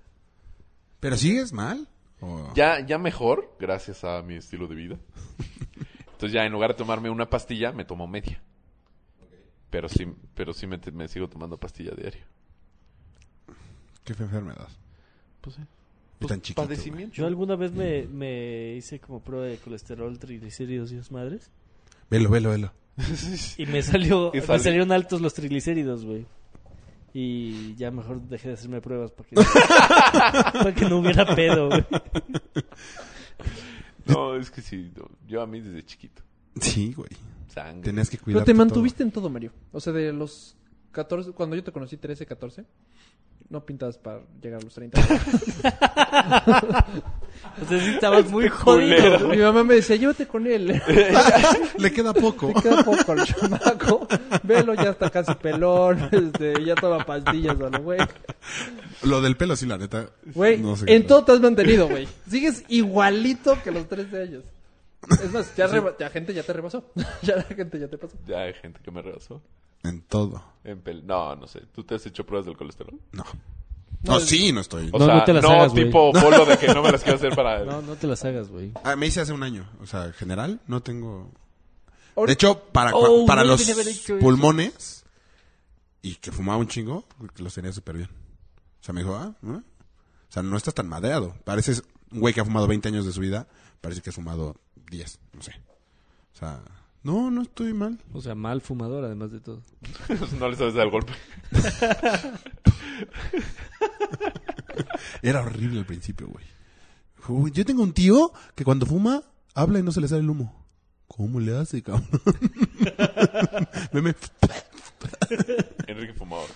Speaker 5: ¿Pero sigues mal? ¿O-
Speaker 7: Ya, ya mejor, gracias a mi estilo de vida. Entonces ya en lugar de tomarme una pastilla, me tomo media. Pero sí, pero sí me, te- me sigo tomando pastilla diario.
Speaker 5: ¿Qué fue enfermedad?
Speaker 7: Pues sí.
Speaker 5: Yo tan chiquito, *laughs*
Speaker 7: padecimiento.
Speaker 4: Yo alguna vez me, me hice como prueba de colesterol, triglicéridos y esas madres.
Speaker 5: Velo, velo, velo.
Speaker 4: Y me salió,
Speaker 7: *laughs* Y
Speaker 4: me
Speaker 7: salió.
Speaker 4: salieron altos los triglicéridos, güey. Y ya mejor dejé de hacerme pruebas para
Speaker 7: *laughs*
Speaker 4: que, para que no hubiera pedo, güey.
Speaker 7: No, es que sí, no, yo a mí desde chiquito.
Speaker 5: Sí, güey.
Speaker 7: Sangre.
Speaker 5: Tenías que
Speaker 6: Pero
Speaker 5: cuidarte.
Speaker 6: te mantuviste en todo, Mario. O sea, de los 14, cuando yo te conocí 13, 14, no pintabas para llegar a los 30.
Speaker 4: O sea, sí estabas muy
Speaker 7: culero.
Speaker 4: jodido.
Speaker 6: Mi mamá me decía, llévate con él. *laughs*
Speaker 5: todo. Le queda poco.
Speaker 6: Te queda poco el chamaco. Velo, ya está casi pelón. *laughs* Este, ya toma pastillas a lo güey.
Speaker 5: Lo del pelo, sí, la neta.
Speaker 6: Güey,
Speaker 5: no sé qué
Speaker 6: en
Speaker 5: tal.
Speaker 6: todo te has mantenido, güey. Sigues igualito que los 13 años. Es más, ya, reba- la gente ya te rebasó. *laughs* ya la gente ya te pasó.
Speaker 7: Ya hay gente que me rebasó.
Speaker 5: En todo.
Speaker 7: En pel- No, no sé. ¿Tú te has hecho pruebas del colesterol?
Speaker 5: No. No, sí, no estoy.
Speaker 7: O
Speaker 4: No,
Speaker 7: sea,
Speaker 4: no te las hagas, güey.
Speaker 7: tipo polo de que no me las quiero hacer
Speaker 4: *laughs*
Speaker 7: para...
Speaker 4: No, no te las hagas, güey.
Speaker 5: Ah, me hice hace un año. O sea, general, no tengo.
Speaker 6: Ahora-
Speaker 5: De hecho, para, cua-
Speaker 4: Oh,
Speaker 5: para
Speaker 4: no
Speaker 5: los
Speaker 4: debería haber hecho eso.
Speaker 5: pulmones y que fumaba un chingo, los tenía súper bien. O sea, me dijo, ah, ¿no? O sea, no estás tan madreado. Pareces un güey que ha fumado 20 años de su vida, parece que ha fumado 10, no sé. O sea, no, no estoy mal.
Speaker 4: O sea, mal fumador, además de todo.
Speaker 7: *laughs* no le sabes dar el golpe.
Speaker 5: Era horrible al principio, güey. Uy, Yo tengo un tío que cuando fuma, habla y no se le sale el humo. ¿Cómo le hace, cabrón? *laughs* Meme.
Speaker 7: Enrique fumaba así.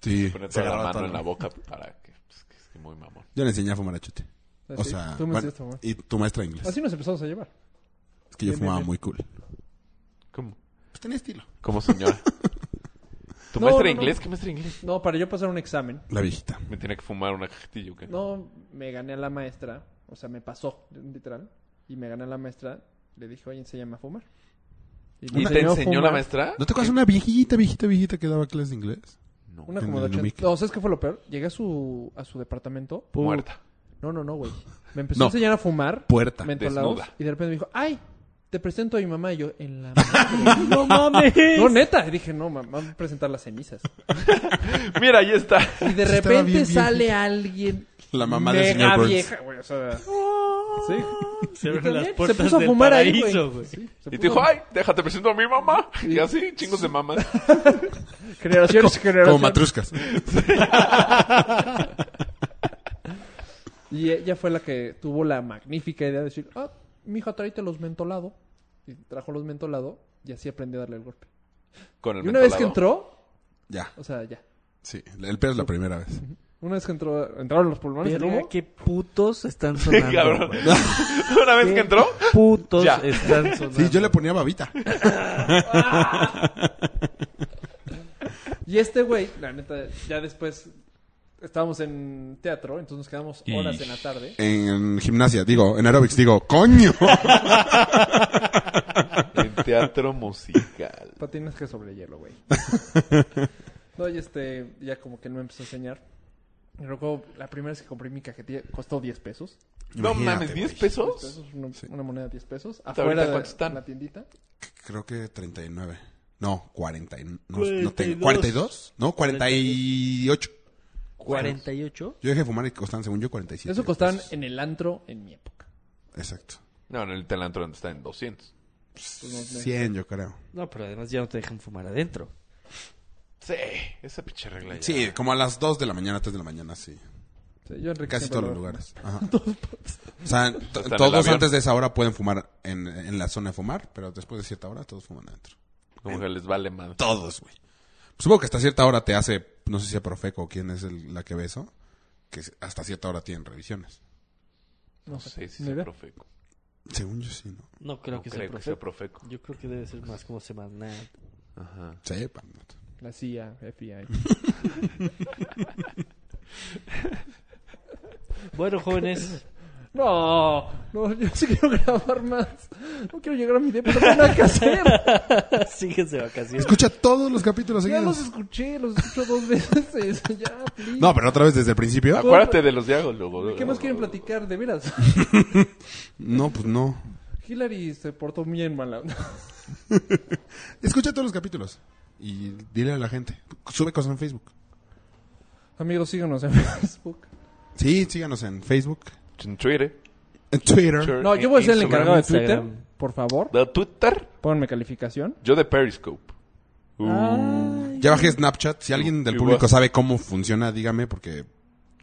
Speaker 5: Sí,
Speaker 7: Pone
Speaker 5: se
Speaker 7: toda la
Speaker 5: agarraba
Speaker 7: mano
Speaker 5: todo.
Speaker 7: en la boca para que... pues, que es que muy mamón.
Speaker 5: Yo le enseñé a fumar a chute.
Speaker 6: Ah,
Speaker 5: O
Speaker 6: sí.
Speaker 5: sea,
Speaker 6: Tú me
Speaker 5: bueno,
Speaker 6: hiciste fumar.
Speaker 5: y tu maestra de inglés.
Speaker 6: Así nos empezamos a llevar.
Speaker 5: Es que yo
Speaker 6: Bien,
Speaker 5: fumaba
Speaker 6: bien,
Speaker 5: muy cool.
Speaker 7: ¿Cómo?
Speaker 5: Pues tenía estilo.
Speaker 6: *laughs*
Speaker 7: ¿Cómo, señora? ¿Tu
Speaker 6: No,
Speaker 7: maestra de
Speaker 6: no, no.
Speaker 7: inglés? ¿Qué maestra de inglés?
Speaker 6: No, para yo pasar un examen,
Speaker 5: La viejita.
Speaker 7: ¿Me tenía que fumar una cajetilla o qué?
Speaker 6: no me gané a la maestra, o sea, me pasó, literal, y me gané a la maestra, le dije, oye, enséñame a fumar. me
Speaker 7: ¿Y te
Speaker 6: a
Speaker 7: enseñó la
Speaker 6: fumar.
Speaker 7: maestra?
Speaker 5: ¿No te acuerdas una viejita, viejita, viejita que daba clases de inglés?
Speaker 7: No.
Speaker 6: Una
Speaker 5: En
Speaker 6: como de
Speaker 5: el
Speaker 6: 80.
Speaker 5: Umic.
Speaker 6: No, ¿sabes qué fue lo peor? Llegué a su, a su departamento.
Speaker 7: Muerta.
Speaker 6: No, no, no, güey. Me empezó
Speaker 5: No.
Speaker 6: a enseñar a fumar.
Speaker 5: Puerta.
Speaker 6: mentolados,
Speaker 7: desnuda.
Speaker 6: Y de repente me dijo, ay, te presento a mi mamá. Y yo, en
Speaker 7: *laughs*
Speaker 6: la...
Speaker 4: ¡No
Speaker 6: *laughs*
Speaker 4: mames!
Speaker 6: Ah, no, neta. Y dije, no, mamá, voy a presentar las cenizas.
Speaker 7: Mira, ahí está.
Speaker 6: Y de
Speaker 5: estaba
Speaker 6: repente
Speaker 5: bien viejita.
Speaker 6: sale alguien...
Speaker 5: La mamá del
Speaker 6: mega
Speaker 5: señor Burns.
Speaker 6: vieja, güey. O sea... Sí.
Speaker 4: Se abren
Speaker 6: También
Speaker 4: las
Speaker 6: se
Speaker 4: puertas
Speaker 6: puso a
Speaker 4: del
Speaker 6: fumar ahí,
Speaker 4: paraíso,
Speaker 6: güey.
Speaker 4: güey.
Speaker 6: Sí, se
Speaker 7: Y te
Speaker 6: puso-
Speaker 7: dijo, ay, déjate presento a mi mamá. Y así, chingos de mamás.
Speaker 5: *laughs*
Speaker 6: Generaciones,
Speaker 5: Como
Speaker 6: generaciones.
Speaker 5: matruscas.
Speaker 6: Y ella fue la que tuvo la magnífica idea de decir, ah, mija, tráete los mentolado. Y trajo los mentolado y así aprendí a darle el golpe.
Speaker 7: Con el
Speaker 6: Y una vez que
Speaker 7: mentolado. *laughs*
Speaker 6: entró,
Speaker 5: *laughs* Ya.
Speaker 6: o sea, ya.
Speaker 5: Sí. El pedo es la primera vez.
Speaker 6: Una vez que entró, entraron los pulmones, el
Speaker 4: Verga,
Speaker 6: humo,
Speaker 4: qué putos están sonando.
Speaker 7: Cabrón.
Speaker 4: güey.
Speaker 7: *laughs* Una vez
Speaker 5: *laughs*
Speaker 7: que entró,
Speaker 4: Putos
Speaker 7: Ya.
Speaker 4: están sonando.
Speaker 5: Sí, yo le ponía babita.
Speaker 6: Y este güey, la neta, ya después estábamos en teatro, entonces nos quedamos horas en la tarde.
Speaker 5: En gimnasia, digo, en aerobics, digo, coño.
Speaker 7: en teatro musical.
Speaker 6: Patines que sobre hielo, güey. no, y este, ya como que no me empezó a enseñar. Y luego, la primera vez que compré mi cajetilla, costó 10 pesos.
Speaker 7: No
Speaker 5: Imagínate,
Speaker 7: mames, ¿10
Speaker 5: güey.
Speaker 7: pesos?
Speaker 6: Pesos, una, una moneda de 10 pesos.
Speaker 7: ahorita
Speaker 6: Afuera de
Speaker 7: cuánto están?
Speaker 6: la tiendita.
Speaker 5: *laughs* Creo que 39. No, 40. y- No, no
Speaker 4: 42.
Speaker 5: tengo. ¿42? No, 48.
Speaker 4: 48.
Speaker 5: Yo dejé de fumar y costaban, según yo, 47.
Speaker 6: Eso costaban
Speaker 5: pesos.
Speaker 6: en el antro en mi época.
Speaker 5: Exacto.
Speaker 7: No, en el telantro donde está en 200.
Speaker 6: Pues no sé.
Speaker 5: 100, yo creo.
Speaker 4: No, pero además ya no te dejan fumar adentro.
Speaker 7: Sí, esa pinche regla ya.
Speaker 5: Sí, como a las 2 de la mañana, 3 de la mañana, sí.
Speaker 6: Sí, yo Enrique
Speaker 5: Casi
Speaker 6: siempre
Speaker 5: todos
Speaker 6: lo
Speaker 5: los
Speaker 6: veo.
Speaker 5: *laughs* lugares. Ajá. O sea, t-
Speaker 7: en el
Speaker 5: todos
Speaker 7: avión.
Speaker 5: antes de esa hora pueden fumar en, en la zona de fumar, pero después de cierta hora todos fuman adentro.
Speaker 7: Como que les vale madre.
Speaker 5: Todos, güey. Pues Supongo que hasta cierta hora te hace, no sé si a Profeco o quién es el- la que ve eso, que hasta cierta hora tienen revisiones.
Speaker 7: No sé si
Speaker 6: ni
Speaker 7: sea
Speaker 6: idea.
Speaker 7: profeco.
Speaker 5: Según yo sí, ¿no?
Speaker 4: No creo
Speaker 7: No
Speaker 4: que sea
Speaker 7: creo que
Speaker 4: profe.
Speaker 7: sea profeco.
Speaker 4: Yo creo que debe ser más como semanal.
Speaker 7: Ajá.
Speaker 5: Sepan. ¿no?
Speaker 6: La CIA, *laughs* FBI.
Speaker 4: Bueno, jóvenes,
Speaker 6: No, no, yo sí quiero grabar más. No quiero llegar a mi depa, no tengo nada que
Speaker 5: *laughs*
Speaker 6: hacer.
Speaker 4: *laughs* síguense de vacaciones.
Speaker 5: Escucha todos los capítulos
Speaker 6: Ya
Speaker 5: seguidos.
Speaker 6: los escuché, los escucho dos veces. *laughs* Ya, please.
Speaker 5: No, pero otra vez desde el principio.
Speaker 7: Acuérdate de los diálogos.
Speaker 6: ¿Qué más quieren platicar? De veras.
Speaker 5: No, pues no.
Speaker 6: Hillary se portó bien mala. *laughs*
Speaker 5: Escucha todos los capítulos y dile a la gente. Sube cosas en Facebook.
Speaker 6: Amigos, síganos en Facebook.
Speaker 5: Sí, síganos en Facebook,
Speaker 7: En Twitter.
Speaker 5: en Twitter.
Speaker 6: No, yo voy a ser el
Speaker 7: Instagram.
Speaker 6: encargado de Twitter.
Speaker 4: Instagram.
Speaker 6: Por favor,
Speaker 7: De Twitter,
Speaker 6: pónganme calificación.
Speaker 7: yo de Periscope. Uh,
Speaker 5: Ya bajé Snapchat. Si alguien del
Speaker 7: Y
Speaker 5: público
Speaker 7: WhatsApp.
Speaker 5: sabe cómo funciona, dígame porque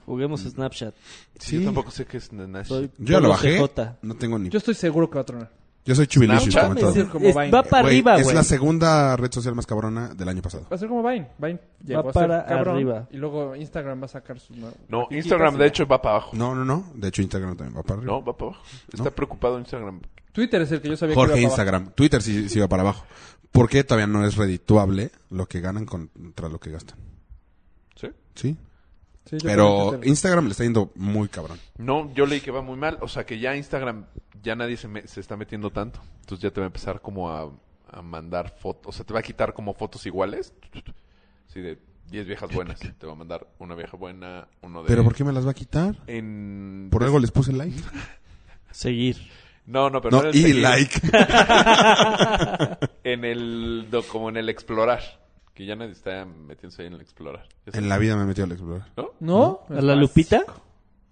Speaker 4: Juguemos Snapchat.
Speaker 5: sí.
Speaker 7: Yo tampoco sé qué es Nash.
Speaker 4: Soy
Speaker 5: Yo ya
Speaker 4: Pablo
Speaker 5: lo bajé.
Speaker 4: CJ.
Speaker 5: No tengo ni.
Speaker 6: Yo estoy seguro que va a tronar.
Speaker 5: Yo soy Chubilicious,
Speaker 7: Snapchat.
Speaker 5: como todo.
Speaker 6: decir, como
Speaker 4: Es-
Speaker 6: Vine.
Speaker 4: va para
Speaker 5: Güey,
Speaker 4: arriba,
Speaker 5: Es
Speaker 4: güey.
Speaker 5: la segunda red social más cabrona del año pasado.
Speaker 6: Va a ser como Vine. Vine llegó
Speaker 4: Va
Speaker 6: a ser
Speaker 4: para
Speaker 6: cabrón,
Speaker 4: arriba.
Speaker 6: Y luego Instagram va a sacar su. nuevo-
Speaker 7: No, Instagram de hecho va para abajo.
Speaker 5: No, no, no. De hecho, Instagram también va para arriba.
Speaker 7: No, va para abajo. Está preocupado Instagram.
Speaker 6: Twitter es el que yo sabía
Speaker 5: Jorge
Speaker 6: que iba para abajo.
Speaker 5: Instagram. Twitter sí, sí va para abajo. Porque todavía no es redituable lo que ganan contra lo que gastan.
Speaker 7: ¿Sí?
Speaker 5: Sí.
Speaker 6: Sí, yo
Speaker 5: Pero
Speaker 6: creo que Twitter.
Speaker 5: Instagram le está yendo muy cabrón.
Speaker 7: No, yo leí que va muy mal. O sea, que ya Instagram, ya nadie se, me- se está metiendo tanto. Entonces ya te va a empezar como a, a mandar fotos. O sea, te va a quitar como fotos iguales. Sí, de 10 viejas buenas. Te va a mandar una vieja buena, uno de...
Speaker 5: ¿Pero por qué me las va a quitar?
Speaker 7: En...
Speaker 5: Por algo les puse like.
Speaker 4: Seguir.
Speaker 7: No, no, pero
Speaker 5: No,
Speaker 7: no en el
Speaker 5: y
Speaker 7: seguir.
Speaker 5: like.
Speaker 7: En el... do- como en el explorar. Que ya nadie está metiéndose ahí en el explorar. Ya sé-
Speaker 5: en la vida me he metido al explorar.
Speaker 7: ¿No?
Speaker 6: ¿No?
Speaker 4: ¿A la Lupita?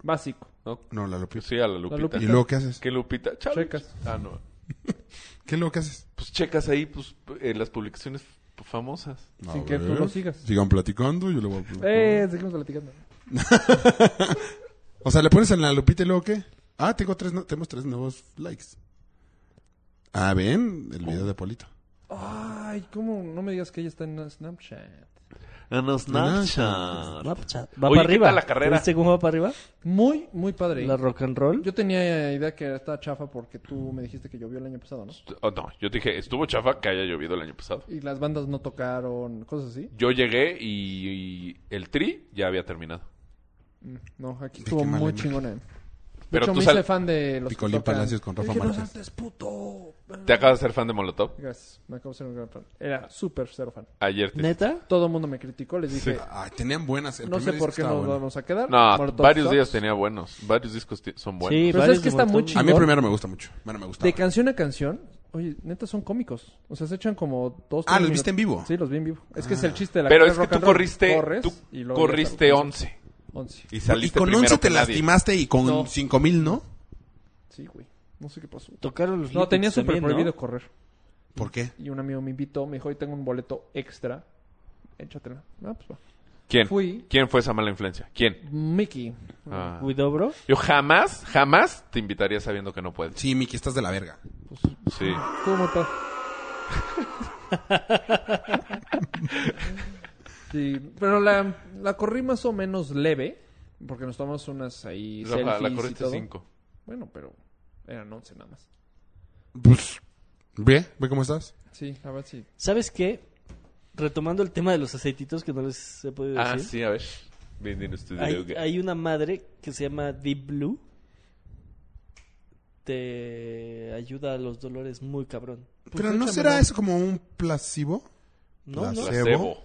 Speaker 6: Básico.
Speaker 7: ¿No?
Speaker 5: No, la
Speaker 7: *laughs*
Speaker 5: Lupita.
Speaker 7: Sí, a la Lupita.
Speaker 6: Lupita.
Speaker 5: ¿Y luego qué haces? ¿Qué,
Speaker 7: ¿Qué Lupita? Chale.
Speaker 6: Checas.
Speaker 7: Ah, no.
Speaker 5: luego qué haces?
Speaker 7: Pues checas ahí pues, eh, las publicaciones f- famosas.
Speaker 6: Sin
Speaker 5: A
Speaker 6: que tú
Speaker 5: ver.
Speaker 6: lo sigas.
Speaker 5: Sigan platicando, yo le voy a platicar.
Speaker 6: Eh, seguimos platicando.
Speaker 5: O sea, le pones en la lupita y luego qué? Ah, tengo tres, no- tenemos tres nuevos likes. Ah, ven, el video de Polito.
Speaker 6: Ay, ¿cómo? No me digas que ella está en Snapchat.
Speaker 7: En
Speaker 5: Snapchat.
Speaker 4: Snapchat. Va para
Speaker 7: Oye, ¿qué
Speaker 4: arriba.
Speaker 7: tal la carrera?
Speaker 4: ¿Viste cómo va para arriba?
Speaker 6: Muy, muy padre.
Speaker 4: La rock and roll.
Speaker 6: Yo tenía idea que estaba chafa porque tú me dijiste que llovió el año pasado, ¿no?
Speaker 7: Oh, no, yo te dije, estuvo chafa que haya llovido el año pasado.
Speaker 6: Y las bandas no tocaron, cosas así.
Speaker 7: Yo llegué y, y el tri ya había terminado.
Speaker 6: No, aquí estuvo
Speaker 5: qué mala
Speaker 6: muy
Speaker 5: imagen.
Speaker 6: chingona. De
Speaker 7: Pero
Speaker 6: hecho,
Speaker 7: tú
Speaker 6: me
Speaker 7: sal-
Speaker 6: hice fan de los que
Speaker 5: Picolín
Speaker 6: tocan.
Speaker 5: Palacios con Rafa
Speaker 6: Dije, "No
Speaker 5: Márquez".
Speaker 6: saltes, puto.
Speaker 7: ¿Te acabas de ser fan de Molotov?
Speaker 6: Gracias, me acabo de ser un gran fan. Era súper cero fan.
Speaker 7: Ayer te...
Speaker 4: ¿Neta?
Speaker 6: Todo el mundo me criticó, les dije,
Speaker 5: Ay, tenían buenas. Ah, El
Speaker 6: no sé
Speaker 5: primer
Speaker 6: por
Speaker 5: disco
Speaker 6: qué
Speaker 5: estaba
Speaker 6: nos
Speaker 5: bueno.
Speaker 6: vamos a quedar.
Speaker 7: No,
Speaker 6: Molotov
Speaker 7: varios
Speaker 6: Sucks.
Speaker 7: días tenía buenos. Varios discos ti- son buenos.
Speaker 4: Sí,
Speaker 6: Pero
Speaker 4: varios
Speaker 6: ¿sabes que
Speaker 4: de
Speaker 6: está muy
Speaker 4: Molotov.
Speaker 6: chido?
Speaker 5: A mí el primero me gusta mucho. Bueno, me gustaba.
Speaker 6: De canción a canción, oye, neta son cómicos. O sea, se echan como dos.
Speaker 5: Ah,
Speaker 6: tres
Speaker 5: ¿los viste en
Speaker 6: minutos.
Speaker 5: vivo? Ah.
Speaker 6: Sí, los vi en vivo. Es que es el chiste de la
Speaker 7: Pero
Speaker 6: carrera
Speaker 7: es que
Speaker 6: rock
Speaker 7: tú
Speaker 6: and roll.
Speaker 7: corriste,
Speaker 6: Corres
Speaker 7: tú
Speaker 6: y luego
Speaker 7: corriste
Speaker 6: llegas a-
Speaker 7: 11
Speaker 6: 11.
Speaker 7: y saliste
Speaker 5: y con
Speaker 7: primero
Speaker 5: 11 te
Speaker 7: que nadie.
Speaker 5: lastimaste y con
Speaker 6: No.
Speaker 5: 5000, ¿no?
Speaker 6: Sí, güey. No sé qué pasó.
Speaker 4: Tocaron los
Speaker 6: No, tenía
Speaker 5: pues,
Speaker 4: Lipids
Speaker 6: súper
Speaker 4: también, ¿no?
Speaker 6: prohibido correr.
Speaker 5: ¿Por qué?
Speaker 6: Y un amigo me invitó, me dijo, hoy tengo un boleto extra. Échatela. Ah, pues va.
Speaker 7: ¿Quién?
Speaker 6: Fui.
Speaker 7: ¿Quién fue esa mala influencia? ¿Quién?
Speaker 6: Mickey.
Speaker 7: Ah.
Speaker 4: Huidobro.
Speaker 7: Yo jamás, jamás te invitaría sabiendo que no puedes.
Speaker 5: Sí, Miki, estás de la verga.
Speaker 6: pues,
Speaker 7: Sí.
Speaker 6: Estuvo muy padre. Sí, pero la, la corrí más o menos leve, porque nos tomamos unas ahí
Speaker 7: Rafa,
Speaker 6: selfies
Speaker 7: la
Speaker 6: y todo.
Speaker 7: corriste 5.
Speaker 6: Bueno, pero eran 11 nada más.
Speaker 5: Pues, ve, ve cómo estás.
Speaker 6: Sí, a ver si...
Speaker 4: ¿Sabes qué? Retomando el tema de los aceititos que no les he podido
Speaker 7: Ah,
Speaker 4: decir.
Speaker 7: sí, a ver. Venden ustedes
Speaker 4: Hay,
Speaker 7: de Uga.
Speaker 4: hay una madre que se llama Deep Blue. Te ayuda a los dolores muy cabrón.
Speaker 5: Pero no
Speaker 6: Pues échamela.
Speaker 5: será eso como un placebo?
Speaker 4: No, no,
Speaker 5: Placebo.
Speaker 7: Placebo.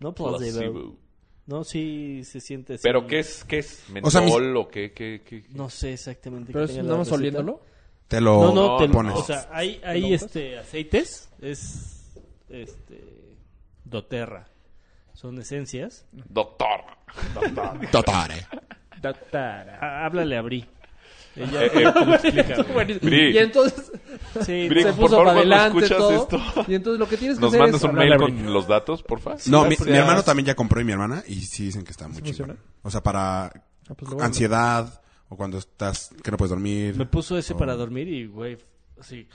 Speaker 4: no placebo.
Speaker 7: Placebo.
Speaker 4: No, sí se siente así.
Speaker 7: ¿Pero qué es? ¿Qué es? ¿Mentol
Speaker 5: O sea, mis-
Speaker 7: o qué? qué, qué?
Speaker 4: No sé exactamente.
Speaker 6: Pero
Speaker 4: qué
Speaker 6: es
Speaker 4: tenga la
Speaker 6: nada más
Speaker 4: receta.
Speaker 6: oliéndolo.
Speaker 5: Te lo
Speaker 4: No, no, te,
Speaker 5: pones.
Speaker 4: o sea, hay, hay este, aceites. Es, este, doterra. Son esencias.
Speaker 7: Doctor.
Speaker 5: Totare.
Speaker 4: Ah, Háblale a Bri. Ella
Speaker 7: Eh, eh,
Speaker 4: te explica, güey.
Speaker 6: Buenísimo.
Speaker 7: Bri.
Speaker 6: Y entonces
Speaker 4: Sí,
Speaker 7: Bri,
Speaker 6: se
Speaker 7: por
Speaker 6: puso
Speaker 7: favor,
Speaker 6: para
Speaker 7: cuando
Speaker 6: adelante
Speaker 7: escuchas
Speaker 6: todo.
Speaker 7: esto,
Speaker 6: Y entonces lo que tienes que
Speaker 7: ¿Nos
Speaker 6: hacer
Speaker 7: mandas
Speaker 6: es
Speaker 7: un
Speaker 6: hablarle
Speaker 7: mail
Speaker 6: a Bri.
Speaker 7: con los datos, porfa?
Speaker 5: No, mi,
Speaker 4: Sí,
Speaker 6: pues
Speaker 5: mi hermano
Speaker 4: gracias.
Speaker 5: también ya compró y mi hermana y sí dicen que está muy
Speaker 6: funciona?
Speaker 5: chido. O sea, para
Speaker 6: Ah, pues lo voy a-
Speaker 5: ansiedad o cuando estás que no puedes dormir.
Speaker 4: Me puso ese
Speaker 5: Oh.
Speaker 4: para dormir y, güey, así,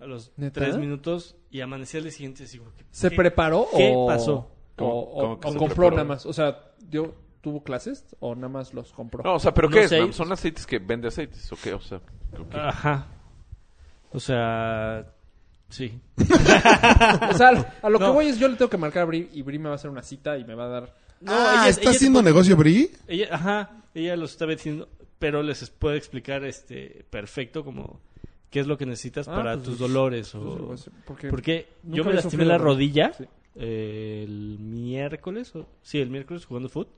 Speaker 4: a los
Speaker 6: ¿Neta?
Speaker 4: tres minutos y amanecí al día siguiente así, güey. ¿qué-
Speaker 6: ¿Se
Speaker 4: qué-
Speaker 6: preparó
Speaker 4: ¿Qué
Speaker 6: o
Speaker 4: pasó?
Speaker 7: ¿Cómo-
Speaker 6: o, o-
Speaker 7: cómo que
Speaker 6: o
Speaker 7: se
Speaker 6: compró
Speaker 7: preparó?
Speaker 6: nada más? O sea, dio, ¿tuvo clases o nada más los compró?
Speaker 7: No, o sea, ¿pero
Speaker 4: No
Speaker 7: qué es?
Speaker 4: sé. Ah,
Speaker 7: ¿No? ¿Son aceites que vende aceites o qué? O sea, ¿o qué?
Speaker 4: Ajá. O sea, sí.
Speaker 6: O sea, a lo que
Speaker 4: No.
Speaker 6: voy es yo le tengo que marcar a Bri y Bri me va a hacer una cita y me va a dar...
Speaker 5: ah,
Speaker 4: ella-
Speaker 5: ¿está
Speaker 4: ella te
Speaker 5: haciendo
Speaker 4: puede-
Speaker 5: negocio Bri?
Speaker 4: Ella, ajá, ella los estaba diciendo, pero les puede explicar este perfecto como qué es lo que necesitas
Speaker 6: Ah,
Speaker 4: para
Speaker 6: pues,
Speaker 4: tus dolores o...
Speaker 6: Pues, porque
Speaker 4: Porque
Speaker 6: nunca
Speaker 4: yo me
Speaker 6: había
Speaker 4: lastimé
Speaker 6: sufrido
Speaker 4: la
Speaker 6: de-
Speaker 4: rodilla
Speaker 6: Sí.
Speaker 4: eh, el miércoles, o- sí, el miércoles jugando foot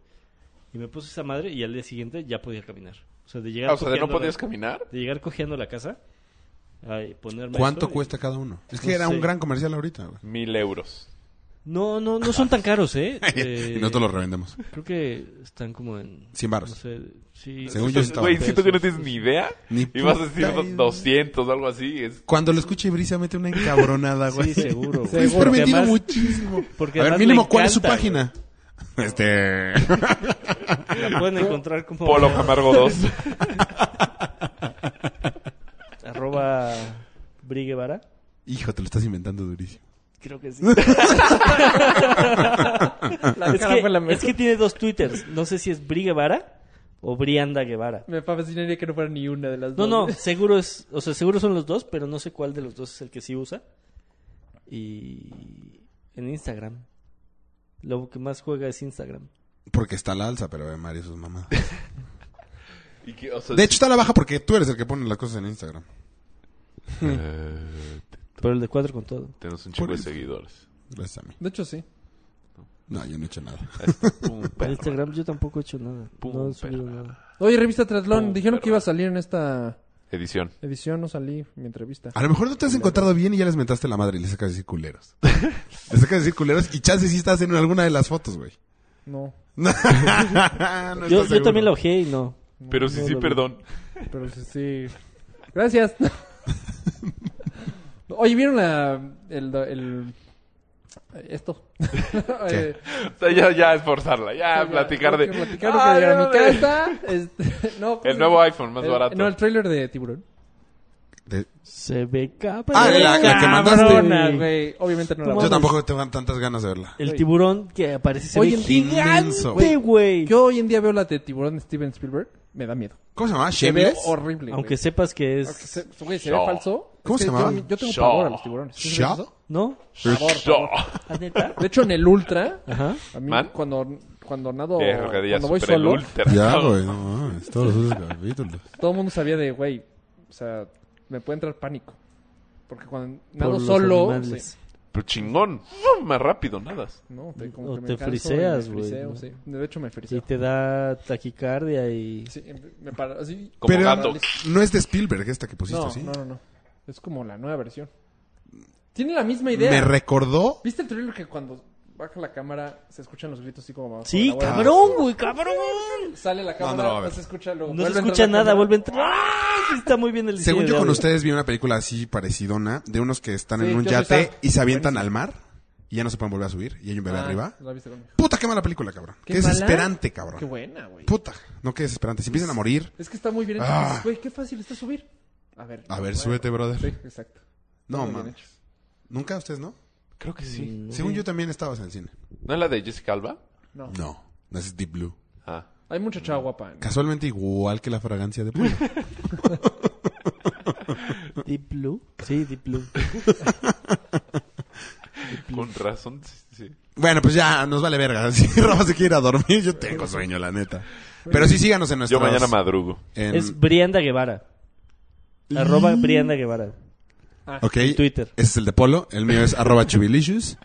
Speaker 4: y me puse esa madre y al día siguiente ya podía caminar. O sea, de llegar
Speaker 7: Ah, o sea, ¿de no
Speaker 4: cojeando a la-
Speaker 7: podías caminar?
Speaker 4: de llegar cojeando a la casa, ay, ponerme
Speaker 5: ¿Cuánto
Speaker 4: esto y-
Speaker 5: cuesta cada uno? Es que
Speaker 4: No
Speaker 5: era
Speaker 4: sé.
Speaker 5: un gran comercial ahorita. güey. *laughs*
Speaker 7: Mil euros.
Speaker 4: No, no, no son tan caros, ¿eh? Eh,
Speaker 5: y nosotros lo revendemos.
Speaker 4: Creo que están como en...
Speaker 5: 100
Speaker 4: No
Speaker 5: baros.
Speaker 4: sé, sí.
Speaker 5: Según yo estaba.
Speaker 7: Güey, siento que no tienes ni idea.
Speaker 5: Ni
Speaker 7: y vas a decir
Speaker 5: puta idea.
Speaker 7: 200 o algo así. Es...
Speaker 5: Cuando lo escuche Bri se mete una encabronada, *laughs* güey.
Speaker 4: Sí, seguro. güey.
Speaker 5: Me has
Speaker 4: Porque
Speaker 5: prometido
Speaker 4: además-
Speaker 5: muchísimo.
Speaker 4: porque
Speaker 5: a ver,
Speaker 4: además le
Speaker 5: mínimo, ¿cuál es su
Speaker 4: encanta,
Speaker 5: página? Este... *laughs*
Speaker 4: La pueden encontrar como *laughs*
Speaker 7: Polo Camargo
Speaker 6: *laughs*
Speaker 7: 2.
Speaker 4: arroba briguevara.
Speaker 5: Hijo, te lo estás inventando durísimo.
Speaker 4: Creo *laughs* que sí.
Speaker 6: La
Speaker 4: es,
Speaker 6: cara
Speaker 4: que,
Speaker 6: fue la
Speaker 4: es que tiene dos twitters. No sé si es Bri Guevara o Brianda Guevara.
Speaker 6: Me fascinaría que no fuera ni una de las
Speaker 4: No,
Speaker 6: dos.
Speaker 4: no, seguro es, o sea, seguro son los dos, pero no sé cuál de los dos es el que sí usa. Y en Instagram. Lo que más juega es Instagram.
Speaker 5: Porque está la alza, pero eh, Mario, sus mamás.
Speaker 7: Y que, o sea,
Speaker 5: De hecho, está la baja porque tú eres el que pone las cosas en Instagram.
Speaker 7: eh,
Speaker 4: Pero el de cuatro con todo.
Speaker 7: tenemos un chingo de seguidores.
Speaker 5: Gracias a mí.
Speaker 6: De hecho, sí.
Speaker 5: No, yo no he hecho nada.
Speaker 7: Ahí está. Pum,
Speaker 4: En
Speaker 7: perra.
Speaker 4: Instagram yo tampoco he hecho nada.
Speaker 7: Pum,
Speaker 4: no he subido
Speaker 7: perra.
Speaker 4: nada.
Speaker 6: Oye, revista Traslón,
Speaker 7: Oh,
Speaker 6: dijeron
Speaker 7: perra.
Speaker 6: que iba a salir en esta
Speaker 7: Edición.
Speaker 6: edición, no salí mi entrevista.
Speaker 5: A lo mejor no te has encontrado bien y ya les mentaste la madre y les sacas decir culeros. les sacas decir culeros y chances sí estás en alguna de las fotos, güey. *laughs*
Speaker 6: No,
Speaker 5: No
Speaker 4: Yo,
Speaker 5: estás
Speaker 4: yo también la
Speaker 5: seguro.
Speaker 4: ojeé y no.
Speaker 7: Pero sí,
Speaker 4: no
Speaker 7: sí,
Speaker 4: lo vi.
Speaker 7: perdón. *laughs*
Speaker 6: pero sí, sí. *laughs* Gracias. Oye, ¿vieron la, el, el Esto. Eh,
Speaker 7: O sea, ya, ya esforzarla, ya
Speaker 6: ya,
Speaker 7: Ah, platicar de...
Speaker 6: tengo que Platicar de
Speaker 7: Ah,
Speaker 6: que llegar a
Speaker 7: no,
Speaker 6: mi
Speaker 7: de-
Speaker 6: casa. este, *laughs* no, ¿cómo
Speaker 7: El
Speaker 6: se
Speaker 7: nuevo
Speaker 6: llama?
Speaker 7: iPhone más
Speaker 6: El-
Speaker 7: barato.
Speaker 6: No, el trailer de Tiburón.
Speaker 5: De-
Speaker 4: Se ve cabrón.
Speaker 5: Ah, la- la que mandaste.
Speaker 6: Cabrona, güey. Obviamente no la
Speaker 4: ¿Cómo
Speaker 6: voy
Speaker 5: Yo
Speaker 6: a ver.
Speaker 5: tampoco tengo tantas ganas de verla.
Speaker 4: El tiburón que aparece se ve
Speaker 6: Oye,
Speaker 5: inmenso.
Speaker 4: gigante, güey.
Speaker 6: Yo hoy en día veo la de Tiburón de Steven Spielberg. Me da miedo.
Speaker 5: ¿Cómo se llamaba?
Speaker 6: Se ve
Speaker 5: ¿Shameless?
Speaker 6: horrible. güey.
Speaker 4: Aunque sepas que
Speaker 6: Aunque
Speaker 4: es...
Speaker 6: se, güey, se ve
Speaker 7: Shaw.
Speaker 6: falso.
Speaker 5: ¿Cómo
Speaker 6: Es
Speaker 5: se
Speaker 6: que
Speaker 5: llamaba?
Speaker 6: Yo, yo tengo
Speaker 7: Shaw.
Speaker 6: pavor a los tiburones. ¿Sí sabes
Speaker 5: ¿Shaw?
Speaker 6: eso?
Speaker 4: ¿no?
Speaker 7: Yo.
Speaker 4: ¿Ah, neta?
Speaker 6: De hecho, en el Ultra,
Speaker 4: Ajá.
Speaker 6: a mí
Speaker 7: ¿Man?
Speaker 6: cuando, cuando nado,
Speaker 7: Eh, Rodríguez,
Speaker 6: cuando voy
Speaker 7: super el
Speaker 6: solo,
Speaker 7: ultra.
Speaker 5: Ya, güey, no mames, todos los otros capítulos.
Speaker 6: todo el mundo sabía de, güey, o sea, me puede entrar pánico. Porque cuando
Speaker 4: Por
Speaker 6: nado
Speaker 4: los
Speaker 6: solo,
Speaker 4: animales.
Speaker 6: sí,
Speaker 7: Pero chingón. ¡Fum! Más rápido, nada.
Speaker 6: no, te, como
Speaker 4: O
Speaker 6: que me
Speaker 4: te
Speaker 6: canso y me
Speaker 4: friseas, güey,
Speaker 6: friseo,
Speaker 4: ¿no?
Speaker 6: sí. De hecho, me friseo.
Speaker 4: Y te da taquicardia y...
Speaker 6: Sí, em, me paro así.
Speaker 7: Como
Speaker 5: Pero
Speaker 7: gato.
Speaker 5: no es de Spielberg esta que pusiste,
Speaker 6: No,
Speaker 5: ¿sí?
Speaker 6: no, no, no. Es como la nueva versión. Tiene la misma idea.
Speaker 5: Me recordó
Speaker 6: ¿Viste el trailer que cuando baja la cámara se escuchan los gritos así como abajo de
Speaker 4: Sí,
Speaker 6: la abuela?
Speaker 4: cabrón, güey, cabrón.
Speaker 6: Sale la
Speaker 5: no
Speaker 6: cámara,
Speaker 5: la va
Speaker 6: no,
Speaker 5: a ver.
Speaker 6: se escucha luego
Speaker 4: No se
Speaker 6: vuelve a entrar
Speaker 4: escucha
Speaker 6: la
Speaker 4: nada,
Speaker 6: cámara.
Speaker 4: vuelve a entrar. ¡Ah! Sí Está muy bien el diseño
Speaker 5: Según
Speaker 4: de
Speaker 5: yo con
Speaker 4: audio.
Speaker 5: ustedes vi una película así parecidona de unos que están
Speaker 6: Sí,
Speaker 5: en un
Speaker 6: yo soy
Speaker 5: yate
Speaker 6: Sam.
Speaker 5: y se avientan al mar y ya no se pueden volver a subir y hay un bebé
Speaker 6: Ah,
Speaker 5: arriba.
Speaker 6: la viste conmigo.
Speaker 5: Puta, qué mala película, cabrón. Qué,
Speaker 6: ¿Qué mala?
Speaker 5: desesperante,
Speaker 6: Qué
Speaker 5: cabrón.
Speaker 6: buena, güey.
Speaker 5: Puta, no qué desesperante. Si empiezan a morir,
Speaker 6: Es que está muy bien hecho.
Speaker 5: Ah.
Speaker 6: Dices, Güey, qué fácil está subir. A ver.
Speaker 5: a ver,
Speaker 6: bueno.
Speaker 5: súbete, brother.
Speaker 6: Sí, exacto.
Speaker 5: No,
Speaker 6: Muy bien
Speaker 5: mames.
Speaker 6: hecho.
Speaker 5: Nunca ustedes, ¿no?
Speaker 7: Creo que
Speaker 6: Mm.
Speaker 7: sí.
Speaker 5: Según yo también estabas en el cine.
Speaker 7: ¿No es la de Jessica Alba?
Speaker 6: No.
Speaker 5: No, no es Deep Blue.
Speaker 7: Ah.
Speaker 6: Hay mucha chava guapa. ¿no?
Speaker 5: Casualmente igual que la fragancia de Blue.
Speaker 4: Deep Blue. Sí, Deep Blue.
Speaker 7: Con razón, sí. sí.
Speaker 5: *laughs* bueno, pues ya nos vale verga. *laughs* Si Rafa se quiere ir a dormir, yo tengo sueño, la neta. Pero sí síganos en
Speaker 7: Yo
Speaker 5: nuestros
Speaker 7: mañana madrugo.
Speaker 5: en-
Speaker 4: Es Brianda Guevara. Arroba Brianda Guevara.
Speaker 5: Ok.
Speaker 4: Twitter.
Speaker 5: Ese es el de Polo. El mío es arroba chubilicious.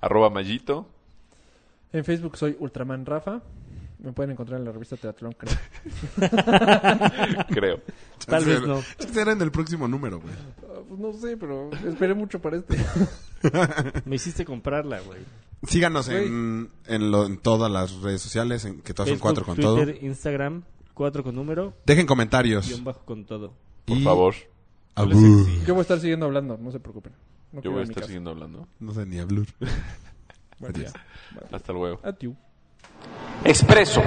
Speaker 7: Arroba Mayito. *laughs*
Speaker 6: En Facebook soy Ultraman Rafa. Me pueden encontrar en la revista Teatrón, creo.
Speaker 7: *laughs* Creo.
Speaker 4: Tal vez
Speaker 5: *laughs*
Speaker 4: no.
Speaker 5: Será en el próximo número, güey.
Speaker 6: *laughs* Ah, pues no sé, pero esperé mucho para este.
Speaker 4: Me hiciste comprarla, güey.
Speaker 5: Síganos en, en, lo- en todas las redes sociales, en, que todas Ah, son
Speaker 4: Facebook,
Speaker 5: cuatro con
Speaker 4: Twitter,
Speaker 5: todo.
Speaker 4: Instagram, cuatro con número,
Speaker 5: Dejen comentarios.
Speaker 4: guión bajo con todo.
Speaker 7: Por
Speaker 5: Y-
Speaker 7: favor.
Speaker 5: Abur.
Speaker 7: Hables sexy.
Speaker 6: *laughs* Yo voy a estar siguiendo hablando, no se preocupen. No
Speaker 7: Yo
Speaker 6: quiero
Speaker 7: voy a
Speaker 6: mi
Speaker 7: estar
Speaker 6: casa.
Speaker 7: siguiendo hablando.
Speaker 5: No sé ni *laughs* hablar.
Speaker 6: Buen día.
Speaker 7: Hasta luego.
Speaker 6: Adiós.
Speaker 8: Expreso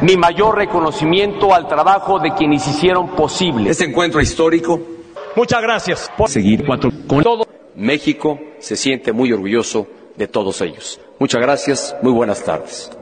Speaker 8: mi mayor reconocimiento al trabajo de quienes hicieron posible este encuentro histórico. Muchas gracias por seguir con todo. México se siente muy orgulloso de todos ellos. Muchas gracias, muy buenas tardes.